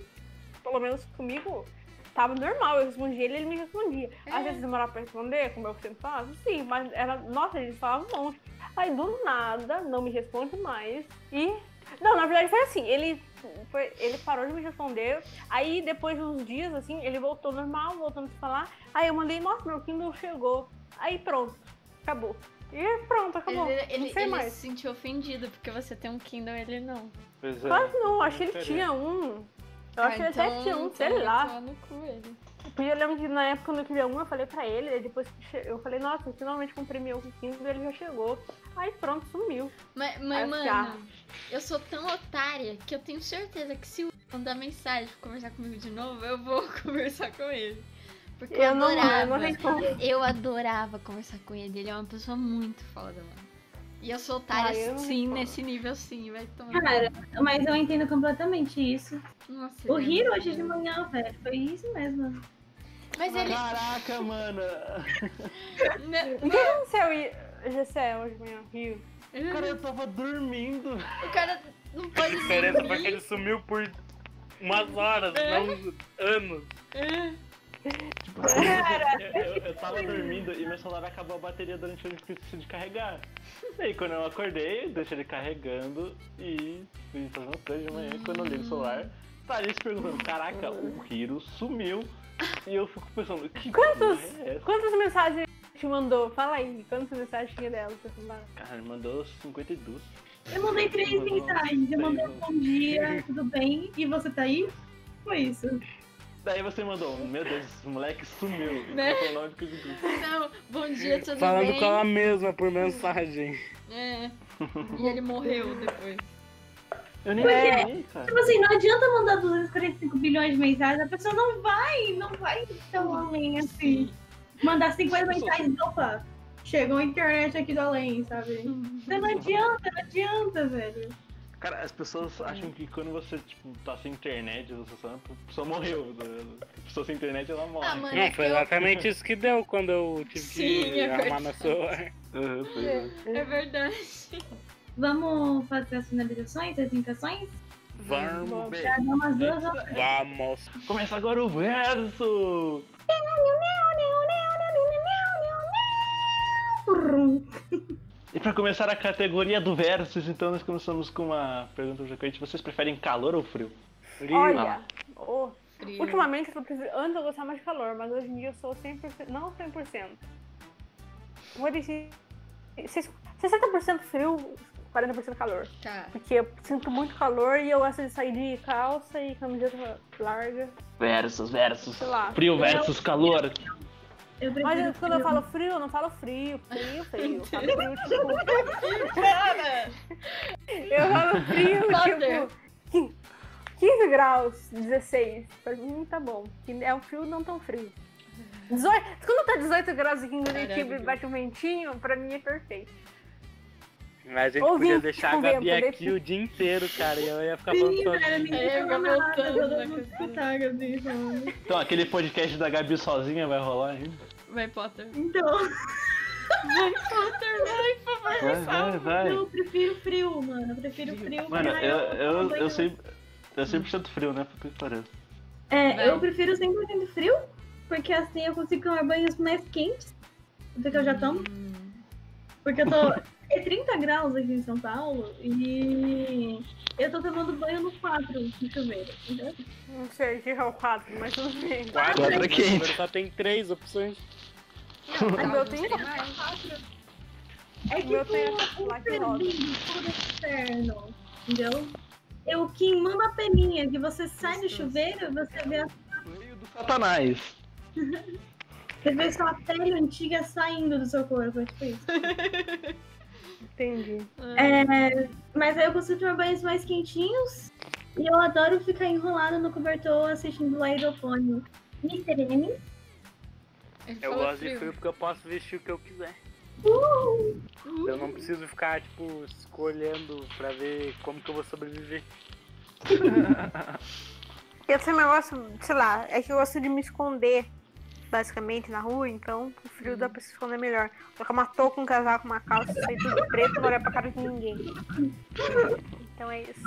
S6: pelo menos comigo, tava normal, eu respondia ele, ele me respondia.
S7: É.
S6: Às vezes demorava pra responder, como é eu sempre falava, sim, mas era. Nossa, ele falava um monte. Aí do nada, não me responde mais. E. Não, na verdade foi assim, ele. Foi, ele parou de me responder. Aí depois de uns dias, assim, ele voltou normal, voltando a se falar. Aí eu mandei, nossa, meu Kindle chegou. Aí pronto, acabou. E pronto, acabou.
S7: Ele, ele,
S6: Tá não sei
S7: ele
S6: mais.
S7: se sentiu ofendido porque você tem um Kindle e ele não.
S3: Pois é.
S6: Quase não, acho que ele
S3: Diferente.
S6: tinha um. Eu acho que ele
S7: Ah,
S6: até
S7: Então,
S6: tinha um, sei lá. Porque eu lembro que na época quando eu queria um, eu falei pra ele, aí depois que che- eu falei, nossa, eu finalmente comprei meu com 15, ele já chegou. Aí pronto, sumiu.
S7: Mas,
S6: Aí
S7: mas
S6: eu
S7: mano,
S6: fiquei,
S7: eu sou tão otária que eu tenho certeza que se o mandar mensagem pra conversar comigo de novo, eu vou conversar com ele. Porque eu,
S6: Eu não, eu não
S7: adorava. Eu,
S6: respondo. Então,
S7: adorava conversar com ele. Ele é uma pessoa muito foda, mano. E eu sou otária
S6: Ah, eu-
S7: sim, nesse nível sim, vai tomar.
S5: Cara, mas eu entendo completamente isso.
S7: Nossa,
S5: O
S7: ele é
S5: Hiro
S7: muito
S5: hoje de
S7: bom.
S5: manhã, velho, foi isso mesmo.
S7: Mas ele.
S3: Caraca, mano.
S7: né,
S6: O que aconteceu, I- Gessé, hoje de manhã? Rio.
S3: Cara, eu tava dormindo.
S7: O cara não
S4: A
S7: pode
S4: diferença foi que
S7: dormir.
S4: ele sumiu por umas horas,
S7: É.
S4: não uns anos.
S3: É, Eu, eu tava dormindo e meu celular acabou a bateria durante o dia que eu esqueci de carregar. E aí quando eu acordei, eu deixei ele carregando e fui fazer umas coisas de manhã. E Quando eu ligo o celular, tá ali se perguntando, caraca, o Hiro sumiu. E eu fico pensando, que
S6: Quantos,
S3: porra é essa?
S6: quantas mensagens ele te mandou? Fala aí, quantas mensagens tinha dela? pra você mandar?
S3: Cara, ele mandou 52.
S5: Eu mandei três
S3: Não, não,
S5: mensagens, eu
S3: não.
S5: mandei um bom dia, tudo bem, e você tá aí? Foi isso.
S3: Daí você mandou, um, meu Deus, esse moleque sumiu.
S7: Né?
S3: E botou o nome do grupo.
S7: Não, bom dia, tudo
S4: Falando
S7: bem?
S4: com ela mesma por mensagem.
S7: É. E ele morreu depois.
S3: Eu nem
S5: Por quê?
S3: lembro, cara.
S5: Tipo assim, não adianta mandar 245 bilhões de mensagens, a pessoa não vai, não vai tão além assim. Mandar 50 mensagens, opa, chegou a internet aqui do além, sabe?
S3: Uhum.
S5: Então Não adianta, não adianta, velho.
S3: Cara, as pessoas acham que quando você tipo, tá sem internet, você só, a pessoa morreu. né? A pessoa sem internet, ela morre.
S7: Ah, mano,
S4: Não, É, foi
S7: eu-
S4: exatamente isso que deu quando eu tive
S7: Sim,
S4: que
S7: é
S4: arrumar
S7: verdade.
S4: meu celular.
S3: Uhum, pois é.
S7: é verdade.
S5: Vamos fazer as finalizações, as indicações?
S4: Vamos, ver.
S5: Pra dar umas duas horas.
S4: vamos.
S3: Começa agora o verso! E pra começar a categoria do versus, então nós começamos com uma pergunta frequente. Vocês preferem calor ou frio?
S4: Frio.
S6: Olha, ô,
S7: Frio.
S6: ultimamente eu tô preci- antes eu gostava mais de calor, mas hoje em dia eu sou 100%, não 100%. Vou dizer 60% frio, 40% calor.
S7: Tá.
S6: Porque eu sinto muito calor e eu gosto de sair de calça e camiseta larga,
S3: Versus, versus.
S6: sei lá.
S3: Frio versus calor.
S5: Eu
S6: Mas
S5: prefiro
S6: eu- quando eu
S5: frio.
S6: falo frio, eu não falo frio, frio, frio. Eu falo frio, tipo. Eu falo frio, tipo. 15, 15 graus, 16. Pra mim tá bom. Que É um frio não tão frio. 18, quando tá 18 graus aqui em Curitiba e
S7: Maravilhoso.
S6: bate um ventinho, pra mim é perfeito.
S4: Mas a gente
S6: Ouvi,
S4: podia deixar a
S6: ouvi,
S4: Gabi
S6: poder-
S4: aqui o dia inteiro, cara, e ela ia ficar falando
S3: tá
S5: Sim,
S4: só
S5: velho, ninguém
S7: É,
S5: fala
S7: vai
S5: nada,
S7: voltando
S5: todo
S7: na
S5: mundo assim,
S7: questão.
S5: escutar, Gabi, falando.
S3: Então aquele podcast da Gabi sozinha vai rolar ainda?
S7: Vai, Potter.
S5: Então,
S7: Vai, Potter, vai, por favor.
S3: Vai, vai, vai.
S5: eu prefiro frio, mano. Eu prefiro frio.
S3: Mano,
S5: pra
S3: eu, eu,
S5: banho.
S3: eu sempre. Eu sempre sinto frio, né? Puta que pariu.
S5: É,
S7: Vai.
S5: eu prefiro 100% frio, porque assim eu consigo tomar banhos mais quentes do que eu já tomo. Porque eu tô. É 30 graus aqui em São Paulo e eu tô tomando banho no 4 no chuveiro. entendeu?
S6: Não sei o que é o quadro, mas tudo bem.
S4: quatro,
S3: Quatro
S4: mas
S3: quente.
S4: agora só tem três opções.
S6: Mas eu tenho
S5: É
S6: O meu tem essa
S5: tipo um
S6: placa de rosa.
S5: pelinho todo externo, entendeu? É o que manda a peninha, que você sai do chuveiro e você vê, a-
S3: Meio do Satanás.
S5: você vê sua pele antiga saindo do seu corpo. É tipo isso.
S6: Entendi.
S5: É, mas aí eu consigo tomar banhos mais quentinhos e eu adoro ficar enrolada no cobertor assistindo lá hidropônio. Mr. M.
S7: Ele
S4: Eu
S7: falou
S4: gosto de frio porque eu posso vestir o que eu quiser.
S5: Uh!
S4: Eu não preciso ficar, tipo, escolhendo pra ver como que eu vou sobreviver.
S6: Eu tenho um negócio, sei lá, é que eu gosto de me esconder, basicamente, na rua, então o frio
S3: Hum.
S6: dá pra se esconder melhor. Colocar uma touca, um casaco, uma calça, sair tudo preto, não olhar pra cara de ninguém. Então é isso.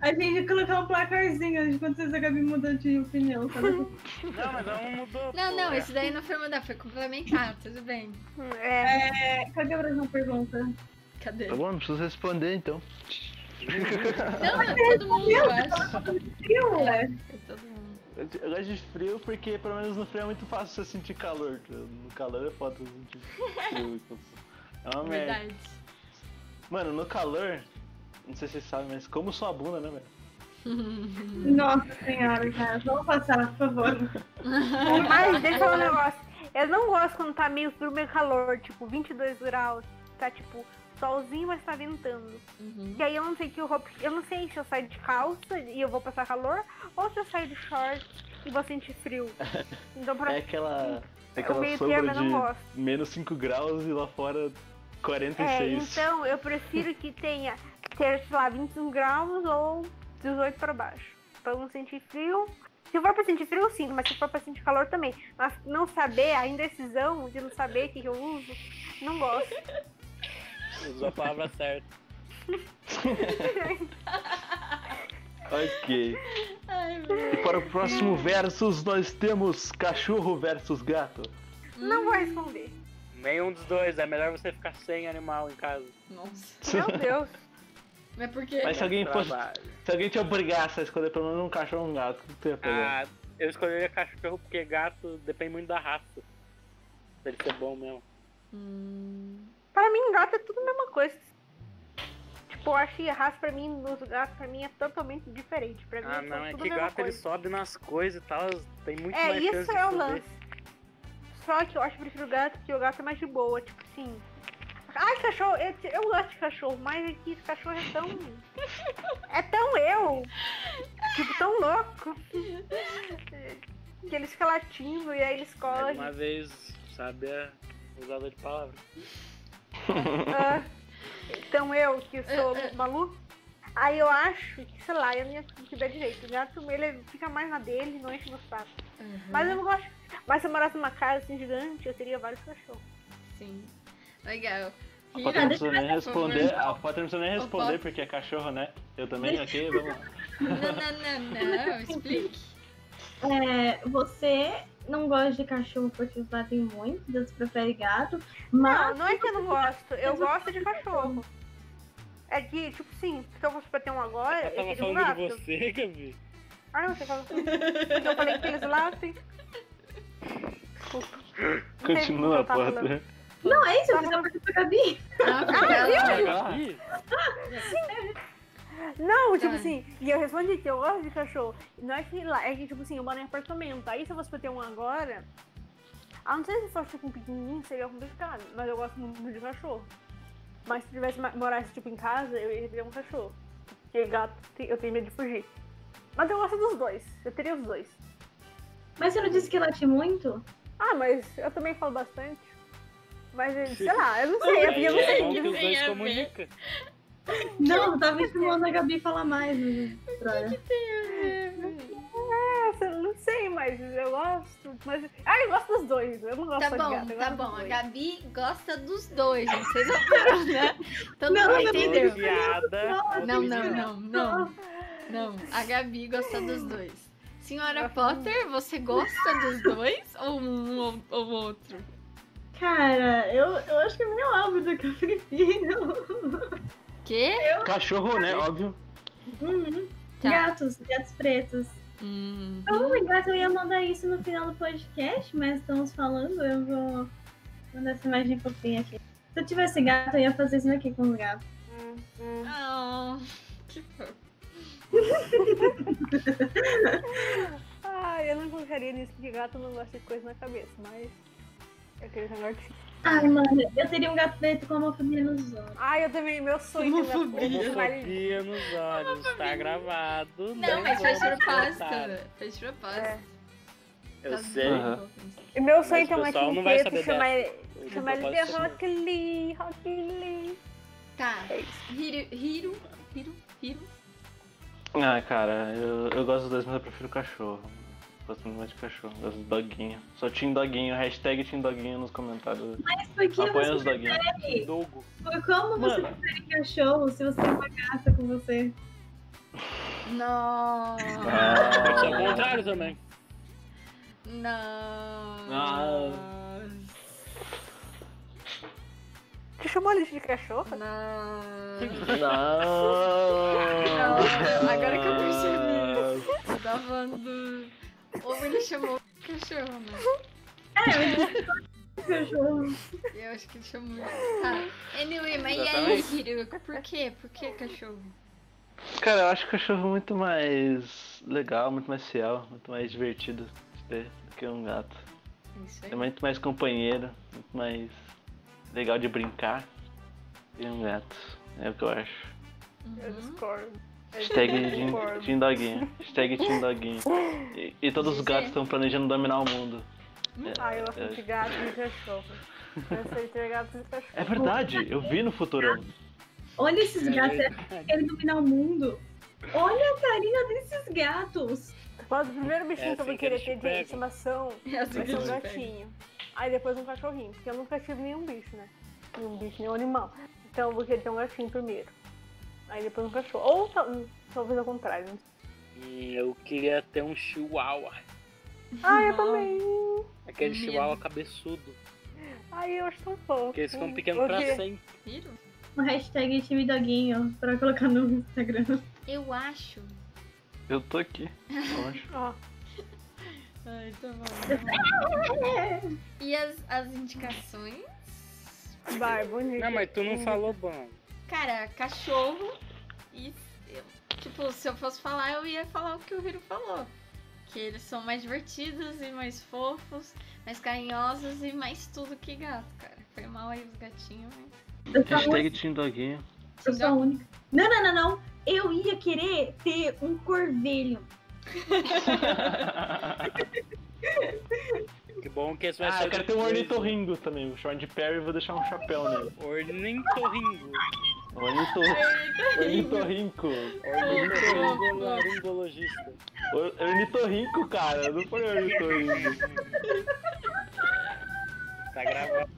S5: A gente colocar um placarzinho de quando vocês acabam mudando de opinião, tá sabe?
S4: Não, mas ela não mudou.
S7: Não,
S4: pô,
S7: não,
S4: é.
S7: isso daí não foi mudar, foi complementar, tudo bem.
S6: É,
S5: É, cadê a próxima pergunta?
S7: Cadê?
S9: Tá bom, não precisa responder então.
S7: Não, é todo mundo, eu acho.
S5: Frio, ué.
S7: É todo mundo.
S3: Eu eu gosto de frio porque pelo menos no frio é muito fácil você sentir calor. tá? No calor é foda você sentir frio. então, É uma merda.
S7: Verdade.
S3: Mano, no calor, não sei se vocês sabem, mas como sua bunda, né, velho?
S5: Nossa senhora, cara. Vamos passar, por favor.
S3: É.
S6: mas deixa eu falar um negócio. Eu não gosto quando tá meio frio, meio calor, tipo 22 graus, tá tipo solzinho, mas tá ventando.
S7: Uhum.
S6: E aí eu não sei que roupa, eu não sei se eu saio de calça e eu vou passar calor, ou se eu saio de short e vou sentir frio. Então pra
S3: É aquela. É
S6: o
S3: aquela
S6: meio termo
S3: sombra
S6: eu não
S3: de
S6: gosto.
S3: menos 5 graus e lá fora
S6: É,
S3: 46.
S6: então eu prefiro que tenha, ter, sei lá, 21 graus ou 18 pra baixo. Pra eu não sentir frio. Se for pra sentir frio, eu sinto, mas se for pra sentir calor também. Mas não saber, a indecisão de não saber o que, que eu uso, não gosto.
S4: Usou a palavra certa.
S3: Ok.
S7: Ai, meu.
S3: Para o próximo versus, nós temos cachorro versus gato.
S6: Não vou responder.
S4: Nenhum dos dois, é melhor você ficar sem animal em casa.
S7: Nossa.
S6: Meu Deus.
S7: Mas por quê?
S3: Mas se alguém fosse.
S4: Trabalho.
S3: Se alguém te obrigasse a escolher pelo menos um cachorro ou um gato, o que tu ia pegar?
S4: Ah, eu escolheria cachorro porque gato depende muito da raça. Se ele ser bom mesmo.
S7: Hum,
S6: Pra mim, gato é tudo a mesma coisa. Tipo, eu acho que raça pra mim, os gatos pra mim é totalmente diferente. Pra mim,
S4: Ah,
S6: são
S4: não, é
S6: tudo
S4: que
S6: a mesma
S4: gato ele
S6: coisa.
S4: sobe nas coisas e tal, tem muito
S6: É,
S4: mais chance
S6: isso
S4: de
S6: é o
S4: foder.
S6: lance. Só que eu acho que prefiro gato, porque o gato é mais de boa, tipo assim. Ai, cachorro, eu, eu gosto de cachorro, mas é que esse cachorro é tão. é tão eu! Tipo, tão louco. Que eles ficam latindo e aí eles
S4: Mais
S6: correm.
S4: uma vez, sabe, é usada de palavra.
S6: Ah, então eu, que sou maluco. Aí eu acho que, sei lá, eu não ia que dá direito. O gato, ele fica mais na dele, não enche meus papos.
S7: uhum,
S6: Mas eu não gosto. Mas se eu morasse numa casa assim gigante, eu teria vários cachorros.
S7: Sim. Legal.
S5: Ah,
S3: A Potter não
S7: Rira.
S3: precisa nem responder, a Potter não precisa nem
S7: Eu
S3: responder
S7: posso.
S3: porque é cachorro, né? Eu também, ok? Vamos lá.
S7: Não, não, não, não. Explique.
S5: É, você não gosta de cachorro porque eles batem muito, você prefere gato, mas
S6: Não, não é que eu não gosto. Eu
S5: Mas você
S6: gosto de cachorro. É que, tipo assim, se eu fosse pra ter um agora,
S4: Eu
S6: eu
S4: tava
S6: queria um
S4: falando de
S6: gato.
S4: você, Gabi.
S6: Ah, não, você falou assim. Porque eu falei que eles latem. Desculpa. Não sei do que
S3: Continua,
S6: eu tava falando.
S3: Potter.
S5: não é isso, eu fiz uma pergunta pra Gabi.
S7: Ah, ela...
S3: Ah,
S4: Gabi?
S6: Não, tipo
S7: Tá.
S6: assim, e eu respondi que eu gosto de cachorro. Não é que lá, é que, tipo assim, eu moro em apartamento. Aí se eu fosse pra ter um agora. Ah, não sei se fosse tipo um pequenininho, seria complicado. Mas eu gosto muito de cachorro. Mas se tivesse ma- morasse tipo em casa, eu ia ter um cachorro. Porque gato, te- eu tenho medo de fugir. Mas eu gosto dos dois. Eu teria os dois.
S5: Mas você não disse que late muito?
S6: Ah, mas eu também falo bastante. Mas, eh, sei lá, eu não sei. Eu,
S4: Aí
S6: eu não
S4: é
S6: sei.
S4: bom que os
S7: Tem a
S4: dois
S7: ver.
S4: comunicam.
S5: Não, eu tava estimulando a Gabi falar mais. né? mas-
S6: Nossa, é eu não sei, mas eu gosto. Mas... Ah, eu gosto dos dois. Eu não gosto só
S7: Tá
S6: de gato.
S7: bom,
S6: eu
S7: tá
S6: gosto
S7: bom.
S6: dos
S7: A
S6: dois.
S7: Gabi gosta dos dois, gente. vocês ouviram, né? Todo
S5: Não,
S7: mundo
S5: eu não
S7: entendeu.
S4: Piada.
S7: Não, não, não, não. Não, a Gabi gosta dos dois. Senhora Potter, você gosta dos dois ou um ou, ou outro?
S5: Cara, eu, eu acho que é meio óbvio que eu prefiro.
S7: Quê?
S3: Cachorro, né? Óbvio.
S5: Uhum.
S7: Tá.
S5: Gatos, gatos pretos.
S7: Hum,
S5: Oh, engraçado, eu ia mandar isso no final do podcast, mas estamos falando, eu vou mandar essa imagem fofinha aqui. Se eu tivesse gato, eu ia fazer isso aqui com os gatos.
S7: ah, que fofo.
S6: Ah, eu não colocaria nisso porque gato não gosta de coisa na cabeça, mas. Eu queria ter um gato que sim.
S5: Ai, mano, eu teria um gato preto com homofobia nos olhos.
S6: Ah, eu também, meu sonho também.
S4: Homofobia nos olhos, tá gravado.
S7: Não, mas fez
S4: vamos cortar.
S7: propósito. Fez propósito.
S4: Eu
S7: Tá
S4: sei.
S7: bom.
S3: Aham.
S6: Meu sonho
S4: Mas
S6: tem um
S4: o pessoal
S6: gatinho
S4: não vai
S6: preto
S4: saber
S6: chamar
S4: dessa.
S6: ele.
S4: Eu
S6: Chamar ele de
S4: propósito, não.
S6: Rock Lee, Rock Lee.
S7: Tá. Hiro, Hiro, Hiro, Hiro.
S3: Ah, cara, eu, eu gosto dos dois, mas eu prefiro cachorro. Gosto muito mais de cachorro, gosto de doguinho. Só Team Doguinho, hashtag Team Doguinho nos comentários.
S5: Mas por que
S3: Apoia os
S5: você
S3: doguinhos.
S5: prefere?
S4: Dogo.
S5: Por como você
S3: Mano.
S5: prefere cachorro se você tem uma gata com você?
S7: Não.
S3: Ah,
S4: é
S9: Pode ser o contrário também.
S7: Não.
S6: Você chamou a Alice de cachorro?
S7: Não.
S3: Não.
S7: Não, agora que eu percebi. Eu tava falando. Ou ele chamou o cachorro, né?
S5: Cachorro.
S7: Eu acho que ele chamou. Tá. Anyway, mas e aí,
S3: Exatamente.
S7: Hiruka? Por quê? Por que cachorro?
S3: Cara, eu acho o cachorro muito mais legal, muito mais fiel, muito mais divertido de ter do que um gato.
S7: É Isso aí.
S3: É muito mais companheiro, muito mais legal de brincar que um gato. É o que eu acho.
S6: Eu
S7: Uhum.
S6: discordo.
S3: Hashtag Team- Team Doguinho. Hashtag Team Doguinho. E, e todos os gatos estão planejando dominar o mundo. É,
S6: Ah, eu gosto de gato e cachorro. Eu sei ter gato e cachorro.
S3: É verdade, eu vi no Futurama.
S5: Olha esses gatos, eles querem dominar o mundo. Olha a carinha desses gatos.
S6: Mas o primeiro bichinho
S9: É,
S6: que eu
S9: assim
S6: vou
S9: que
S6: querer
S9: eles te
S6: ter de
S9: pegam.
S6: estimação
S7: É assim
S6: vai
S7: que
S6: ser um
S7: eles te pegam.
S6: gatinho. Aí depois um cachorrinho, porque eu nunca tive nenhum bicho, né? Nenhum bicho, nenhum animal. Então eu vou querer ter um gatinho primeiro. Aí depois um cachorro. Ou tal- talvez ao contrário. não sei.
S9: Hum, eu queria ter um chihuahua.
S6: Ah, eu
S7: Não.
S6: também.
S9: Aquele
S7: Medo.
S9: chihuahua cabeçudo.
S6: Ai, eu acho tão fofo.
S9: Porque eles ficam pequenos pra
S6: Porque-
S9: sempre.
S7: Hiru?
S5: O hashtag time doguinho pra colocar no Instagram.
S7: Eu acho.
S3: Eu tô aqui. longe.
S6: Ó,
S7: Ai, tá bom. E as, as indicações?
S6: vai, bonito.
S9: Não, mas tu não falou bom.
S7: Cara, cachorro e. eu- tipo, se eu fosse falar, eu ia falar o que o Hiro falou. Que eles são mais divertidos e mais fofos, mais carinhosos e mais tudo que gato, cara. Foi mal aí os gatinhos, mas.
S5: Eu sou a única-
S3: Hashtag Team Doguinho.
S5: eu sou a única. Não, não, não, não. Eu ia querer ter um corvelho.
S9: Que bom que esse vai
S3: Ah,
S9: ser.
S3: eu quero ter um
S9: depois.
S3: ornitorringo também. Vou chamar de Perry e vou deixar um chapéu nele.
S9: Ornitorringo.
S3: Ornitor... Ornitorrinco.
S9: Ornitorringo laringologista.
S3: Or- Ornitorrinco, cara. Não foi ornitorrinco.
S9: Tá gravado.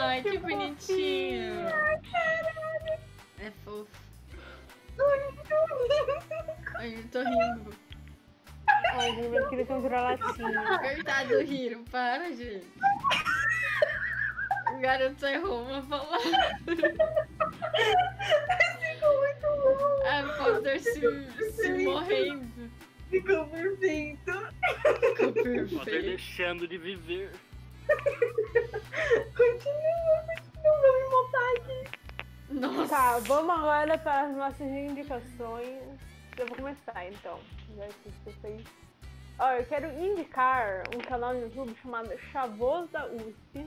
S7: Ai, que bonitinho. É fofo. Ai, eu tô rindo.
S6: Ai, gente, eu queria ter um vira-latinho.
S7: Coitado do Hiro, para, gente. O garoto errou uma palavra.
S5: Ficou muito bom.
S7: A Powder Ah, se, se morrendo.
S5: Ficou perfeito.
S7: Ficou
S9: Só ter
S7: perfeito.
S9: deixando de viver.
S5: Continua, continua. Vou me montar aqui.
S7: Nossa.
S6: Tá, vamos agora para as nossas indicações. Eu vou começar então. Já que você fez. Ó, eu quero indicar um canal no YouTube chamado Chavoso da USP.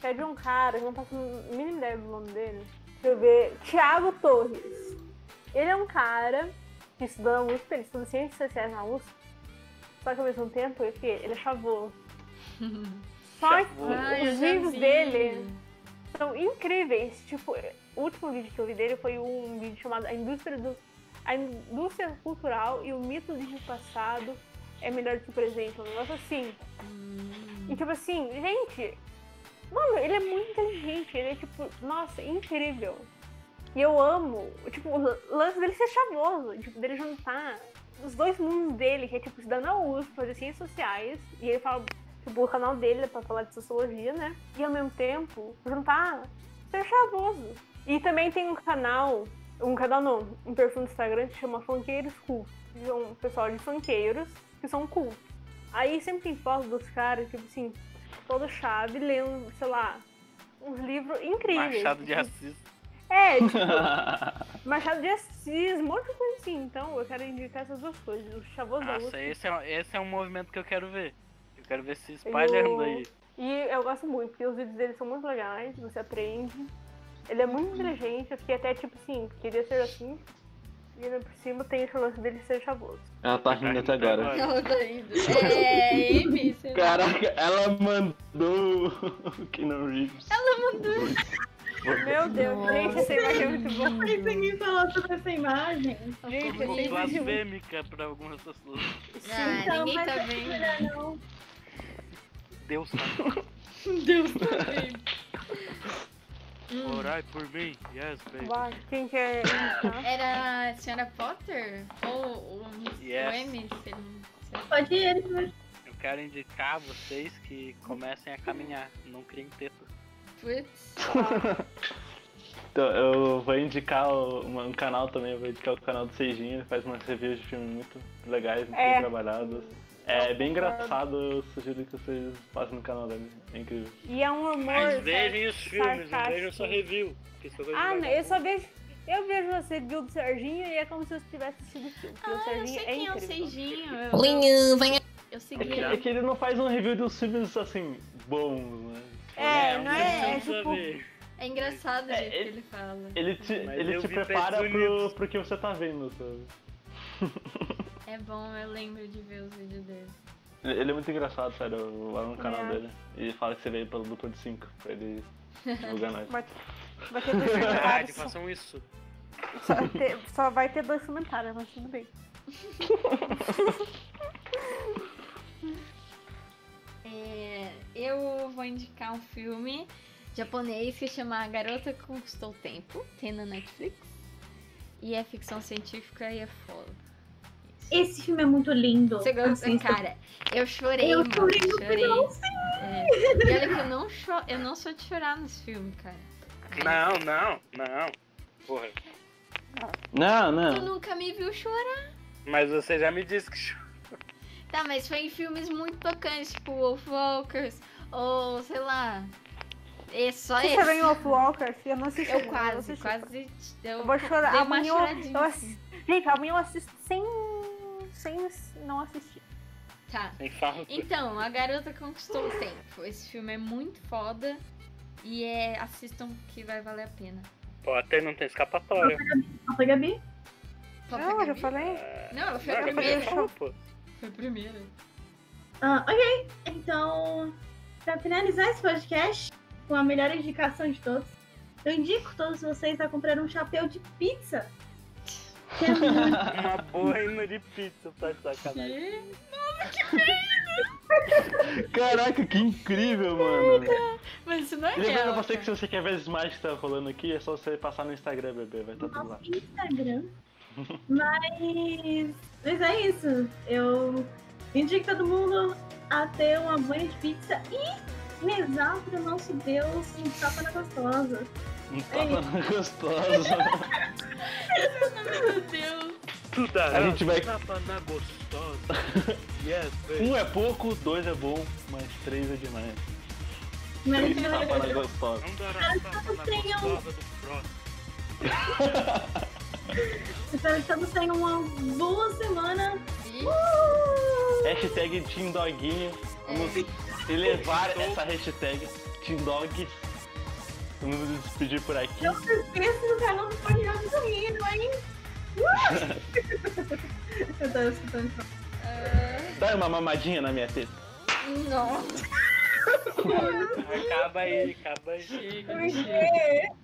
S6: Que é de um cara, eu não faço a mínima ideia do nome dele. Deixa eu ver. Thiago Torres. Ele é um cara que estudou na USP, ele estuda ciências sociais na USP. Só que ao mesmo tempo, ele ele é chavoso. Só que
S7: Ai, eu
S6: os
S7: já
S6: livros
S7: vi.
S6: dele são incríveis. Tipo, o último vídeo que eu vi dele foi um vídeo chamado A Indústria, do... a Indústria Cultural e o Mito de que o Passado é Melhor que o Presente. Um negócio assim.
S7: Hum.
S6: E tipo assim, gente, mano, ele é muito inteligente. Ele é tipo, nossa, incrível. E eu amo, tipo, o lan- lance dele ser chavoso, tipo, dele juntar os dois mundos dele, que é tipo, estudar na USP, fazer ciências sociais, e ele fala tipo, o canal dele é pra falar de sociologia, né? E ao mesmo tempo, juntar ser chavoso. E também tem um canal, um canal não, um perfil no Instagram que chama Funkeiros Cool. que São um pessoal de funkeiros que são cool. Aí sempre tem fotos dos caras, tipo assim, todo chave, lendo, sei lá, uns livros incríveis.
S4: Machado de Assis.
S6: É, tipo, Machado de Assis, um monte de coisa assim. Então eu quero indicar essas duas coisas. O Chavoso
S9: Ah,
S6: da
S4: Nossa,
S6: USP.
S4: esse é, esse é um movimento que eu quero ver. Eu quero ver se espalhando aí.
S6: E eu gosto muito, porque os vídeos dele são muito legais, você aprende. Ele é muito inteligente, eu fiquei até tipo assim, queria ser assim. E ainda por cima tem esse lance dele ser chavoso.
S3: Ela tá rindo até agora.
S7: Ela tá rindo. É, Amy, sei lá.
S3: Caraca, ela mandou o Keanu Reeves.
S7: Ela mandou.
S6: Meu Deus,
S7: Nossa.
S6: gente, essa imagem é muito boa.
S5: Ai, ninguém falou sobre essa imagem.
S6: Gente, esse
S7: Ficou
S6: é
S7: bom.
S6: vídeo-
S4: Blasfêmica pra algumas pessoas.
S7: Ah,
S5: Então,
S7: ninguém
S5: mas
S7: tá
S5: eu
S7: vendo.
S5: não, não.
S4: Deus
S6: tá
S7: Deus tá vendo.
S6: Hum.
S4: Orai por mim. Yes, baby.
S6: Vai, quem quer indicar?
S7: Era a senhora Potter? Ou o Miss
S4: Yes.
S7: o M? se ele- se ele-
S5: Pode ir, mas
S4: Eu quero indicar a vocês que comecem a caminhar. Não criem teto.
S7: Putz.
S3: Então, eu vou indicar o- uma- um canal também, eu vou indicar o canal do Seijinho, ele faz umas reviews de filmes muito legais, muito
S6: É.
S3: bem trabalhadas. É bem engraçado, eu sugiro que vocês passem no canal dele, é incrível.
S6: E é um humor.
S9: Mas
S6: sabe?
S9: vejam os filmes, não
S6: sarcástico.
S9: vejam só review. que isso é coisa
S6: Ah,
S9: de
S6: não, eu
S9: vagabundo.
S6: só vejo. Eu vejo você, Bill do Serginho, e é como se eu tivesse assistido o filme. porque o
S7: Ah, eu
S6: Serginho
S7: sei
S6: é
S7: quem é o
S6: incrível.
S7: Seijinho. Eu,
S10: Linha, vai
S7: eu
S3: É que,
S7: segui
S3: é
S7: ele.
S3: que ele não faz um review dos filmes assim, bons, né?
S6: É, não
S9: Não
S6: é? É
S9: precisa
S6: tipo.
S9: ver.
S7: É engraçado o
S3: É,
S7: jeito que
S3: ele-
S7: ele fala.
S3: Ele te,
S9: Mas
S3: ele
S9: eu
S3: te
S9: vi Estados
S3: prepara pro,
S9: Unidos.
S3: pro que você tá vendo, sabe?
S7: É bom, eu lembro de ver os vídeos dele.
S3: Ele ele é muito engraçado, sério, eu lá no canal
S6: É.
S3: dele. E fala que você veio pelo duplo de 5, pra ele divulgar nós.
S6: Vai, vai ter dois
S9: Verdade,
S6: comentários.
S9: façam isso.
S6: Só, só ter- só vai ter dois comentários, mas tudo bem.
S7: É, eu vou indicar um filme japonês que chama A Garota que Conquistou o Tempo. Tem na Netflix. E é ficção científica e é foda.
S5: esse filme é muito lindo.
S7: Você gosta,
S5: Assista.
S7: cara? Eu chorei,
S5: Eu
S7: mano.
S5: chorei no
S7: É. E olha que eu não, cho... eu não sou de chorar nesse filme, cara.
S9: Não, não, não. Porra.
S3: Não,
S7: Tu
S3: não.
S7: nunca me viu chorar.
S9: Mas você já me disse que chora.
S7: Tá, mas foi em filmes muito tocantes, tipo Wolf Walkers, ou sei lá. É só
S6: Você
S7: esse.
S6: sabe em Wolf Walker? Eu não assisti.
S7: Eu
S6: não
S7: quase,
S6: assisti.
S7: quase. Eu
S6: Eu vou chorar.
S7: dei uma
S6: Amanhã eu,
S7: choradinha. assim.
S6: eu assisto. Gente, amanhã eu assisto sem. sem não assistir.
S7: Tá.
S9: Sem farro.
S7: Então, A Garota Conquistou o Tempo. Esse filme é muito foda. E é. Assistam que vai valer a pena.
S9: Potter não tem escapatória.
S5: Opa, Gabi.
S7: Pode
S6: não, eu Ah, já
S7: pegar
S6: falei.
S7: a minha? Não, foi a
S9: Não, Gabi
S7: primeira.
S9: já falou, pô.
S7: Foi a primeira.
S5: Ah, ok, então, para finalizar esse podcast, com a melhor indicação de todos, eu indico todos vocês a comprar um chapéu de pizza. Que é muito-
S9: Uma boina de pizza, tá de sacanagem.
S3: Caraca, que incrível, mano.
S7: Mas isso não é
S3: Lembrando
S7: real.
S3: a você que
S7: cara.
S3: se você quer ver as imagens que tá rolando aqui, é só você passar no Instagram, bebê, vai estar tudo lá.
S5: nosso Instagram. Mas, mas é isso. Eu indico todo mundo a ter uma banha de pizza e rezar pro nosso Deus um tapa na gostosa.
S3: Um tapa na gostosa.
S7: Meu Deus.
S9: Tu dará
S3: A gente vai-
S9: tapa na gostosa. Yes, baby.
S3: Um é pouco, dois é bom, mas três é demais.
S5: Mas é
S3: Um tapa na gostosa.
S9: Não dará tapa na
S5: tenho-
S9: gostosa do próximo.
S5: espero que todos tenham uma boa semana. Uh!
S7: E-
S3: Hashtag Team Doguinho. Vamos elevar essa hashtag Team Dog. Vamos nos despedir por aqui.
S5: Inscreva-se no canal do Podcast do Rio, hein? Uh! Eu tava escutando.
S3: Dá uma mamadinha na minha teta.
S7: Nossa.
S9: Acaba aí, acaba aí.
S7: Chega.
S5: Por quê?